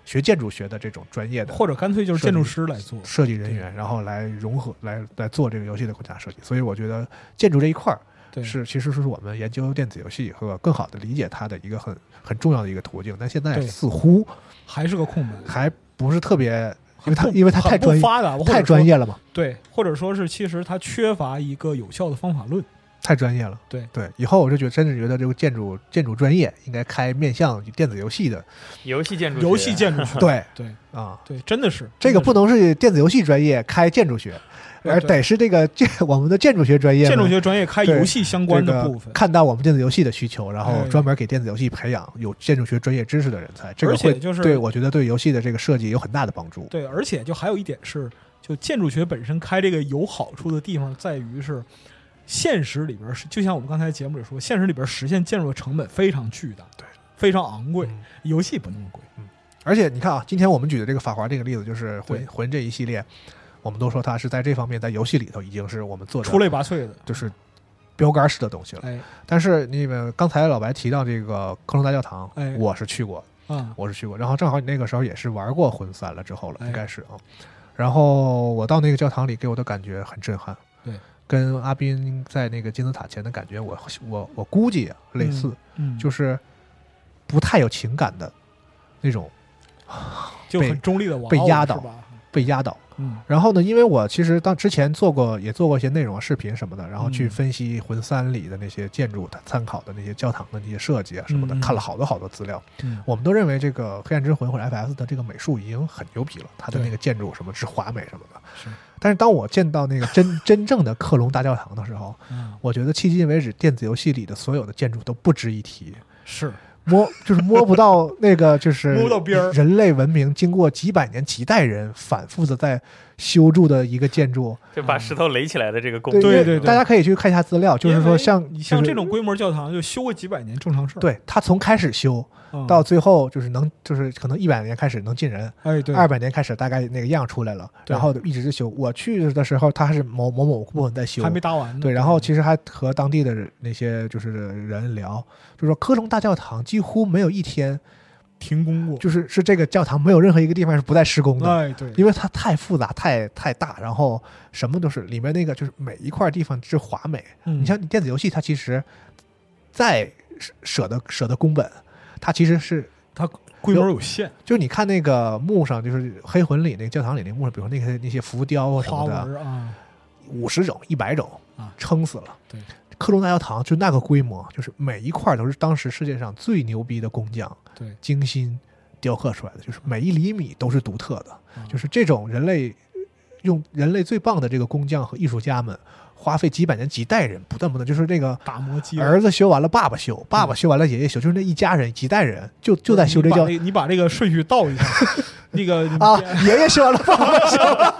B: 学建筑学的这种专业的
C: 或者干脆就是建筑师来做，
B: 设计人员，然后来融合来来做这个游戏的关卡设计。所以我觉得建筑这一块儿
C: 对
B: 是其实是我们研究电子游戏和更好的理解它的一个很很重要的一个途径。但现在
C: 对
B: 似乎
C: 还是个空白，
B: 还不是特别，因为它
C: 很不
B: 因为它
C: 很
B: 太
C: 不
B: 专业。
C: 发达，或者
B: 太专
C: 说
B: 业了嘛，
C: 对，或者说是其实它缺乏一个有效的方法论，
B: 太专业了。
C: 对
B: 对，以后我就觉得，真是觉得这个建筑建筑专业应该开面向电子游戏的。
D: 游戏建筑学，
C: 游戏建筑 学，
B: 对
C: 对
B: 啊，
C: 对，真的是
B: 这个不
C: 能
B: 能是电子游戏专业开建筑学，
C: 对
B: 而得是这个建我们的建筑学专业呢
C: 建筑学专业开游戏相关的
B: 这个
C: 部分，
B: 看到我们电子游戏的需求，然后
C: 哎
B: 专门给电子游戏培养有建筑学专业知识的人才。这个
C: 而且
B: 会
C: 就是
B: 对我觉得对游戏的这个设计有很大的帮助。
C: 对，而且就还有一点是，就建筑学本身开这个有好处的地方在于是，现实里边是就像我们刚才节目里说，现实里边实现建筑的成本非常巨大，
B: 对，
C: 非常昂贵，
B: 嗯
C: 游戏不那么贵，
B: 而且你看啊，今天我们举的这个法华这个例子，就是魂
C: 对
B: 魂这一系列，我们都说它是在这方面在游戏里头已经是我们做的
C: 出类拔萃的，
B: 就是标杆式的东西了。
C: 哎
B: 但是那个刚才老白提到这个科隆大教堂，
C: 哎
B: 我是去过，
C: 啊
B: 我是去过。然后正好你那个时候也是玩过魂三了之后了，
C: 哎
B: 应该是啊。然后我到那个教堂里，给我的感觉很震撼。
C: 对，
B: 跟阿斌在那个金字塔前的感觉我，我我估计啊类似，，
C: 嗯，嗯
B: 就是不太有情感的那种
C: 就
B: 被
C: 很中立的玩
B: 被压倒被压倒。
C: 嗯
B: 然后呢，因为我其实当之前做过，也做过一些内容、视频什么的，然后去
C: 嗯
B: 分析《魂三》里的那些建筑，它参考的那些教堂的那些设计啊什么的，
C: 嗯嗯
B: 看了好多好多资料。
C: 嗯
B: 我们都认为这个《黑暗之魂》或者 FS 的这个美术已经很牛逼了，它的
C: 对
B: 那个建筑什么之华美什么的。
C: 是
B: 嗯但是当我见到那个真 真正的克隆大教堂的时候，
C: 嗯
B: 我觉得迄今为止电子游戏里的所有的建筑都不值一提，
C: 是
B: 摸 就是摸不到那个就是
C: 摸不到边儿
B: 人类文明经过几百年几代人反复的在修筑的一个建筑，
D: 就把石头垒起来的这个工
B: 对
D: 具，
B: 因为
C: 嗯对对
B: 大家可以去看一下资料，就是
C: 因
B: 说
C: 为
B: 像
C: 你像
B: 就是
C: 这种规模教堂就修过几百年正常事儿，
B: 对它从开始修
C: 嗯，
B: 到最后就是能就是可能一百年开始能进人，
C: 哎对
B: 二百年开始大概那个样出来了，
C: 对
B: 然后一直是修。我去的时候，它还是某某某部分在修，
C: 还没搭完呢，
B: 对，然后其实还和当地的人那些就是人聊，就说科隆大教堂几乎没有一天，
C: 嗯停工过，
B: 就是是这个教堂没有任何一个地方是不在施工的。
C: 哎对，
B: 因为它太复杂、太太大，然后什么都是里面那个就是每一块地方之华美。
C: 嗯
B: 你像电子游戏，它其实再舍舍得舍得工本，它其实是
C: 它规模有限，
B: 就你看那个墓上，就是黑魂里那个教堂里那个墓上，比如说那些那些浮雕啊什么
C: 花纹
B: 的，
C: 儿啊，
B: 五十种、一百种
C: 啊，
B: 撑死了。
C: 对，
B: 克隆大教堂就那个规模，就是每一块都是当时世界上最牛逼的工匠
C: 对，
B: 精心雕刻出来的，就是每一厘米都是独特的，
C: 啊
B: 就是这种人类用人类最棒的这个工匠和艺术家们，花费几百年、几代人不断不断，就是那个
C: 打磨机，啊
B: 儿子修完了，爸爸修，爸爸修完了，爷爷修，就是那一家人几代人就就在修这
C: 你把
B: 教
C: 那个你把这个顺序倒 一下，那个
B: 啊，爷爷修完了，爸爸修完了，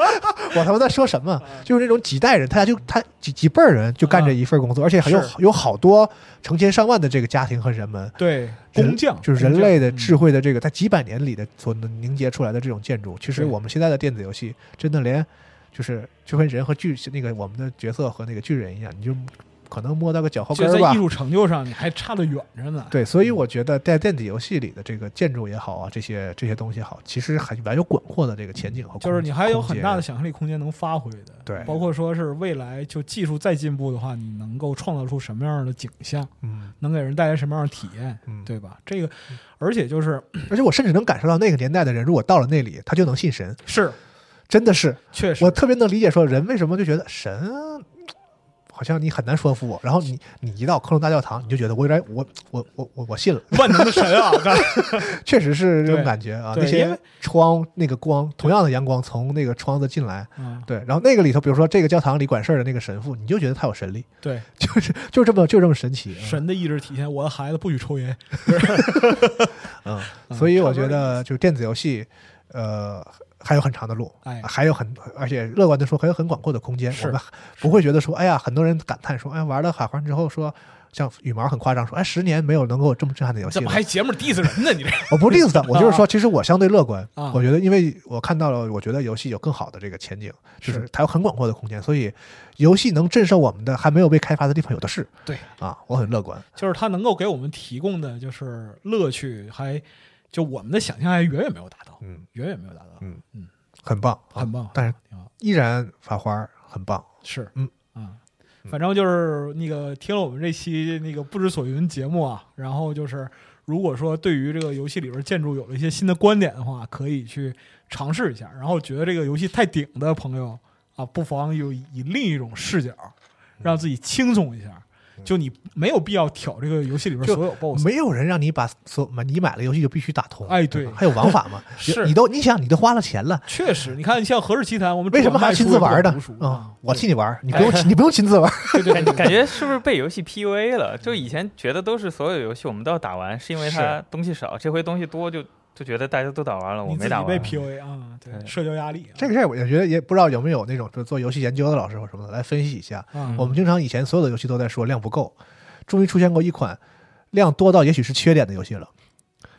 B: 我他妈在说什么？就是那种几代人，他就他几几辈儿人就干这一份工作，而且还有
C: 嗯是
B: 有好多成千上万的这个家庭和人们，
C: 对
B: 人
C: 工匠嗯
B: 就是人类的智
C: 慧，
B: 慧的这个，在几百年里的所能凝结出来的这种建筑，其实
C: 对
B: 我们现在的电子游戏真的连就是就跟人和巨那个我们的角色和那个巨人一样，你就可能摸到个脚后
C: 就
B: 跟
C: 是
B: 儿
C: 在
B: 吧
C: 艺。术成就上你还差得远着呢，
B: 对，所以我觉得在电子游戏里的这个建筑也好啊，这些这些东西好，其实还蛮有广阔的这个前景和空
C: 就是你还有
B: 空
C: 很
B: 间
C: 大的想象力空间能发挥的，
B: 对
C: 包括说是未来就技术再进步的话，你能够创造出什么样的景象，
B: 嗯
C: 能给人带来什么样的体验，
B: 嗯，
C: 对吧？这个，而且就是
B: 而且我甚至能感受到那个年代的人，如果到了那里，他就能信神，
C: 是
B: 真的是
C: 确实
B: 我特别能理解，说人为什么就觉得神好像你很难说服我。然后你你一到克隆大教堂，你就觉得我有点我我我我我信了，
C: 万能的神啊！我 告诉你
B: 确实是这种
C: 对
B: 感觉啊。
C: 对
B: 那
C: 因
B: 些
C: 为
B: 窗那个光，同样的阳光从那个窗子进来，
C: 嗯
B: 对。然后那个里头，比如说这个教堂里管事儿的那个神父，你就觉得他有神力，
C: 对，
B: 就是就这么就这么神奇。
C: 神的意志体现，我的孩子不许抽烟。
B: 嗯，嗯
C: 嗯
B: 所以我
C: 差
B: 觉
C: 不多这
B: 得就电子游戏，呃，还有很长的路。
C: 哎，
B: 还有很，而且乐观的说，还有很广阔的空间。
C: 是
B: 我们不会觉得说，哎呀，很多人感叹说，哎，玩了海环之后说，像羽毛很夸张说，哎，十年没有能够这么震撼的游戏
C: 怎么
B: 了。
C: 还节目 diss 人呢？你这
B: 我不是 diss 他，我就是说，其实我相对乐观。
C: 啊
B: 我觉得，因为我看到了，我觉得游戏有更好的这个前景，就是
C: 是
B: 它有很广阔的空间，所以游戏能震慑我们的还没有被开发的地方有的是。
C: 对
B: 啊，我很乐观。
C: 就是他能够给我们提供的就是乐趣，还就我们的想象还远远没有达到，
B: 嗯，
C: 远远没有达到。
B: 嗯
C: 嗯，
B: 很棒，啊
C: 很棒
B: 但是
C: 挺好
B: 依然法花儿很棒。
C: 是，
B: 嗯
C: 啊，反正就是那个听了我们这期那个不知所云节目啊，然后就是如果说对于这个游戏里边建筑有了一些新的观点的话，可以去尝试一下。然后觉得这个游戏太顶的朋友啊，不妨有以另一种视角，
B: 嗯
C: 让自己轻松一下。就你没有必要挑这个游戏里边
B: 就
C: 所有 BOSS，
B: 没有人让你把所买你买了游戏就必须打通，
C: 哦哎
B: 吧
C: 对
B: 还有玩法吗？
C: 是
B: 你都你想你都花了钱了，
C: 确实，你看像《何氏奇谈》，我们
B: 为什么还要亲自玩呢
C: 主管卖书也？不管读书
B: 啊，我替你玩，你不 用你不用亲自玩，
C: 对对对对，
D: 感觉是不是被游戏 PUA 了？就以前觉得都是所有游戏我们都要打完，是因为它东西少，这回东西多就就觉得大家都打完了，我
C: 你自
D: 没
C: 己
D: 打完
C: 被。PUA 啊，对，
D: 对
C: 社交压力啊，
B: 这个事儿我也觉得也不知道有没有那种就做游戏研究的老师或什么的来分析一下。
C: 啊，
B: 我们经常以前所有的游戏都在说量不够，终于出现过一款量多到也许是缺点的游戏了。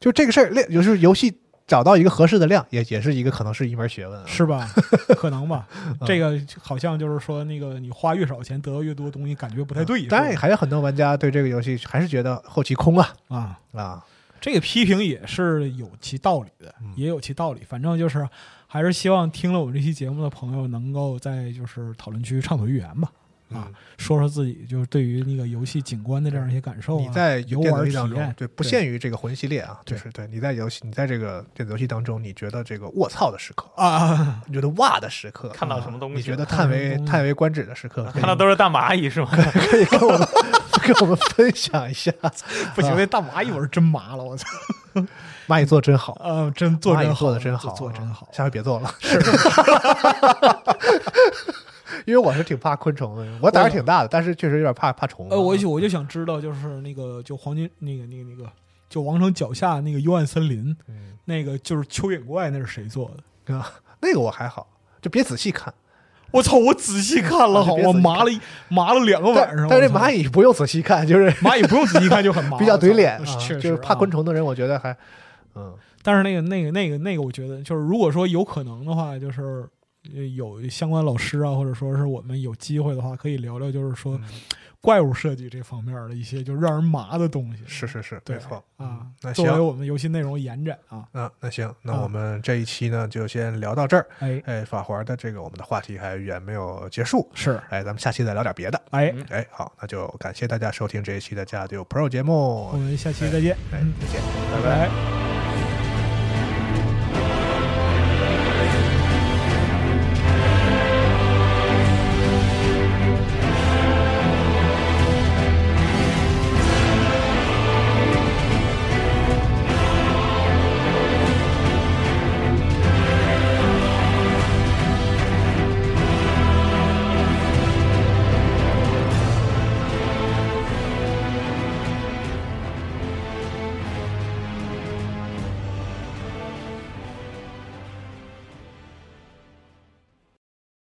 B: 就这个事儿，量就是游戏找到一个合适的量，也也是一个可能是一门学问啊。
C: 是 吧？可能吧。这个好像就是说，那个你花越少钱得到越多东西，感觉不太嗯对。
B: 当然，
C: 是
B: 嗯
C: 吧
B: 还有很多玩家对这个游戏还是觉得后期空啊
C: 啊，
B: 啊，
C: 这个批评也是有其道理的，也有其道理。反正就是，还是希望听了我们这期节目的朋友能够在就是讨论区畅所欲言吧。啊，说说自己就是对于那个游戏景观的这样一些感受啊，
B: 你在游
C: 游
B: 电子
C: 玩
B: 游
C: 体
B: 戏当中
C: 验，，
B: 对，不
C: 对
B: 限于这个魂系列啊，就
C: 对
B: 是对你在游戏，你在这个电子游戏当中，你觉得这个卧槽的时刻，
C: 啊，
B: 你觉得哇的时刻，啊
D: 看到什么东西
B: 你觉得
C: 看
B: 叹
C: 到什么
B: 为
C: 东西
B: 叹为观止的时刻， 可以
D: 看到都是大蚂蚁是吗？
B: 可以 跟我们跟我们分享一 下。
C: 不行，那大蚂蚁我是真麻了，我操！
B: 蚂蚁做真好，
C: 啊，真做
B: 蚂蚁
C: 真好，
B: 做的真好啊，
C: 做真好。
B: 下回别 做了。是， 因为我是挺怕昆虫的，我胆儿挺大的，但是确实有点怕怕虫啊。
C: 呃，我就我就想知道，就是那个就黄金那个那个那个，就王城脚下那个幽暗森林，
B: 嗯
C: 那个就是蚯蚓怪，那是谁做的？
B: 啊 那个我还好，就别仔细看。
C: 我操！我仔细看了，
B: 啊
C: 好
B: 就别
C: 吗，
B: 仔细
C: 我麻了一麻了两个晚上
B: 但。但是
C: 我操
B: 蚂蚁不用仔细看，就是
C: 蚂蚁不用仔细看就很麻，
B: 比较怼脸
C: 我
B: 啊，
C: 操确
B: 就
C: 实
B: 是怕昆
C: 啊。
B: 虫的人，我觉得还，嗯，
C: 但是那个那个那个那个，我觉得就是如果说有可能的话，就是。呃有相关老师啊，或者说是我们有机会的话，可以聊聊，就是说
B: 嗯
C: 怪物设计这方面的一些就让人麻的东西。
B: 是是是，
C: 对
B: 没错
C: 啊
B: 嗯。那
C: 作为
B: 行，
C: 我们游戏内容延展啊，
B: 那那行，那
C: 啊
B: 我们这一期呢就先聊到这儿。
C: 哎，
B: 哎，法环的这个我们的话题还远没有结束，
C: 是，
B: 哎，咱们下期再聊点别的。
C: 哎，
B: 哎，好，那就感谢大家收听这一期的《家里有 Pro》节
C: 我
B: 目，
C: 们下期再见，
B: 哎，再见。
C: 拜拜。